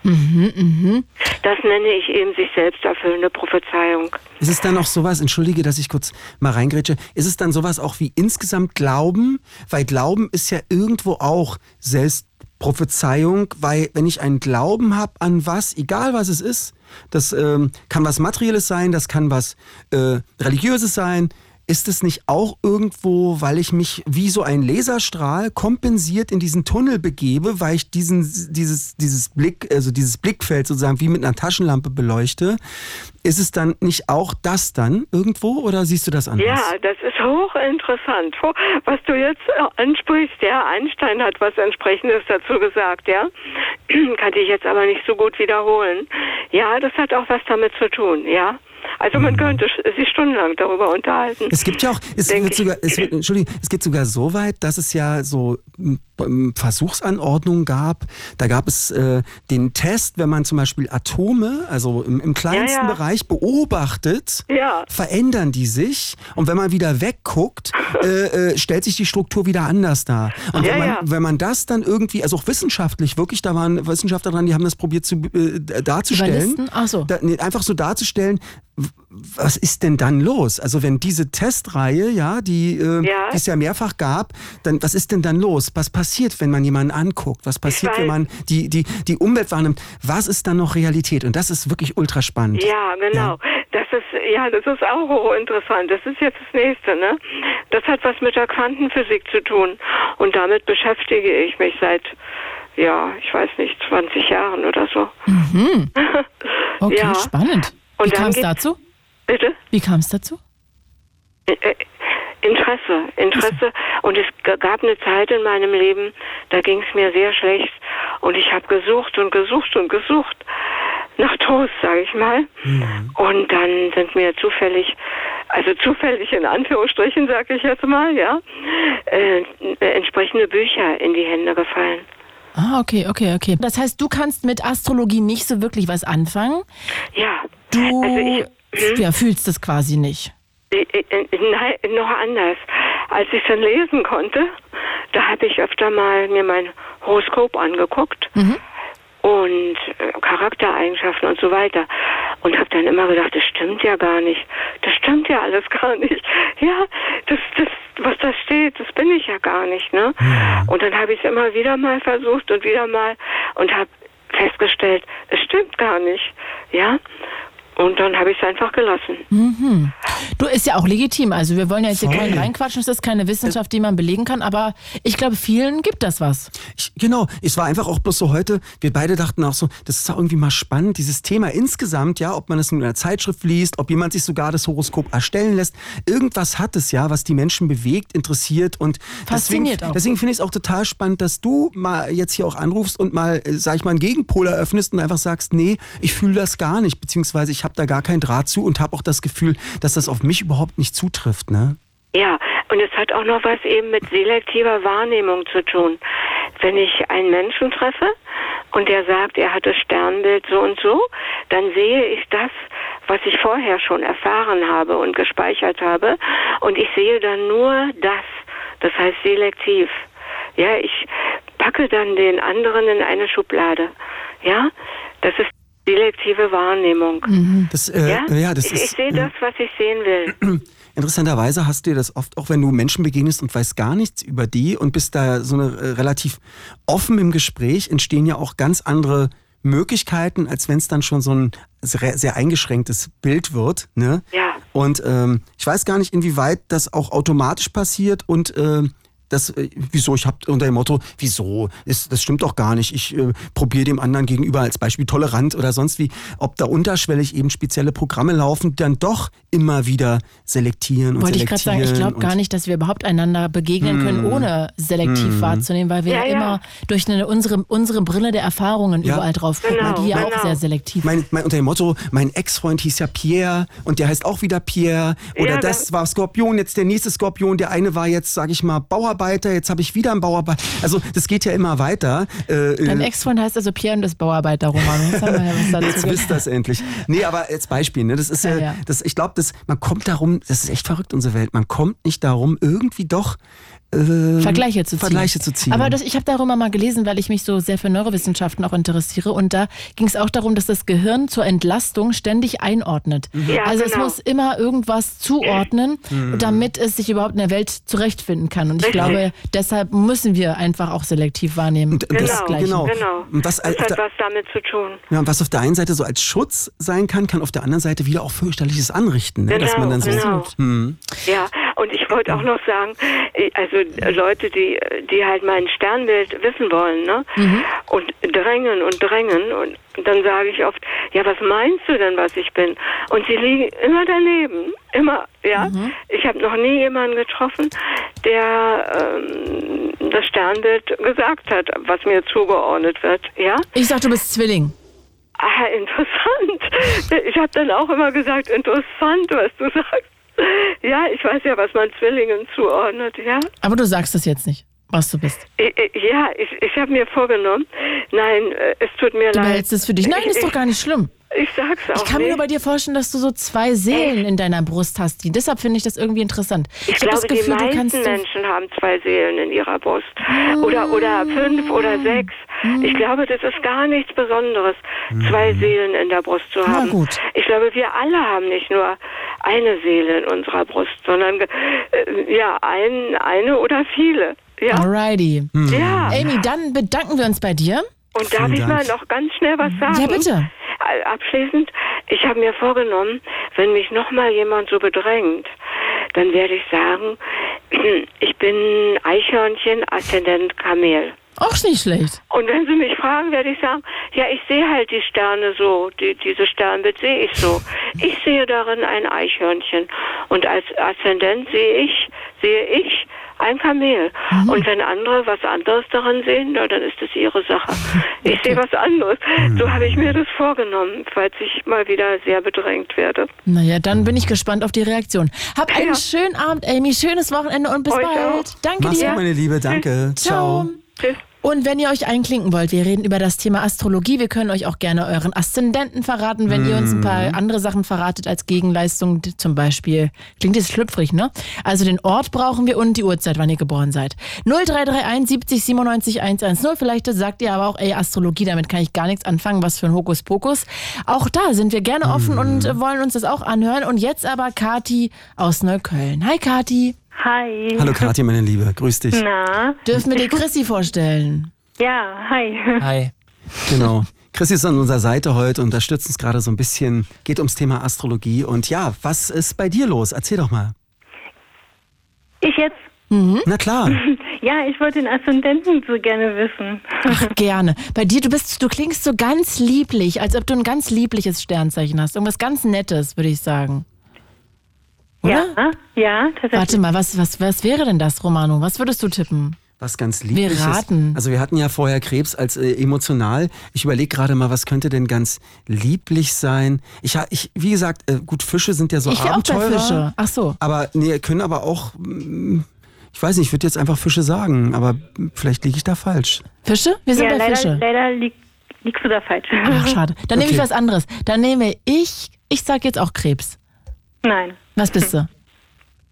D: Mhm, mhm.
L: Das nenne ich eben sich selbst erfüllende Prophezeiung.
C: Ist es dann auch sowas, entschuldige, dass ich kurz mal reingrätsche, ist es dann sowas auch wie insgesamt Glauben? Weil Glauben ist ja irgendwo auch Selbstprophezeiung, weil wenn ich einen Glauben habe an was, egal was es ist, das ähm, kann was Materielles sein, das kann was äh, Religiöses sein, ist es nicht auch irgendwo, weil ich mich wie so ein Laserstrahl kompensiert in diesen Tunnel begebe, weil ich diesen, dieses, dieses Blick, also dieses Blickfeld sozusagen wie mit einer Taschenlampe beleuchte, ist es dann nicht auch das dann irgendwo oder siehst du das anders?
L: Ja, das ist hochinteressant. Ho- Was du jetzt äh, ansprichst, ja, Einstein hat was entsprechendes dazu gesagt, ja. Kann ich jetzt aber nicht so gut wiederholen. Ja, das hat auch was damit zu tun, ja. Also man könnte sch- sich stundenlang darüber unterhalten.
C: Es gibt ja auch, es wird sogar, es wird, Entschuldigung, es geht sogar so weit, dass es ja so ähm, Versuchsanordnungen gab. Da gab es äh, den Test, wenn man zum Beispiel Atome, also im, im kleinsten
L: Ja, ja.
C: Bereich beobachtet,
L: Ja.
C: verändern die sich und wenn man wieder wegguckt, äh, äh, stellt sich die Struktur wieder anders dar. Und
L: Ja,
C: wenn, man,
L: ja.
C: wenn man das dann irgendwie, also auch wissenschaftlich, wirklich, da waren Wissenschaftler dran, die haben das probiert zu äh, darzustellen.
D: Überlisten? Ach so.
C: Da, nee, einfach so darzustellen, w- was ist denn dann los? Also wenn diese Testreihe, ja, die, äh,
L: Ja.
C: die es ja mehrfach gab, dann was ist denn dann los? Was passiert, wenn man jemanden anguckt? Was passiert, wenn
L: weiß.
C: man die, die, die Umwelt wahrnimmt? Was ist dann noch Realität? Und das ist wirklich ultra spannend.
L: Ja, genau. Das ist ja, das ist auch hochinteressant. Das ist jetzt das nächste, ne? Das hat was mit der Quantenphysik zu tun und damit beschäftige ich mich seit ja, ich weiß nicht, 20 Jahren oder so.
D: Mhm. Okay,
L: Ja.
D: spannend. Wie
L: Und dann
D: kam es
L: geht's-
D: dazu?
L: Bitte?
D: Wie kam es dazu?
L: Äh, Interesse, Interesse. Und es g- gab eine Zeit in meinem Leben, da ging es mir sehr schlecht. Und ich habe gesucht und gesucht und gesucht nach Trost, sage ich mal. Und dann sind mir zufällig, also zufällig in Anführungsstrichen, sage ich jetzt mal, ja, äh, äh, entsprechende Bücher in die Hände gefallen.
D: Ah, okay, okay, okay. Das heißt, du kannst mit Astrologie nicht so wirklich was anfangen.
L: Ja.
D: Du
L: Also ich-
D: ja, fühlst es quasi nicht.
L: Äh, äh, Nein, noch anders. Als ich dann lesen konnte, da habe ich öfter mal mir mein Horoskop angeguckt
D: Mhm,
L: und äh, Charaktereigenschaften und so weiter und habe dann immer gedacht, das stimmt ja gar nicht, das stimmt ja alles gar nicht, ja, das, das, was da steht, das bin ich ja gar nicht, ne? Und dann habe ich es immer wieder mal versucht und wieder mal und habe festgestellt, es stimmt gar nicht, ja. Und dann habe ich es einfach gelassen.
D: Mhm. Du ist ja auch legitim. Also wir wollen ja jetzt hier
L: Voll.
D: keinen reinquatschen. Es ist keine Wissenschaft, die man belegen kann. Aber ich glaube, vielen gibt das was.
C: Ich, genau, es war einfach auch bloß so heute, wir beide dachten auch so, das ist ja irgendwie mal spannend, dieses Thema insgesamt, ja, ob man es in einer Zeitschrift liest, ob jemand sich sogar das Horoskop erstellen lässt, irgendwas hat es ja, was die Menschen bewegt, interessiert und
D: Fasziniert
C: deswegen,
D: auch.
C: deswegen finde ich es auch total spannend, dass du mal jetzt hier auch anrufst und mal, äh, sag ich mal, einen Gegenpol eröffnest und einfach sagst, nee, ich fühle das gar nicht, beziehungsweise ich habe da gar keinen Draht zu und habe auch das Gefühl, dass das auf mich überhaupt nicht zutrifft, ne?
L: Ja, und es hat auch noch was eben mit selektiver Wahrnehmung zu tun. Wenn ich einen Menschen treffe und der sagt, er hat das Sternbild so und so, dann sehe ich das, was ich vorher schon erfahren habe und gespeichert habe und ich sehe dann nur das. Das heißt selektiv. Ja, ich packe dann den anderen in eine Schublade. Ja, das ist selektive Wahrnehmung.
C: Das, äh, ja? das
L: Mhm. ich,
C: ist, äh,
L: ich sehe das, was ich sehen will.
C: Interessanterweise hast du dir das oft, auch wenn du Menschen begegnest und weißt gar nichts über die und bist da so eine, äh, relativ offen im Gespräch, entstehen ja auch ganz andere Möglichkeiten, als wenn es dann schon so ein sehr, sehr eingeschränktes Bild wird. Ne?
L: Ja.
C: Und ähm, ich weiß gar nicht, inwieweit das auch automatisch passiert und ähm, das, äh, wieso, ich habe unter dem Motto, wieso, ist, das stimmt doch gar nicht. Ich äh, probiere dem anderen gegenüber als Beispiel tolerant oder sonst wie, ob da unterschwellig eben spezielle Programme laufen, die dann doch immer wieder selektieren und
D: Wollte ich
C: selektieren.
D: gerade sagen, ich glaube
C: und-
D: gar nicht, dass wir überhaupt einander begegnen
C: Hm.
D: können, ohne selektiv
C: Hm.
D: wahrzunehmen, weil wir
C: Ja,
D: ja,
C: ja.
D: immer durch eine, unsere, unsere Brille der Erfahrungen
C: Ja.
D: überall drauf gucken,
C: Genau,
D: die ja auch sehr selektiv
C: Mein, mein, unter dem Motto, mein Ex-Freund hieß ja Pierre und der heißt auch wieder Pierre. Oder
D: Ja,
C: das war Skorpion, jetzt der nächste Skorpion. Der eine war jetzt, sag ich mal, Bauarbeiter, jetzt habe ich wieder einen Bauarbeiter. Also das geht ja immer weiter. Äh,
D: Dein
C: äh,
D: Ex-Freund heißt also Pierre und ist Bauarbeiter, Romano. Jetzt haben wir ja was dazu
C: Jetzt
D: gesagt.
C: wisst das endlich. Nee, aber als Beispiel, ne? Das ist ja,
D: ja.
C: Das, ich glaube, das, man kommt darum, das ist echt verrückt, unsere Welt. Man kommt nicht darum, irgendwie doch äh,
D: Vergleiche zu ziehen.
C: Vergleiche zu ziehen.
D: Aber das, ich habe darüber mal gelesen, weil ich mich so sehr für Neurowissenschaften auch interessiere. Und da ging es auch darum, dass das Gehirn zur Entlastung ständig einordnet.
C: Mhm.
E: Ja,
D: also es
E: genau.
D: muss immer irgendwas zuordnen,
E: Mhm.
D: damit es sich überhaupt in der Welt zurechtfinden kann. Und ich
C: Richtig.
D: glaube, deshalb müssen wir einfach auch selektiv wahrnehmen. Und,
C: das- genau.
L: genau.
C: Und das-
L: das hat
C: da-
L: was damit zu tun.
C: Ja, und was auf der einen Seite so als Schutz sein kann, kann auf der anderen Seite wieder auch fürchterliches anrichten, ne? dass man dann so.
L: Genau,
C: Hm.
L: Ja, und ich wollte auch noch sagen, äh, also äh, Leute, die, äh, die halt mein Sternbild wissen wollen, ne?
D: mhm.
L: Und drängen und drängen und dann sage ich oft, ja, was meinst du denn, was ich bin? Und sie liegen immer daneben, immer, ja. Ich habe noch nie jemanden getroffen, der ähm, das Sternbild gesagt hat, was mir zugeordnet wird, ja.
D: Ich sag, du bist Zwilling.
L: ah, interessant. Ich habe dann auch immer gesagt, interessant, was du sagst. Ja, ich weiß ja, was man Zwillingen zuordnet, ja.
D: Aber du sagst es jetzt nicht, was du bist.
L: I- i- Ja, ich, ich habe mir vorgenommen. Nein, äh, es tut mir
D: Du
L: leid.
D: behältst es für dich. Nein,
L: Ich-
D: ist doch gar nicht schlimm.
L: Ich sag's auch
D: Ich kann mir
L: nicht.
D: nur bei dir vorstellen, dass du so zwei Seelen in deiner Brust hast. Die. Deshalb finde ich das irgendwie interessant.
L: Ich,
D: hab
L: glaube,
D: das Gefühl,
L: die
D: du kannst.
L: meisten
D: so-
L: Menschen haben zwei Seelen in ihrer Brust. Oder,
D: Ah.
L: oder fünf oder sechs. Ich glaube, das ist gar nichts Besonderes, zwei Seelen in der Brust zu haben.
D: Mhm. gut.
L: Ich glaube, wir alle haben nicht nur eine Seele in unserer Brust, sondern äh, ja, ein, eine oder viele. Ja. Hm.
D: Alrighty.
L: Ja.
D: Amy, dann bedanken wir uns bei dir.
L: Und darf
D: Vielen
L: ich
D: Dank.
L: mal noch ganz schnell was sagen?
D: Ja, bitte.
L: Äh, Abschließend, ich habe mir vorgenommen, wenn mich nochmal jemand so bedrängt, dann werde ich sagen, ich bin Eichhörnchen, Aszendent Kamel.
D: Auch nicht schlecht.
L: Und wenn Sie mich fragen, werde ich sagen, ja, ich sehe halt die Sterne so, die, diese Sternbild sehe ich so. Ich sehe darin ein Eichhörnchen und als Aszendent sehe ich, sehe ich ein Kamel. Und wenn andere was anderes darin sehen, na, dann ist es ihre Sache. Ich sehe was anderes. So habe ich mir das vorgenommen, falls ich mal wieder sehr bedrängt werde.
D: Naja, dann bin ich gespannt auf die Reaktion. Hab einen schönen Abend, Amy. Schönes Wochenende und bis
L: Euch
D: bald.
L: auch.
D: Danke
C: Mach's
D: dir. Hm.
C: gut, meine Liebe, danke. Ciao.
D: Und wenn ihr euch einklinken wollt, wir reden über das Thema Astrologie. Wir können euch auch gerne euren Aszendenten verraten, wenn ihr uns ein
C: Mhm.
D: paar andere Sachen verratet als Gegenleistung. d- Zum Beispiel, klingt jetzt schlüpfrig, ne? Also den Ort brauchen wir und die Uhrzeit, wann ihr geboren seid. 0331 70 97 110. Vielleicht sagt ihr aber auch, ey, Astrologie, damit kann ich gar nichts anfangen. Was für ein Hokuspokus. Auch da sind wir gerne offen und
C: Mhm.
D: äh, wollen uns das auch anhören. Und jetzt aber Kati aus Neukölln. Hi, Kati.
M: Hi.
C: Hallo Kathi, meine Liebe, grüß dich.
M: Na?
D: Dürfen wir dir Chrissy vorstellen?
M: Ja, hi.
C: Hi. Genau. Chrissy ist an unserer Seite heute, unterstützt uns gerade so ein bisschen, geht ums Thema Astrologie. Und ja, was ist bei dir los? Erzähl doch mal.
M: Ich jetzt?
C: Na klar.
M: Ja, ich wollte den Aszendenten so gerne wissen.
D: Ach, gerne. Bei dir, du bist, du klingst so ganz lieblich, als ob du ein ganz liebliches Sternzeichen hast. Irgendwas ganz Nettes, würde ich sagen. Oder?
M: Ja, ja, tatsächlich.
D: Warte mal, was, was, was wäre denn das, Romano? Was würdest du tippen?
C: Was ganz Liebliches.
D: Wir raten.
C: Also wir hatten ja vorher Krebs als äh, emotional. Ich überlege gerade mal, was könnte denn ganz lieblich sein? Ich, ha- ich wie gesagt, äh, gut, Fische sind ja so
D: Ich wär auch bei
C: Abenteurer.
D: Fische. Ach so.
C: Aber nee, können aber auch, mm, ich weiß nicht, ich würde jetzt einfach Fische sagen, aber mm, vielleicht liege ich da falsch.
D: Fische? Wir sind
M: ja,
D: bei
M: leider,
D: Fische.
M: Leider lieg, liegst du da falsch.
D: Ach, schade. Dann nehme ich
M: Okay.
D: was anderes. Dann nehme ich, ich sag jetzt auch Krebs.
M: Nein,
D: Was bist du?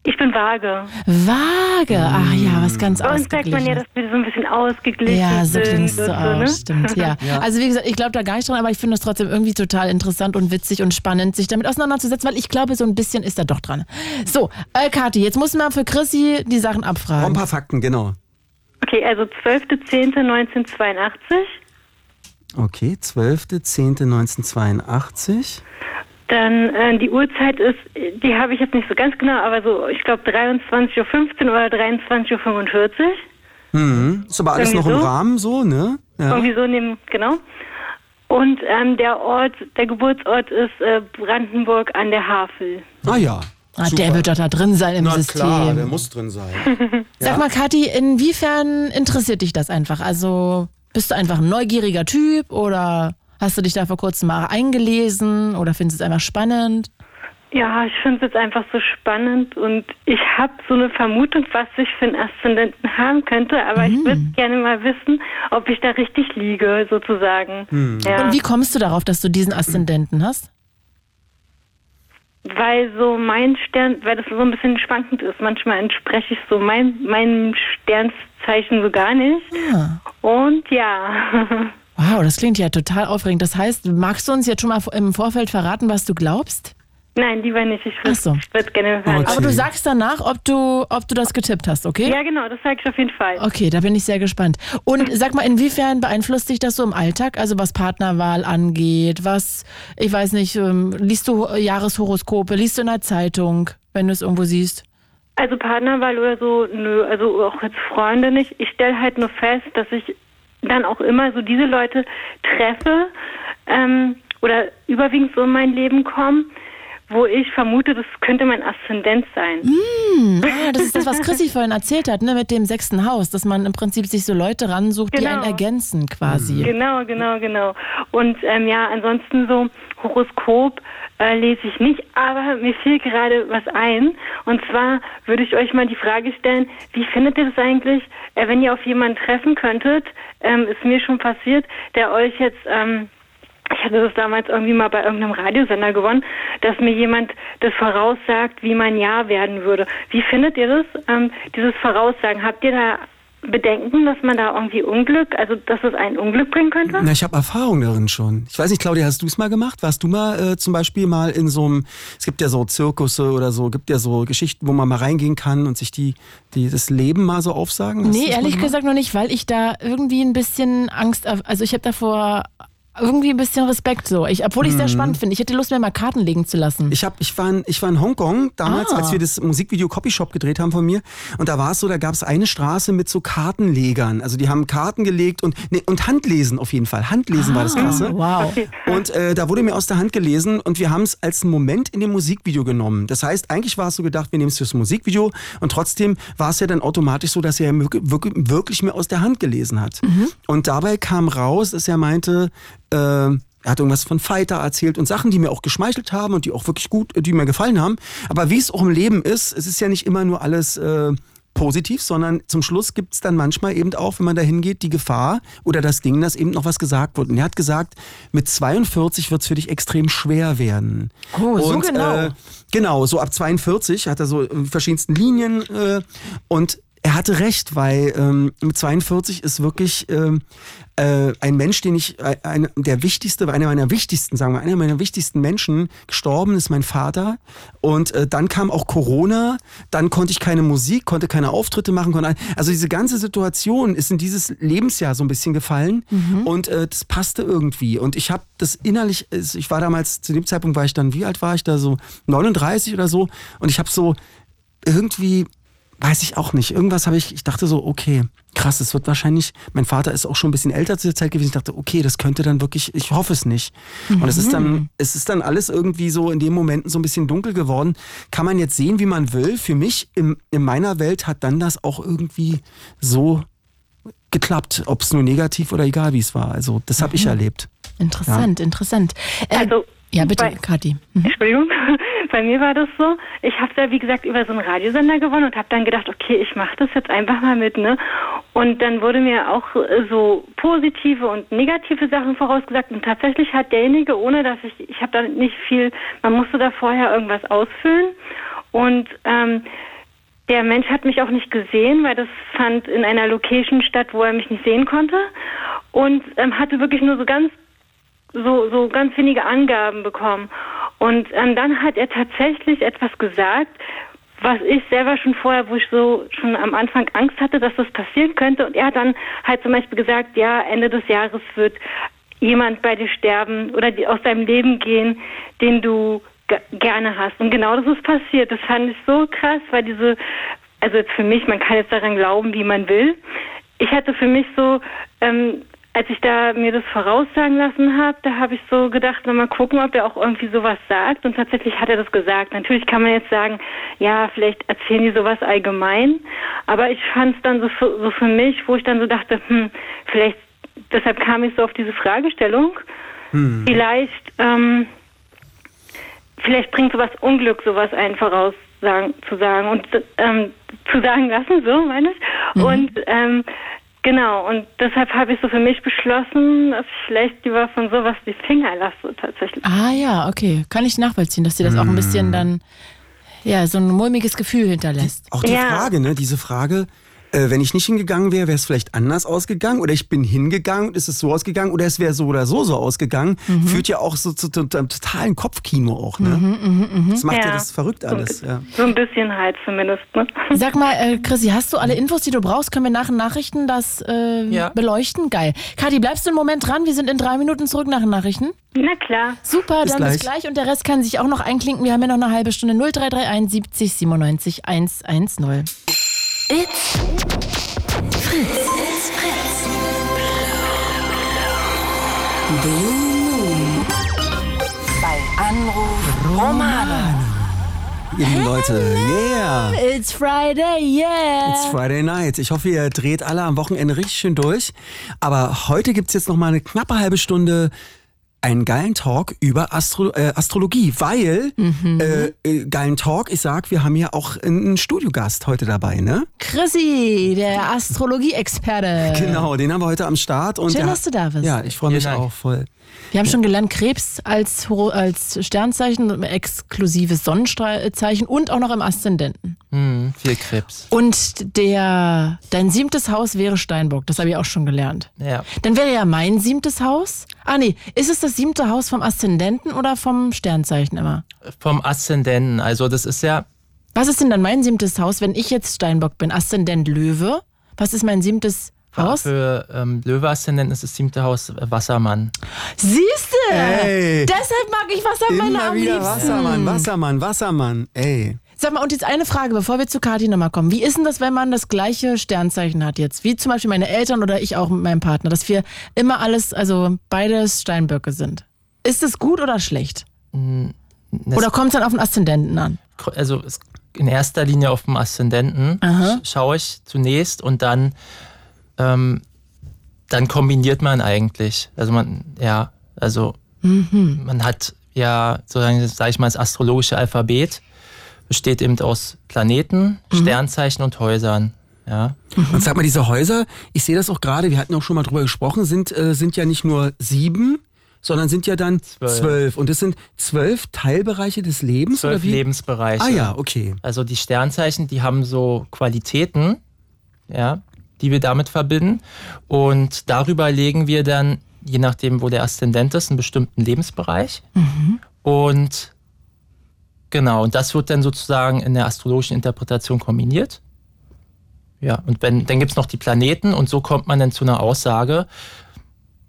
M: ich bin vage.
D: Waage. Ach ja, was ganz
M: Bei uns sagt man ja,
D: ausgeglichenes.
M: dass wir so ein bisschen ausgeglichen
D: Ja, so
M: sind.
D: klingst du
M: und
D: auch,
M: ne?
D: stimmt. Ja. Also wie gesagt, ich glaube da gar nicht dran, aber ich finde es trotzdem irgendwie total interessant und witzig und spannend, sich damit auseinanderzusetzen, weil ich glaube, so ein bisschen ist da doch dran. So, äh, Kathi, jetzt muss man für Chrissy die Sachen abfragen.
C: Ein paar Fakten, genau.
M: Okay, also 12.10.1982,
C: Okay, 12.10.1982.
M: dann äh, die Uhrzeit ist, die habe ich jetzt nicht so ganz genau, aber so, ich glaube 23.15 Uhr oder 23.45 Uhr.
C: Hm, ist aber alles
M: Irgendwie
C: noch im
M: so.
C: Rahmen so, ne? Ja.
M: Irgendwie so in dem, genau. Und ähm, der Ort, der Geburtsort ist äh, Brandenburg an der Havel.
C: Ah ja.
D: Ah, der wird doch da drin sein im System.
C: drin sein.
D: Sag mal, Kathi, inwiefern interessiert dich das einfach? Also bist du einfach ein neugieriger Typ oder hast du dich da vor kurzem mal eingelesen oder findest du es einfach spannend?
M: Ja, ich finde es jetzt einfach so spannend und ich habe so eine Vermutung, was ich für einen Aszendenten haben könnte, aber
D: Mhm.
M: ich würde gerne mal wissen, ob ich da richtig liege, sozusagen.
D: Hm.
M: Ja.
D: Und wie kommst du darauf, dass du diesen Aszendenten hast?
M: Weil so mein Stern, weil das so ein bisschen schwankend ist. Manchmal entspreche ich so mein, meinem Sternzeichen so gar nicht.
D: Ah.
M: Und ja.
D: Wow, das klingt ja total aufregend. Das heißt, magst du uns jetzt schon mal im Vorfeld verraten, was du glaubst?
M: Nein, lieber nicht. Ich würde
D: so.
M: es gerne hören.
D: Aber du sagst danach, ob du, ob du das getippt hast, okay?
M: Ja, genau, das sage ich auf jeden Fall.
D: Okay, da bin ich sehr gespannt. Und sag mal, inwiefern beeinflusst dich das so im Alltag? Also was Partnerwahl angeht, was, ich weiß nicht, ähm, liest du äh, Jahreshoroskope, liest du in der Zeitung, wenn du es irgendwo siehst?
M: Also Partnerwahl oder so, nö, also auch jetzt Freunde nicht. Ich stelle halt nur fest, dass ich dann auch immer so diese Leute treffe ähm, oder überwiegend so in mein Leben kommen, wo ich vermute, das könnte mein Aszendent sein.
D: Hm, ah, das ist das, was Chrissy vorhin erzählt hat, ne, mit dem sechsten Haus, dass man im Prinzip sich so Leute ransucht, die
M: Genau.
D: einen ergänzen quasi.
M: Genau, genau, genau. Und ähm, ja, ansonsten so Horoskop äh, lese ich nicht, aber mir fiel gerade was ein. Und zwar würde ich euch mal die Frage stellen, wie findet ihr das eigentlich, äh, wenn ihr auf jemanden treffen könntet, ähm, ist mir schon passiert, der euch jetzt... Ähm, ich hatte das damals irgendwie mal bei irgendeinem Radiosender gewonnen, dass mir jemand das voraussagt, wie mein Jahr werden würde. Wie findet ihr das, ähm, dieses Voraussagen? Habt ihr da Bedenken, dass man da irgendwie Unglück, also dass es ein Unglück bringen könnte?
C: Na, ich habe Erfahrung darin schon. Ich weiß nicht, Claudia, hast du es mal gemacht? Warst du mal äh, zum Beispiel mal in so einem, es gibt ja so Zirkusse oder so, gibt ja so Geschichten, wo man mal reingehen kann und sich die, die das Leben mal so aufsagen? Hast du
D: Nee,
C: das mal
D: ehrlich
C: gemacht?
D: gesagt noch nicht, weil ich da irgendwie ein bisschen Angst, also ich habe davor irgendwie ein bisschen Respekt so, ich, obwohl ich es sehr
C: Mhm.
D: spannend finde. Ich hätte Lust, mir mal Karten legen zu lassen.
C: Ich, hab, ich, war in, ich war in Hongkong damals,
D: Ah.
C: als wir das Musikvideo Copy Shop gedreht haben von mir. Und da war es so, da gab es eine Straße mit so Kartenlegern. Also die haben Karten gelegt und, nee, und Handlesen auf jeden Fall. Handlesen war das
D: Ah,
C: Klasse.
D: wow. Okay.
C: Und äh, da wurde mir aus der Hand gelesen und wir haben es als einen Moment in dem Musikvideo genommen. Das heißt, eigentlich war es so gedacht, wir nehmen es fürs Musikvideo und trotzdem war es ja dann automatisch so, dass er wirk- wirk- wirklich mir aus der Hand gelesen hat.
D: Mhm.
C: Und dabei kam raus, dass er meinte, äh, er hat irgendwas von Fighter erzählt und Sachen, die mir auch geschmeichelt haben und die auch wirklich gut, äh, die mir gefallen haben. Aber wie es auch im Leben ist, es ist ja nicht immer nur alles äh, positiv, sondern zum Schluss gibt es dann manchmal eben auch, wenn man da hingeht, die Gefahr oder das Ding, dass eben noch was gesagt wird. Und er hat gesagt, mit 42 wird es für dich extrem schwer werden.
D: Oh, so
C: und,
D: genau.
C: Äh, genau, so ab 42 hat er so äh, verschiedensten Linien äh, und er hatte recht, weil ähm, mit 42 ist wirklich ähm, äh, ein Mensch, den ich, äh, ein, der wichtigste, einer meiner wichtigsten, sagen wir, einer meiner wichtigsten Menschen gestorben ist mein Vater. Und äh, dann kam auch Corona, dann konnte ich keine Musik, konnte keine Auftritte machen. Konnte, also diese ganze Situation ist in dieses Lebensjahr so ein bisschen gefallen und äh, das passte irgendwie. Und ich habe das innerlich, es- ich war damals, zu dem Zeitpunkt war ich dann, wie alt war ich da, so 39 oder so und ich habe so irgendwie weiß ich auch nicht. Irgendwas habe ich, ich dachte so, okay, krass, es wird wahrscheinlich, mein Vater ist auch schon ein bisschen älter zu der Zeit gewesen. Ich dachte, okay, das könnte dann wirklich, ich hoffe es nicht. Und es ist dann, es ist dann alles irgendwie so in den Momenten so ein bisschen dunkel geworden. Kann man jetzt sehen, wie man will. Für mich, in, in meiner Welt hat dann das auch irgendwie so geklappt, ob es nur negativ oder egal wie es war. Also das habe ich erlebt.
D: Interessant, interessant. Äh,
M: Also,
D: ja, bitte,
M: bei-
D: Kathi.
M: Entschuldigung, bei mir war das so. Ich habe da, wie gesagt, über so einen Radiosender gewonnen und habe dann gedacht, okay, ich mache das jetzt einfach mal mit. ne? Und dann wurde mir auch äh, so positive und negative Sachen vorausgesagt. Und tatsächlich hat derjenige, ohne dass ich, ich habe da nicht viel, man musste da vorher irgendwas ausfüllen. Und ähm, der Mensch hat mich auch nicht gesehen, weil das fand in einer Location statt, wo er mich nicht sehen konnte. Und ähm, hatte wirklich nur so ganz so, so ganz wenige Angaben bekommen. Und ähm, dann hat er tatsächlich etwas gesagt, was ich selber schon vorher, wo ich so schon am Anfang Angst hatte, dass das passieren könnte. Und er hat dann halt zum Beispiel gesagt, ja, Ende des Jahres wird jemand bei dir sterben oder die aus deinem Leben gehen, den du ge- gerne hast. Und genau das ist passiert. Das fand ich so krass, weil diese, also jetzt für mich, man kann jetzt daran glauben, wie man will. Ich hatte für mich so, ähm, als ich da mir das voraussagen lassen habe, da habe ich so gedacht, na mal gucken, ob er auch irgendwie sowas sagt. Und tatsächlich hat er das gesagt. Natürlich kann man jetzt sagen, ja, vielleicht erzählen die sowas allgemein. Aber ich fand es dann so für, so für mich, wo ich dann so dachte, hm, vielleicht, deshalb kam ich so auf diese Fragestellung. Vielleicht, ähm, vielleicht bringt sowas Unglück, sowas einen voraus sagen, zu sagen und ähm, zu sagen lassen, so meine ich. Und ähm, genau, und deshalb habe ich so für mich beschlossen, dass ich vielleicht lieber von sowas die Finger lasse tatsächlich.
D: Ah ja, okay. Kann ich nachvollziehen, dass dir das auch ein
C: Mhm.
D: bisschen dann, ja, so ein mulmiges Gefühl hinterlässt.
C: Auch die
D: ja.
C: Frage, ne? Diese Frage, äh, wenn ich nicht hingegangen wäre, wäre es vielleicht anders ausgegangen oder ich bin hingegangen, ist es so ausgegangen oder es wäre so oder so so ausgegangen, führt ja auch so zu, zu, zu einem totalen Kopfkino auch, ne?
D: Mhm,
C: Das macht ja,
M: Ja.
C: das verrückt alles, ja.
M: So ein bisschen halt zumindest, ne?
D: Sag mal, äh, Chrissy, hast du alle Infos, die du brauchst? Können wir nach den Nachrichten das äh, beleuchten? Geil. Kathi, bleibst du einen Moment dran? Wir sind in drei Minuten zurück nach den Nachrichten.
M: Na klar.
D: Super,
M: Bis
D: dann bis
M: gleich.
D: gleich. Und der Rest kann sich auch noch einklinken. Wir haben ja noch eine halbe Stunde. 0331 70 97 110.
B: It's Fritz. It's Fritz. Blue Moon. Bei Anruf Romano.
C: ihr lieben Leute. Yeah.
D: It's Friday, yeah.
C: Ah. It's Friday night. Ich hoffe, ihr dreht alle am Wochenende richtig schön durch. Aber heute gibt's jetzt noch mal eine knappe halbe Stunde einen geilen Talk über Astro äh, Astrologie, weil
D: Mhm.
C: äh, äh, geilen Talk, ich sag, wir haben ja auch einen Studiogast heute dabei, ne?
D: Chrissy, der Astrologie-Experte.
C: Genau, den haben wir heute am Start und
D: Äh. Schön,
C: der-
D: dass du da bist.
C: Ja, ich freue mich auch voll.
D: Wir haben schon gelernt, Krebs als, Horo- als Sternzeichen, exklusives Sonnenzeichen und auch noch im Aszendenten.
K: Hm, viel Krebs.
D: Und der, dein siebtes Haus wäre Steinbock, das habe ich auch schon gelernt.
K: Ja.
D: Dann wäre ja mein siebtes Haus. Ah nee, ist es das siebte Haus vom Aszendenten oder vom Sternzeichen immer?
K: Vom Aszendenten, also das ist ja,
D: Was ist denn dann mein siebtes Haus, wenn ich jetzt Steinbock bin? Aszendent Löwe? Was ist mein siebtes Haus?
K: für ähm, Löwe-Aszendenten ist das siebte Haus äh, Wassermann.
D: Siehst du?
K: Ey.
D: Deshalb mag ich Wassermänner am liebsten.
C: Wassermann, Wassermann, Wassermann, ey.
D: Sag mal, und jetzt eine Frage, bevor wir zu Kati nochmal kommen. Wie ist denn das, wenn man das gleiche Sternzeichen hat jetzt? Wie zum Beispiel meine Eltern oder ich auch mit meinem Partner, dass wir immer alles, also beides Steinböcke sind. Ist es gut oder schlecht? Oder kommt es dann auf den Aszendenten an?
K: also es- in erster Linie auf dem Aszendenten
D: Aha.
K: sch- schaue ich zunächst und dann, ähm, dann kombiniert man eigentlich. Also man, ja, also
D: Mhm.
K: man hat ja sozusagen, sage ich mal, das astrologische Alphabet besteht eben aus Planeten,
D: Mhm.
K: Sternzeichen und Häusern. Ja.
C: Und sag mal, diese Häuser, ich sehe das auch gerade, wir hatten auch schon mal drüber gesprochen, sind, äh, sind ja nicht nur sieben, sondern sind ja dann zwölf. Und das sind zwölf Teilbereiche des Lebens?
K: zwölf
C: oder wie?
K: Lebensbereiche.
C: Ah ja, okay.
K: Also die Sternzeichen, die haben so Qualitäten, ja, die wir damit verbinden. Und darüber legen wir dann, je nachdem, wo der Aszendent ist, einen bestimmten Lebensbereich. Und genau, und das wird dann sozusagen in der astrologischen Interpretation kombiniert. Ja, und wenn, dann gibt es noch die Planeten und so kommt man dann zu einer Aussage.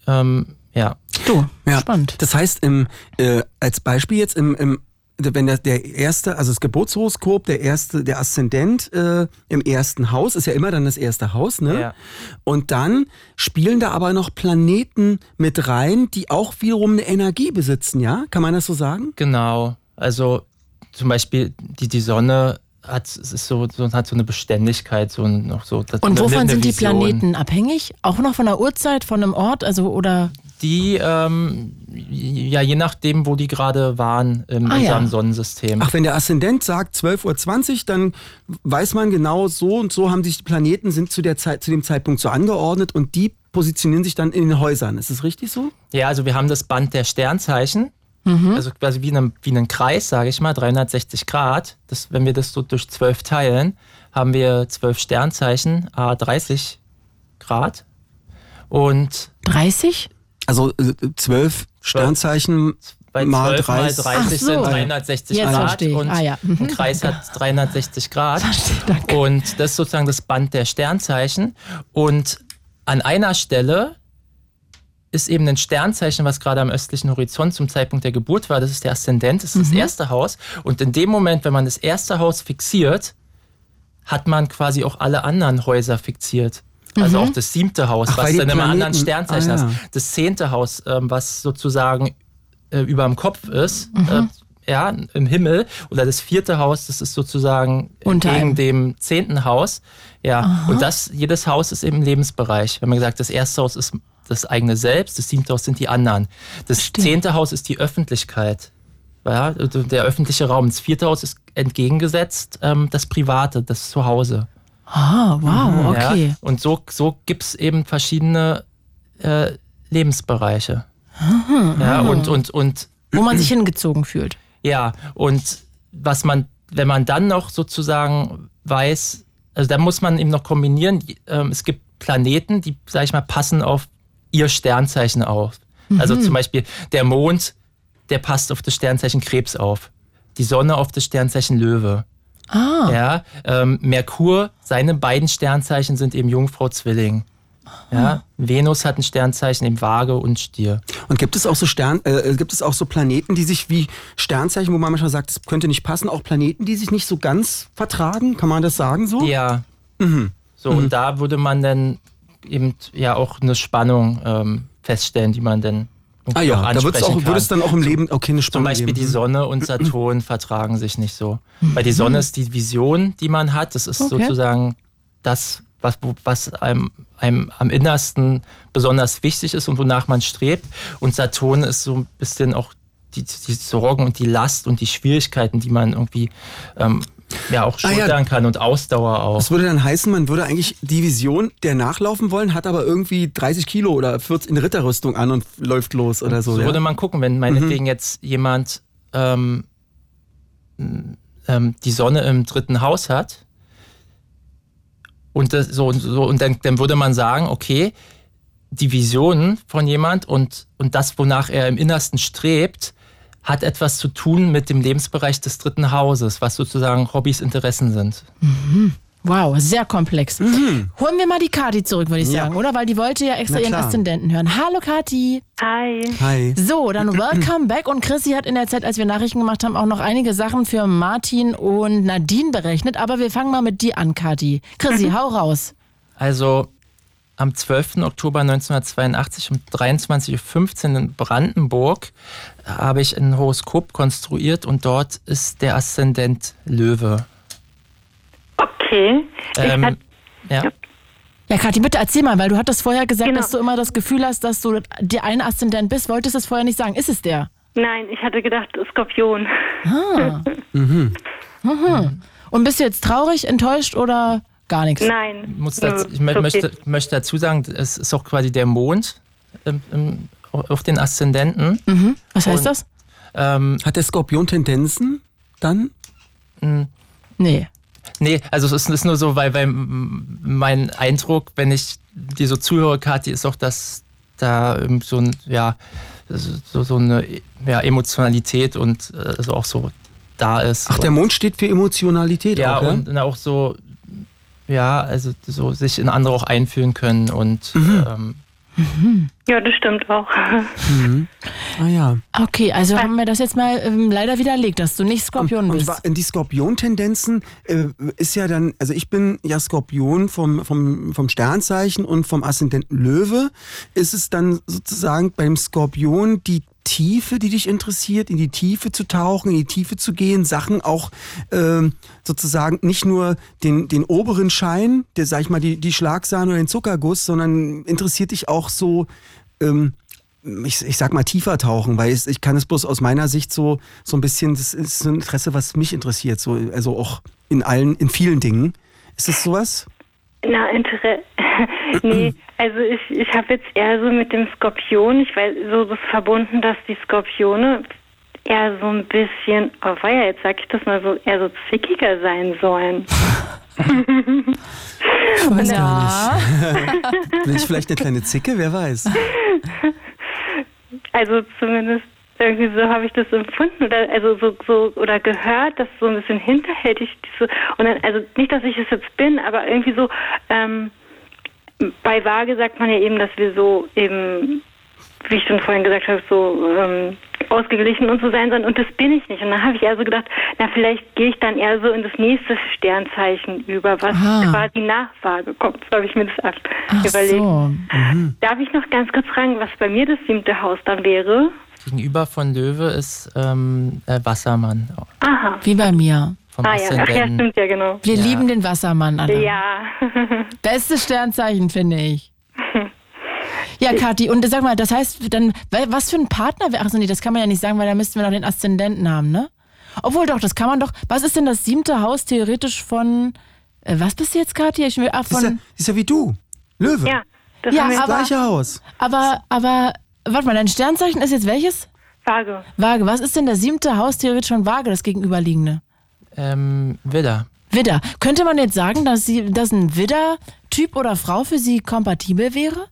K: Ähm, ja.
D: Du,
C: ja. spannend. Das heißt, im, äh, als Beispiel jetzt, im, im, wenn der, der erste, also das Geburtshoroskop, der erste, der Aszendent äh, im ersten Haus, ist ja immer dann das erste Haus, ne?
K: Ja.
C: Und dann spielen da aber noch Planeten mit rein, die auch wiederum eine Energie besitzen, ja? Kann man das so sagen?
K: Genau. Also zum Beispiel die, die Sonne hat, es ist so, so, hat so eine Beständigkeit. So ein- noch so,
D: Und wovon sind die
K: Vision.
D: Planeten abhängig? Auch noch von der Uhrzeit, von einem Ort, also oder
K: Die, ähm, ja, je nachdem, wo die gerade waren in
C: Ah, ja.
K: unserem Sonnensystem.
C: Ach, wenn der Aszendent sagt 12.20 Uhr, dann weiß man genau, so und so haben sich die Planeten sind zu, der Zeit, zu dem Zeitpunkt so angeordnet und die positionieren sich dann in den Häusern. Ist es richtig so?
K: Ja, also wir haben das Band der Sternzeichen.
D: Mhm.
K: Also quasi wie in einem, wie in einem Kreis, sage ich mal, 360 Grad. Das, wenn wir das so durch zwölf teilen, haben wir zwölf Sternzeichen, a 30 Grad. Und
D: 30?
C: Also äh, zwölf Sternzeichen
K: bei
C: mal
K: 12 mal
C: 30,
K: 30 sind 360
D: Jetzt
K: Grad
D: verstehe ich.
K: und
D: Ah, ja. Mhm.
K: ein Kreis hat 360 Grad. und das ist sozusagen das Band der Sternzeichen. Und an einer Stelle ist eben ein Sternzeichen, was gerade am östlichen Horizont zum Zeitpunkt der Geburt war. Das ist der Aszendent, das ist das
C: Mhm.
K: erste Haus. Und in dem Moment, wenn man das erste Haus fixiert, hat man quasi auch alle anderen Häuser fixiert. Also
C: Mhm.
K: auch das siebte Haus,
C: Ach, weil
K: was
C: die
K: dann immer
C: Planeten-
K: anderen Sternzeichen
C: Ah, ja.
K: hast das zehnte Haus, ähm, was sozusagen äh, über dem Kopf ist,
D: Mhm.
K: äh, ja, im Himmel, oder das vierte Haus, das ist sozusagen
D: Unter
K: gegen
D: einem.
K: dem zehnten Haus. Ja,
D: Aha.
K: und das, jedes Haus ist eben ein Lebensbereich. Wenn man gesagt, das erste Haus ist das eigene Selbst, das siebte Haus sind die anderen. Das zehnte Haus ist die Öffentlichkeit. Ja, also der öffentliche Raum. Das vierte Haus ist entgegengesetzt ähm, das Private, das Zuhause.
D: Ah, wow,
K: Mhm,
D: okay.
K: Ja? Und so, so gibt es eben verschiedene äh, Lebensbereiche.
D: Aha,
K: Ja,
D: aha.
K: und, und, und
D: Mhm. Ah. wo man sich hingezogen fühlt.
K: ja, und was man, wenn man dann noch sozusagen weiß, also da muss man eben noch kombinieren, die, ähm, es gibt Planeten, die, sag ich mal, passen auf ihr Sternzeichen auf. Also
N: Mhm.
K: zum Beispiel der Mond, der passt auf das Sternzeichen Krebs auf. Die Sonne auf das Sternzeichen Löwe.
D: Ah.
K: Ja, ähm, Merkur, seine beiden Sternzeichen sind eben Jungfrau Zwilling. Ja, Venus hat ein Sternzeichen im Waage und Stier.
C: Und gibt es auch so Stern, äh, gibt es auch so Planeten, die sich wie Sternzeichen, wo man manchmal sagt, das könnte nicht passen, auch Planeten, die sich nicht so ganz vertragen? Kann man das sagen so?
K: Ja.
C: Mhm.
K: So,
C: Mhm.
K: und da würde man dann eben ja auch eine Spannung ähm, feststellen, die man dann
C: Ah ja, da wird's auch- würde es dann auch im Leben okay, eine
K: Zum Beispiel die Sonne und Saturn vertragen sich nicht so. Weil die Sonne
C: Mhm.
K: ist die Vision, die man hat. Das ist
C: Okay.
K: sozusagen das, was, wo- was einem, einem am innersten besonders wichtig ist und wonach man strebt. Und Saturn ist so ein bisschen auch die, die Sorgen und die Last und die Schwierigkeiten, die man irgendwie ähm, ja auch
C: Ah ja.
K: schultern kann und Ausdauer auch.
C: Das würde dann heißen, man würde eigentlich die Vision der nachlaufen wollen, hat aber irgendwie 30 Kilo oder 14 in Ritterrüstung an und läuft los oder so.
K: So
C: ja? Mhm.
K: würde man gucken, wenn meinetwegen jetzt jemand ähm, m, ähm, die Sonne im dritten Haus hat und das, so, so und dann, dann würde man sagen, okay, die Visionen von jemand und, und das, wonach er im Innersten strebt, hat etwas zu tun mit dem Lebensbereich des dritten Hauses, was sozusagen Hobbys, Interessen sind.
D: Mhm. Wow, sehr komplex. Holen wir mal die Kati zurück, würde ich sagen, oder? Weil die wollte ja extra
K: Mhm. Na
D: ihren
K: klar.
D: Aszendenten hören. Hallo Kati.
M: Hi.
C: Hi.
D: So, dann welcome back. Und Chrissy hat in der Zeit, als wir Nachrichten gemacht haben, auch noch einige Sachen für Martin und Nadine berechnet. Aber wir fangen mal mit dir an, Kati. Chrissy, hau raus.
K: Also am 12. Oktober 1982 um 23.15 Uhr in Brandenburg habe ich ein Horoskop konstruiert und dort ist der Aszendent Löwe.
M: Okay.
K: Ähm, ja.
D: Ja, Kathi, bitte erzähl mal, weil du hattest vorher gesagt,
M: Genau.
D: dass du immer das Gefühl hast, dass du der eine Aszendent bist. Wolltest das vorher nicht sagen. Ist es der?
M: Nein, ich hatte gedacht, Skorpion.
D: Ah. Mhm. Und bist du jetzt traurig, enttäuscht oder gar nichts?
M: Nein.
K: Muss dazu, ich mö- möchte, möchte dazu sagen, es ist auch quasi der Mond im, im, auf den Aszendenten.
D: Mhm.
K: ähm,
D: Was heißt das?
C: Hat der Skorpion Tendenzen dann?
D: Nee.
K: Nee, also es ist, ist nur so, weil, weil m- mein Eindruck, wenn ich dir so zuhöre, Kathi, ist auch, dass da ähm, so ein, ja, so, so eine ja, Emotionalität und äh, also auch so da ist.
C: Ach, der Mond steht für Emotionalität.
K: ja,
C: auch, ja?
K: und, und auch so, ja, also so sich in andere auch einfühlen können und
C: Mhm.
K: ähm,
M: Ja, das stimmt auch.
C: Ah ja.
D: Okay, also haben wir das jetzt mal ähm, leider widerlegt, dass du nicht Skorpion
C: Und
D: bist.
C: wa- die Skorpion-Tendenzen äh, ist ja dann, also ich bin ja Skorpion vom, vom, vom Sternzeichen und vom Aszendenten Löwe. Ist es dann sozusagen beim Skorpion die Tiefe, die dich interessiert, in die Tiefe zu tauchen, in die Tiefe zu gehen, Sachen auch ähm, sozusagen nicht nur den, den oberen Schein, der, sag ich mal, die, die Schlagsahne oder den Zuckerguss, sondern interessiert dich auch so ähm, ich, ich sag mal tiefer tauchen, weil es, ich kann es bloß aus meiner Sicht so, so ein bisschen, das ist so ein Interesse, was mich interessiert, so, also auch in allen, in vielen Dingen. Ist es sowas?
M: Na, Interesse. nee, also ich, ich habe jetzt eher so mit dem Skorpion, ich weiß, so das verbunden, dass die Skorpione eher so ein bisschen, oh weia, jetzt sag ich das mal so, eher so zickiger sein sollen.
C: Ich weiß
D: Ah.
M: Ja.
C: gar nicht. Bin ich vielleicht eine kleine Zicke? Wer weiß.
M: Also zumindest irgendwie so habe ich das empfunden oder also so, so oder gehört, dass so ein bisschen hinterhältig diese und dann, also nicht, dass ich es jetzt bin, aber irgendwie so ähm, bei Waage sagt man ja eben, dass wir so eben, wie ich schon vorhin gesagt habe, so ähm, ausgeglichen und so sein sollen und das bin ich nicht. Und dann habe ich also gedacht, na vielleicht gehe ich dann eher so in das nächste Sternzeichen über, was quasi nach Waage kommt. So habe ich mir das
D: Ach
M: überlegt.
D: so.
C: Mhm.
M: Darf ich noch ganz kurz fragen, was bei mir das siebte Haus dann wäre?
K: gegenüber von Löwe ist ähm, äh, Wassermann.
M: Aha.
D: Wie bei mir.
K: Vom
M: ah ja, ach ja,
K: Aszendenten.
M: stimmt ja genau.
D: Wir lieben den Wassermann, Anna.
M: Ja.
D: Bestes Sternzeichen, finde ich. Ja, Kathi, und sag mal, das heißt dann, wa- was für ein Partner wäre. Achso, nee, das kann man ja nicht sagen, weil da müssten wir noch den Aszendenten haben, ne? Obwohl doch, das kann man doch. Was ist denn das siebte Haus theoretisch von. Äh, was bist du jetzt, Kathi? Ich will, ah,
C: Ist ja,
D: von.
C: ist ja wie du. Löwe.
M: Ja, das
D: Ja,
M: haben wir
D: aber-
C: Gleiche Haus.
D: Aber, aber, warte mal, dein Sternzeichen ist jetzt welches?
M: Waage.
D: Waage. Was ist denn das siebte Haus theoretisch von Waage, das gegenüberliegende?
K: Ähm, Widder.
D: Widder. Könnte man jetzt sagen, dass, sie, dass ein Widder-Typ oder Frau für sie kompatibel wäre?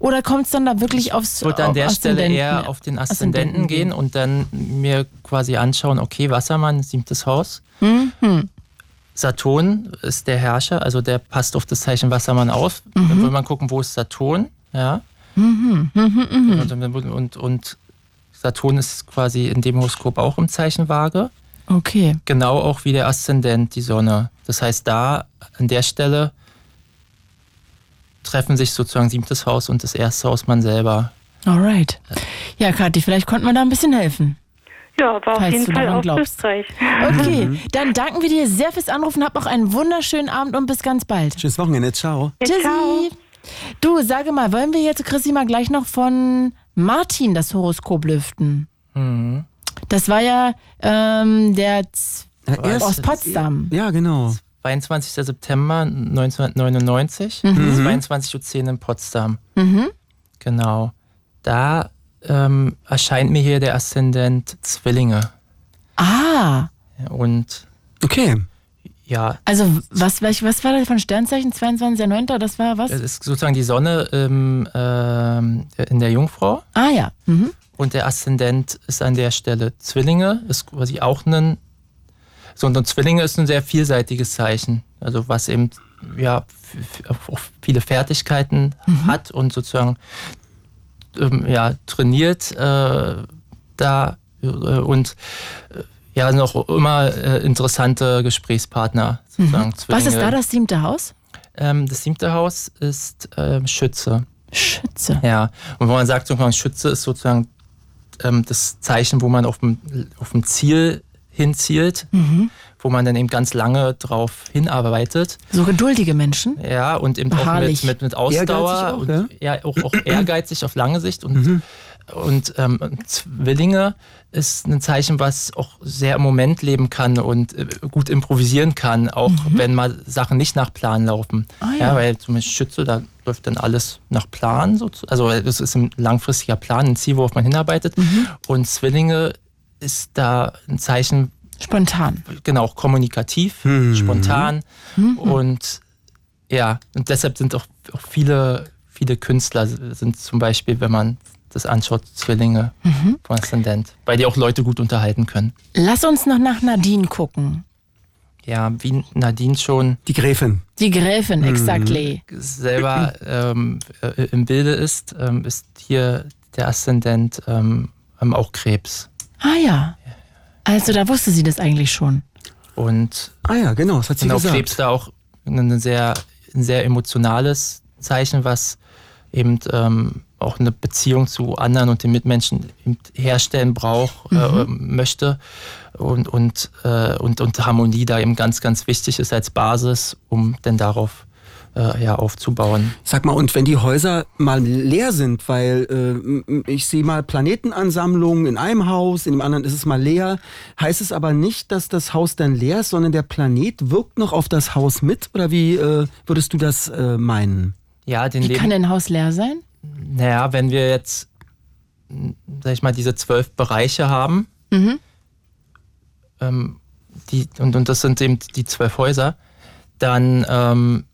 D: Oder kommt es dann da wirklich aufs
K: Ich würde an der
D: auf
K: Stelle
D: Aszendenten-
K: eher auf den Aszendenten gehen und dann mir quasi anschauen, okay, Wassermann, siebtes Haus.
D: Mhm.
K: Saturn ist der Herrscher, also der passt auf das Zeichen Wassermann auf. Dann würde man gucken, wo ist Saturn, ja.
D: Mhm. Mhm. Mhm.
K: Und, und, und Saturn ist quasi in dem Horoskop auch im Zeichen Waage.
D: Okay.
K: Genau auch wie der Aszendent, die Sonne. Das heißt, da an der Stelle treffen sich sozusagen siebtes Haus und das erste Haus man selber.
D: Alright. Ja, Kathi, vielleicht konnten wir da ein bisschen helfen.
M: Ja, war auf
D: Falls du
M: jeden Fall
D: daran
M: auch
D: glaubst.
M: hilfreich.
D: Okay,
K: Mhm.
D: dann danken wir dir sehr fürs Anrufen. Hab noch einen wunderschönen Abend und bis ganz bald.
C: Schönes Wochenende, ciao.
D: Tschüssi. Du, sage mal, wollen wir hier zu Chrissy mal gleich noch von Martin das Horoskop lüften?
K: Mhm.
D: Das war ja ähm, der Z aus Potsdam.
C: Ja, genau.
K: 22. September 1999,
D: Mhm.
K: 22.10 Uhr in Potsdam.
D: Mhm.
K: Genau. Da ähm, erscheint mir hier der Aszendent Zwillinge.
D: Ah,
K: Und.
C: Okay.
K: Ja,
D: also was, was, was war das von Sternzeichen 22.09.? Das war was?
K: es ist sozusagen die Sonne im, ähm, in der Jungfrau.
D: Ah ja. Mhm.
K: Und der Aszendent ist an der Stelle Zwillinge, ist quasi auch ein. So, und Zwillinge ist ein sehr vielseitiges Zeichen. Also, was eben ja f- f- auch viele Fertigkeiten
D: Mhm.
K: hat und sozusagen ähm, ja, trainiert äh, da äh, und äh, ja, sind auch immer äh, interessante Gesprächspartner. Sozusagen
D: Mhm. Was ist
K: Zwillinge.
D: da das siebte Haus?
K: Ähm, das siebte Haus ist ähm, Schütze.
D: Schütze.
K: Ja, und wenn man sagt, sozusagen, Schütze ist sozusagen ähm, das Zeichen, wo man auf ein, auf ein Ziel hinzielt,
D: Mhm.
K: wo man dann eben ganz lange drauf hinarbeitet.
D: So geduldige Menschen.
K: Ja, und eben
D: Beharrlich.
K: auch mit, mit, mit Ausdauer.
D: Ehrgeizig auch, Mhm.
K: und, ja, auch, auch ehrgeizig auf lange Sicht. Und, und ähm, Zwillinge ist ein Zeichen, was auch sehr im Moment leben kann und äh, gut improvisieren kann, auch wenn mal Sachen nicht nach Plan laufen.
D: Mhm. Ah,
K: ja.
D: ja.
K: weil zum Beispiel Schütze, da läuft dann alles nach Plan. sozu- Also das ist ein langfristiger Plan, ein Ziel, worauf man hinarbeitet.
D: Mhm.
K: Und Zwillinge ist da ein Zeichen,
D: Spontan.
K: genau, auch kommunikativ,
D: Mhm.
C: Mhm.
K: spontan. Und ja, und deshalb sind auch, auch viele, viele Künstler sind zum Beispiel, wenn man das anschaut, Zwillinge von Aszendent, weil die auch Leute gut unterhalten können.
D: Mhm. Lass uns noch nach Nadine gucken.
K: Ja, wie Nadine schon.
C: Die Gräfin.
D: Die
K: Mhm.
D: Gräfin, exactly.
K: Selber ähm, äh, im Bilde ist, ähm, ist hier der Aszendent ähm, ähm, auch Krebs.
D: Ah ja. Also da wusste sie das eigentlich schon.
K: Und
C: ah ja, genau, das hat sie
K: genau,
C: gesagt.
K: Krebs da auch ein sehr, ein sehr emotionales Zeichen, was eben ähm, auch eine Beziehung zu anderen und den Mitmenschen eben herstellen braucht,
C: Mhm.
K: äh, möchte und, und, äh, und, und Harmonie da eben ganz, ganz wichtig ist als Basis, um dann darauf äh, ja, aufzubauen.
C: Sag mal, und wenn die Häuser mal leer sind, weil äh, m- ich sehe mal Planetenansammlungen in einem Haus, in dem anderen ist es mal leer, heißt es aber nicht, dass das Haus dann leer ist, sondern der Planet wirkt noch auf das Haus mit? Oder wie äh, würdest du das äh, meinen?
K: Ja, den
D: Wie
K: Leben-
D: kann ein Haus leer sein?
K: Naja, wenn wir jetzt, mh, sag ich mal, diese zwölf Bereiche haben,
D: Mhm.
K: ähm, die, und, und das sind eben die zwölf Häuser, dann, ähm,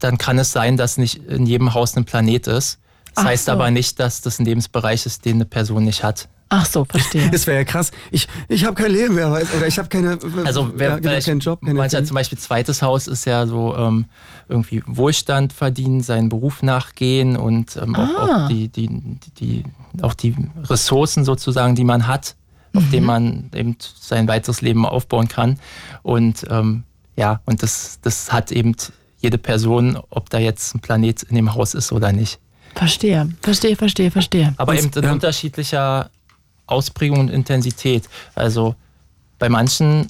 K: dann kann es sein, dass nicht in jedem Haus ein Planet ist. Das
D: Ach
K: heißt
D: so.
K: aber nicht, dass das ein Lebensbereich ist, den eine Person nicht hat.
D: Ach so, verstehe.
C: Das wäre ja krass. Ich, ich habe kein Leben mehr, weiß, oder ich habe keine,
K: Also wer,
C: ja, genau,
K: vielleicht-
C: keinen Job. Keine
K: mancher zum Beispiel zweites Haus ist ja so ähm, irgendwie Wohlstand verdienen, seinen Beruf nachgehen und ähm, auch,
D: Ah.
K: auch die, die, die, die auch die Ressourcen sozusagen, die man hat, auf denen man eben sein weiteres Leben aufbauen kann. Und ähm, ja, und das, das hat eben jede Person, ob da jetzt ein Planet in dem Haus ist oder nicht.
D: Verstehe, verstehe, verstehe, verstehe.
K: Aber eben in unterschiedlicher Ausprägung und Intensität. Also bei manchen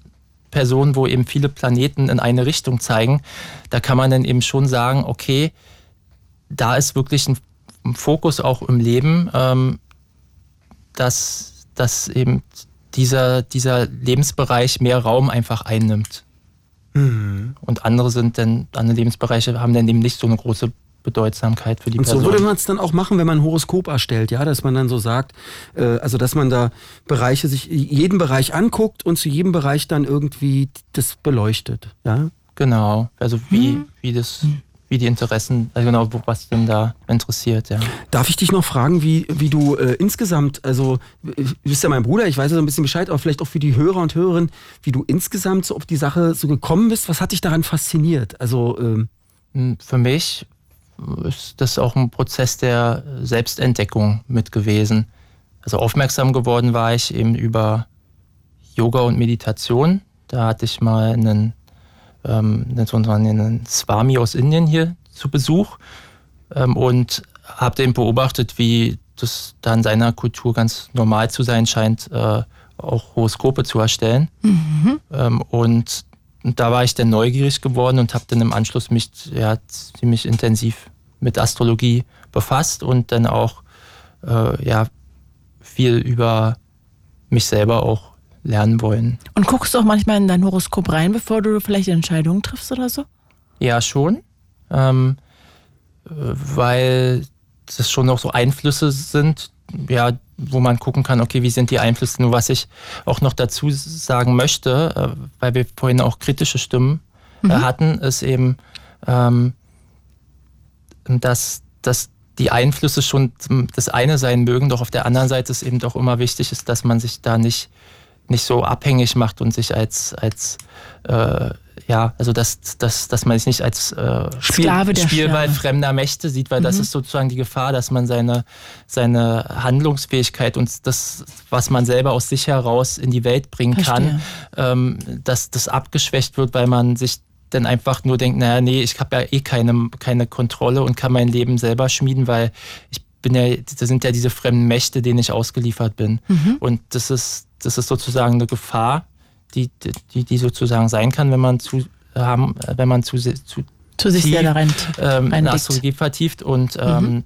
K: Personen, wo eben viele Planeten in eine Richtung zeigen, da kann man dann eben schon sagen, okay, da ist wirklich ein ein Fokus auch im Leben, ähm, dass, dass eben dieser, dieser Lebensbereich mehr Raum einfach einnimmt.
C: Mhm.
K: Und andere sind dann, andere Lebensbereiche haben dann eben nicht so eine große Bedeutsamkeit für die
C: Und so
K: Person.
C: würde man es dann auch machen, wenn man ein Horoskop erstellt, ja, dass man dann so sagt, äh, also dass man da Bereiche sich jeden Bereich anguckt und zu jedem Bereich dann irgendwie das beleuchtet, ja.
K: Genau, also wie, wie das, wie die Interessen, also genau, wo- was denn da interessiert, ja.
C: Darf ich dich noch fragen, wie, wie du äh, insgesamt, also äh, du bist ja mein Bruder, ich weiß ja so ein bisschen Bescheid, aber vielleicht auch für die Hörer und Hörerinnen, wie du insgesamt so auf die Sache so gekommen bist, was hat dich daran fasziniert? Also ähm,
K: Mm, Für mich ist das auch ein Prozess der Selbstentdeckung mit gewesen. Also aufmerksam geworden war ich eben über Yoga und Meditation. Da hatte ich mal einen, ähm, so einen- einen Swami aus Indien hier zu Besuch ähm, und habe den beobachtet, wie das da in seiner Kultur ganz normal zu sein scheint, äh, auch Horoskope zu erstellen.
B: Mhm.
K: Ähm, und da war ich dann neugierig geworden und habe dann im Anschluss mich ja, ziemlich intensiv mit Astrologie befasst und dann auch äh, ja, viel über mich selber auch lernen wollen.
D: Und guckst du auch manchmal in dein Horoskop rein, bevor du vielleicht Entscheidungen triffst oder so?
K: Ja, schon. Ähm, äh, weil das schon noch so Einflüsse sind, ja, wo man gucken kann, okay, wie sind die Einflüsse? Nur was ich auch noch dazu sagen möchte, äh, weil wir vorhin auch kritische Stimmen äh,
N: Mhm.
K: hatten, ist eben, ähm, dass, dass die Einflüsse schon das eine sein mögen, doch auf der anderen Seite ist eben doch immer wichtig ist, dass man sich da nicht, nicht so abhängig macht und sich als, als äh, ja, also dass, dass, dass man sich nicht als äh, Spiel-
D: Sklave der
K: Spielball
D: Sterne.
K: fremder Mächte sieht, weil das
D: Mhm.
K: ist sozusagen die Gefahr, dass man seine, seine Handlungsfähigkeit und das, was man selber aus sich heraus in die Welt bringen
D: Verstehe.
K: kann, ähm, dass das abgeschwächt wird, weil man sich dann einfach nur denkt, naja, nee, ich habe ja eh keine, keine Kontrolle und kann mein Leben selber schmieden, weil ich bin ja, das sind ja diese fremden Mächte, denen ich ausgeliefert bin.
B: Mhm.
K: Und das ist, das ist sozusagen eine Gefahr, die, die, die sozusagen sein kann, wenn man zu haben, wenn man zu, se- zu,
D: Zu sich
K: tief,
D: sehr da rein-
K: ähm, in
D: reinlegt.
K: Astrologie vertieft und ähm,
C: Mhm.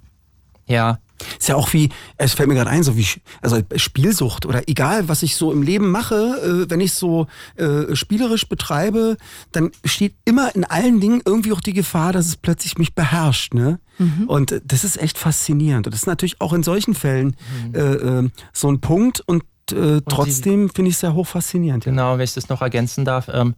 K: ja.
C: Ist ja auch wie, es fällt mir gerade ein, so wie Sch- also Spielsucht oder egal, was ich so im Leben mache, äh, wenn ich so äh, spielerisch betreibe, dann besteht immer in allen Dingen irgendwie auch die Gefahr, dass es plötzlich mich beherrscht. Ne? Und äh, das ist echt faszinierend. Und das ist natürlich auch in solchen Fällen äh, äh, so ein Punkt und äh, trotzdem finde ich es sehr hoch faszinierend.
K: Genau, wenn ich das noch ergänzen darf, ähm,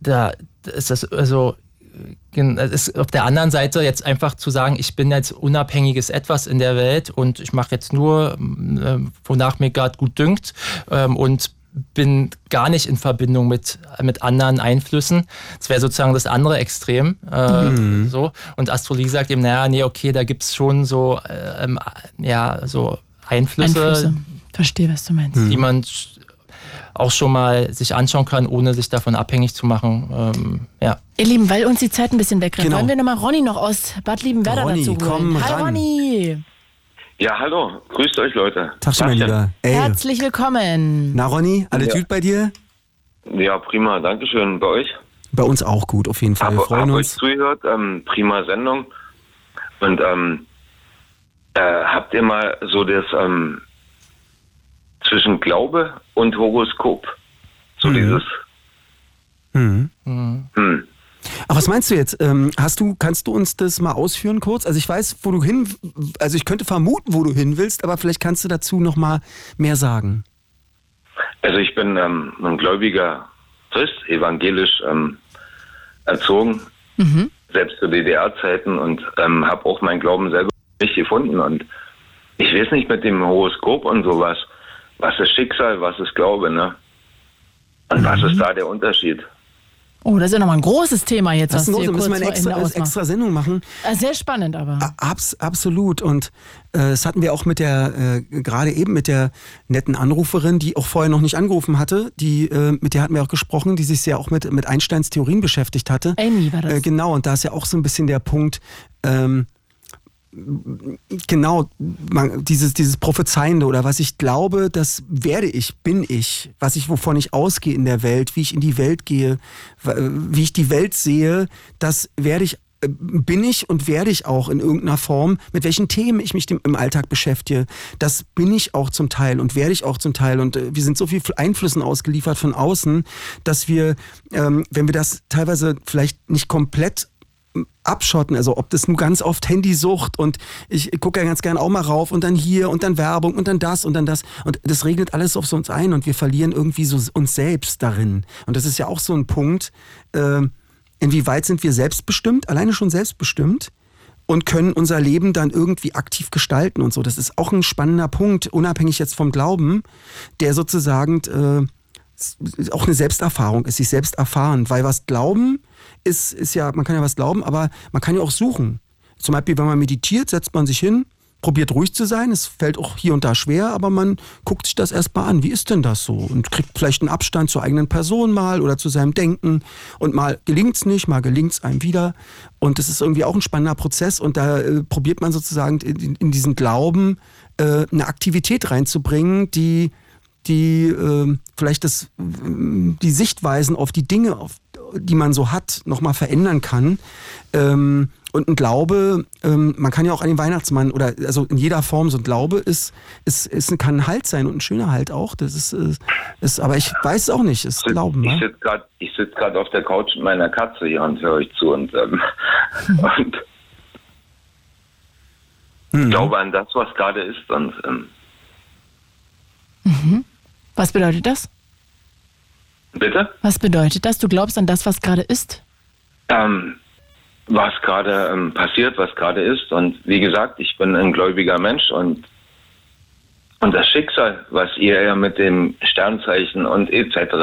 K: da ist das also äh, gen- es ist auf der anderen Seite jetzt einfach zu sagen, ich bin jetzt unabhängiges etwas in der Welt und ich mache jetzt nur, ähm, wonach mir gerade gut dünkt ähm, und bin gar nicht in Verbindung mit, mit anderen Einflüssen. Das wäre sozusagen das andere Extrem. Äh,
C: Mhm.
K: so. Und Astrologie sagt eben, naja, nee, okay, da gibt es schon so, äh, ähm, ja, so
D: Einflüsse. Verstehe, was du meinst.
C: Hm.
K: die man sch- auch schon mal sich anschauen kann, ohne sich davon abhängig zu machen. Ähm, ja.
D: Ihr Lieben, weil uns die Zeit ein bisschen wegrennt,
K: Genau.
D: wollen wir nochmal Ronny noch aus Bad Liebenwerda
K: Ronny,
D: dazu holen.
K: komm
D: Hi
K: ran.
D: Ronny,
O: Ja, hallo. Grüßt euch, Leute.
C: Tag schon, mein Lieber. Ey,
D: herzlich willkommen.
C: na Ronny, alles
O: Ja.
C: gut bei dir?
O: Ja, prima. Dankeschön. Bei euch?
C: Bei uns auch gut, auf jeden Fall. Wir freuen
O: Hab
C: uns.
O: euch zugehört. Ähm, prima Sendung. Und ähm, äh, habt ihr mal so das ähm, zwischen Glaube und Horoskop? So dieses.
C: Mhm.
O: Hm.
C: Aber was meinst du jetzt? Ähm, Hast du, kannst du uns das mal ausführen kurz? Also ich weiß, wo du hin, also ich könnte vermuten, wo du hin willst, aber vielleicht kannst du dazu noch mal mehr sagen.
O: Also ich bin ähm, ein gläubiger Christ, evangelisch ähm, erzogen,
B: Mhm.
O: selbst zu DDR-Zeiten und ähm, habe auch meinen Glauben selber nicht gefunden. Und ich weiß nicht mit dem Horoskop und sowas, was ist Schicksal, was ist Glaube, ne? Und
C: Mhm.
O: was ist da der Unterschied?
D: Oh, das ist ja nochmal ein großes Thema jetzt,
C: Das ist
D: was
C: ein
D: du hier
C: großes-
D: kurz
C: müssen wir eine
D: vor Ende
C: extra,
D: ausmachen.
C: extra Sendung machen.
D: Ah, Sehr spannend aber.
C: Abs, absolut. Und äh, das hatten wir auch mit der, äh, gerade eben mit der netten Anruferin, die auch vorher noch nicht angerufen hatte, die, äh, mit der hatten wir auch gesprochen, die sich sehr auch mit, mit Einsteins Theorien beschäftigt hatte.
D: Amy war das.
C: Äh, genau, und da ist ja auch so ein bisschen der Punkt, ähm, genau, man, dieses, dieses Prophezeiende oder was ich glaube, das werde ich, bin ich, was ich, wovon ich ausgehe in der Welt, wie ich in die Welt gehe, w- wie ich die Welt sehe, das werde ich, äh, bin ich und werde ich auch in irgendeiner Form, mit welchen Themen ich mich dem, im Alltag beschäftige, das bin ich auch zum Teil und werde ich auch zum Teil und äh, wir sind so viel Einflüssen ausgeliefert von außen, dass wir, ähm, wenn wir das teilweise vielleicht nicht komplett abschotten. Also ob das nun ganz oft Handysucht und ich gucke ja ganz gern auch mal rauf und dann hier und dann Werbung und dann das und dann das. Und das regnet alles auf uns ein und wir verlieren irgendwie so uns selbst darin. Und das ist ja auch so ein Punkt, äh, inwieweit sind wir selbstbestimmt, alleine schon selbstbestimmt und können unser Leben dann irgendwie aktiv gestalten und so. Das ist auch ein spannender Punkt, unabhängig jetzt vom Glauben, der sozusagen äh, s- auch eine Selbsterfahrung ist, sich selbst erfahren. Weil was glauben ist, ist ja, man kann ja was glauben, aber man kann ja auch suchen. Zum Beispiel, wenn man meditiert, setzt man sich hin, probiert ruhig zu sein. Es fällt auch hier und da schwer, aber man guckt sich das erstmal an. Wie ist denn das so? Und kriegt vielleicht einen Abstand zur eigenen Person mal oder zu seinem Denken. Und mal gelingt's nicht, mal gelingt's einem wieder. Und das ist irgendwie auch ein spannender Prozess. Und da äh, probiert man sozusagen in, in diesen Glauben äh, eine Aktivität reinzubringen, die die äh, vielleicht das, mm, die Sichtweisen auf die Dinge, auf, die man so hat, nochmal verändern kann. Ähm, und ein Glaube, ähm, man kann ja auch an den Weihnachtsmann oder also in jeder Form so ein Glaube ist, ist, ist kann ein Halt sein und ein schöner Halt auch. Das ist, ist, ist aber ich weiß es auch nicht, ist Glauben.
O: Ich
C: Ne?
O: sitze gerade sitz grad auf der Couch mit meiner Katze hier und höre euch zu und, ähm, und
C: Mhm.
O: glaube an das, was gerade ist. Und ähm,
D: Mhm. Was bedeutet das?
O: bitte?
D: Was bedeutet das? Du glaubst an das, was gerade ist?
O: Ähm, was gerade ähm, passiert, was gerade ist. Und wie gesagt, ich bin ein gläubiger Mensch und, und das Schicksal, was ihr ja mit dem Sternzeichen und etc.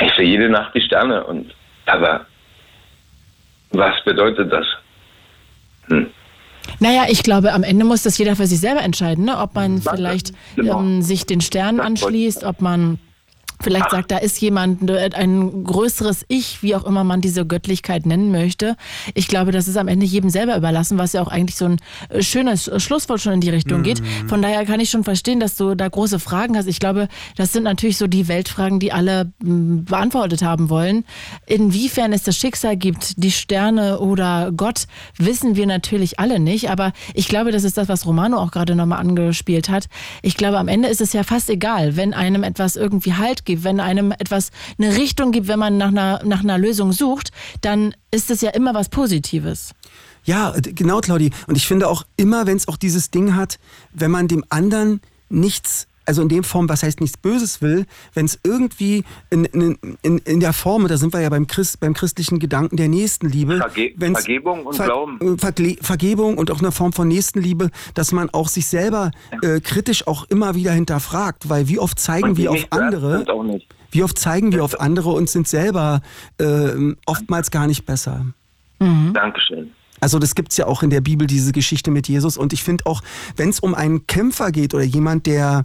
O: Ich sehe jede Nacht die Sterne und aber was bedeutet das?
D: Naja, ich glaube, am Ende muss das jeder für sich selber entscheiden, ne? ob man vielleicht ähm, sich den Sternen anschließt, ob man vielleicht sagt, da ist jemand, äh, ein größeres Ich, wie auch immer man diese Göttlichkeit nennen möchte. Ich glaube, das ist am Ende jedem selber überlassen, was ja auch eigentlich so ein äh, schönes äh, Schlusswort schon in die Richtung geht. Von daher kann ich schon verstehen, dass du da große Fragen hast. Ich glaube, das sind natürlich so die Weltfragen, die alle mh, beantwortet haben wollen. Inwiefern es das Schicksal gibt, die Sterne oder Gott, wissen wir natürlich alle nicht. Aber ich glaube, das ist das, was Romano auch gerade nochmal angespielt hat. Ich glaube, am Ende ist es ja fast egal, wenn einem etwas irgendwie Halt gibt, wenn einem etwas eine Richtung gibt, wenn man nach einer, nach einer Lösung sucht, dann ist es ja immer was Positives.
C: Ja, d- genau, Claudi. Und ich finde auch immer, wenn es auch dieses Ding hat, wenn man dem anderen nichts, also in dem Form, was heißt nichts Böses will, wenn es irgendwie in, in, in, in der Form, und da sind wir ja beim, Christ, beim christlichen Gedanken der Nächstenliebe,
O: Verge
C: wenn's-
O: Vergebung und
C: Ver-
O: Glauben.
C: äh, Vergle Vergebung und auch eine Form von Nächstenliebe, dass man auch sich selber äh, kritisch auch immer wieder hinterfragt, weil wie oft zeigen
O: Und die
C: wir auf
O: nicht zuerst
C: andere,
O: sind auch nicht.
C: wie oft zeigen wir auf andere und sind selber äh, oftmals gar nicht besser.
B: Mhm.
O: Dankeschön.
C: Also das gibt's ja auch in der Bibel, diese Geschichte mit Jesus. Und ich finde auch, wenn es um einen Kämpfer geht oder jemand, der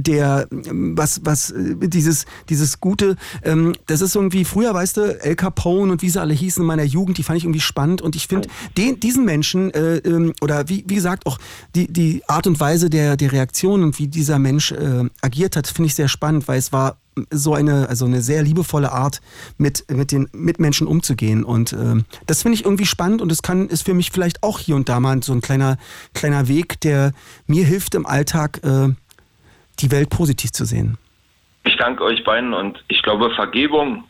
C: der ähm, was was äh, dieses dieses gute ähm, das ist irgendwie früher weißt du El Capone und wie sie alle hießen in meiner Jugend die fand ich irgendwie spannend und ich finde den diesen Menschen äh, ähm, oder wie wie gesagt auch die die Art und Weise der der Reaktion und wie dieser Mensch äh, agiert hat finde ich sehr spannend weil es war so eine, also eine sehr liebevolle Art, mit, mit den Mitmenschen umzugehen. Und ähm, das finde ich irgendwie spannend und es kann, ist für mich vielleicht auch hier und da mal so ein kleiner, kleiner Weg, der mir hilft im Alltag, äh, die Welt positiv zu sehen.
O: Ich danke euch beiden und ich glaube, Vergebung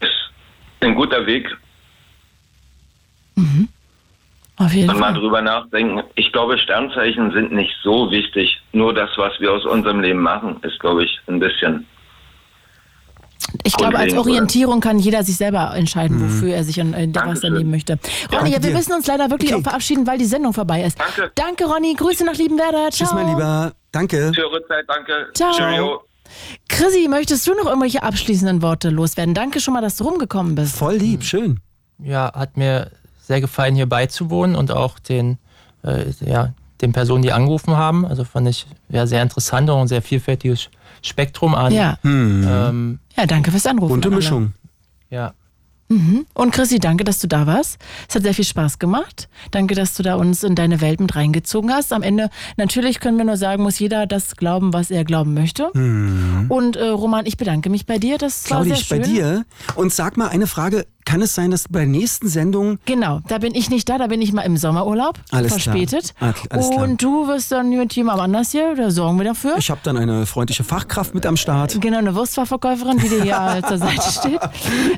O: ist ein guter Weg,
D: Auf jeden
O: und mal
D: Fall.
O: drüber nachdenken. Ich glaube, Sternzeichen sind nicht so wichtig. Nur das, was wir aus unserem Leben machen, ist, glaube ich, ein bisschen.
D: Ich glaube, als
O: Grundlegend, oder?
D: Orientierung kann jeder sich selber entscheiden, wofür er sich in, in der was er nehmen möchte. Ronny,
C: Mhm. Danke
D: ja, wir
C: dir.
D: müssen uns leider wirklich auch verabschieden, weil die Sendung vorbei ist. Danke. Danke, Ronny. Grüße nach Liebenwerder. Ciao.
C: Tschüss, mein Lieber. Danke.
O: Für eure Zeit, danke.
D: Ciao.
O: Cheerio.
D: Chrissy, möchtest du noch irgendwelche abschließenden Worte loswerden? Danke schon mal, dass du rumgekommen bist. Mhm.
C: Voll lieb, schön.
K: Ja, hat mir sehr gefallen, hier beizuwohnen und auch den, äh, ja, den Personen, die angerufen haben. Also fand ich ja, sehr interessant und ein sehr vielfältiges Spektrum an.
D: Ja.
K: Ähm,
D: Ja, danke fürs Anrufen.
K: Bunte
D: an alle.
K: Mischung. ja.
D: Mhm. Und Chrissy, danke, dass du da warst. Es hat sehr viel Spaß gemacht. Danke, dass du da uns in deine Welt mit reingezogen hast. Am Ende, natürlich können wir nur sagen, muss jeder das glauben, was er glauben möchte. Und äh, Roman, ich bedanke mich bei dir. Das
C: Mhm. Claudia,
D: war
C: ich
D: sehr
C: bei
D: schön.
C: dir. Und sag mal eine Frage, kann es sein, dass bei der nächsten Sendung
D: Genau, da bin ich nicht da, da bin ich mal im Sommerurlaub,
C: Alles klar.
D: verspätet.
C: Ah, kl- alles klar.
D: Und du wirst dann mit jemandem anders hier, da sorgen wir dafür.
C: ich habe dann eine freundliche Fachkraft mit am Start.
D: Genau, eine Wurstfachverkäuferin, die dir hier zur Seite steht.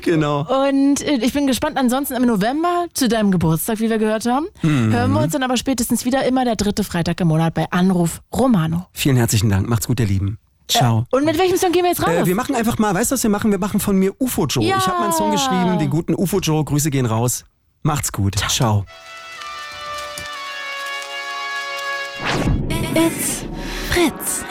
C: Genau.
D: Und äh, ich bin gespannt, ansonsten im November zu deinem Geburtstag, wie wir gehört haben,
C: Mhm.
D: hören wir uns dann aber spätestens wieder immer der dritte Freitag im Monat bei Anruf Romano.
C: Vielen herzlichen Dank. Macht's gut, ihr Lieben. Ciao.
D: Und mit welchem Song gehen wir Äh, jetzt raus?
C: Äh, wir machen einfach mal, weißt du, was wir machen? Wir machen von mir UFO Joe.
D: Ja.
C: Ich habe meinen Song geschrieben, den guten UFO Joe. Grüße gehen raus. Macht's gut. Ciao.
B: It's Fritz.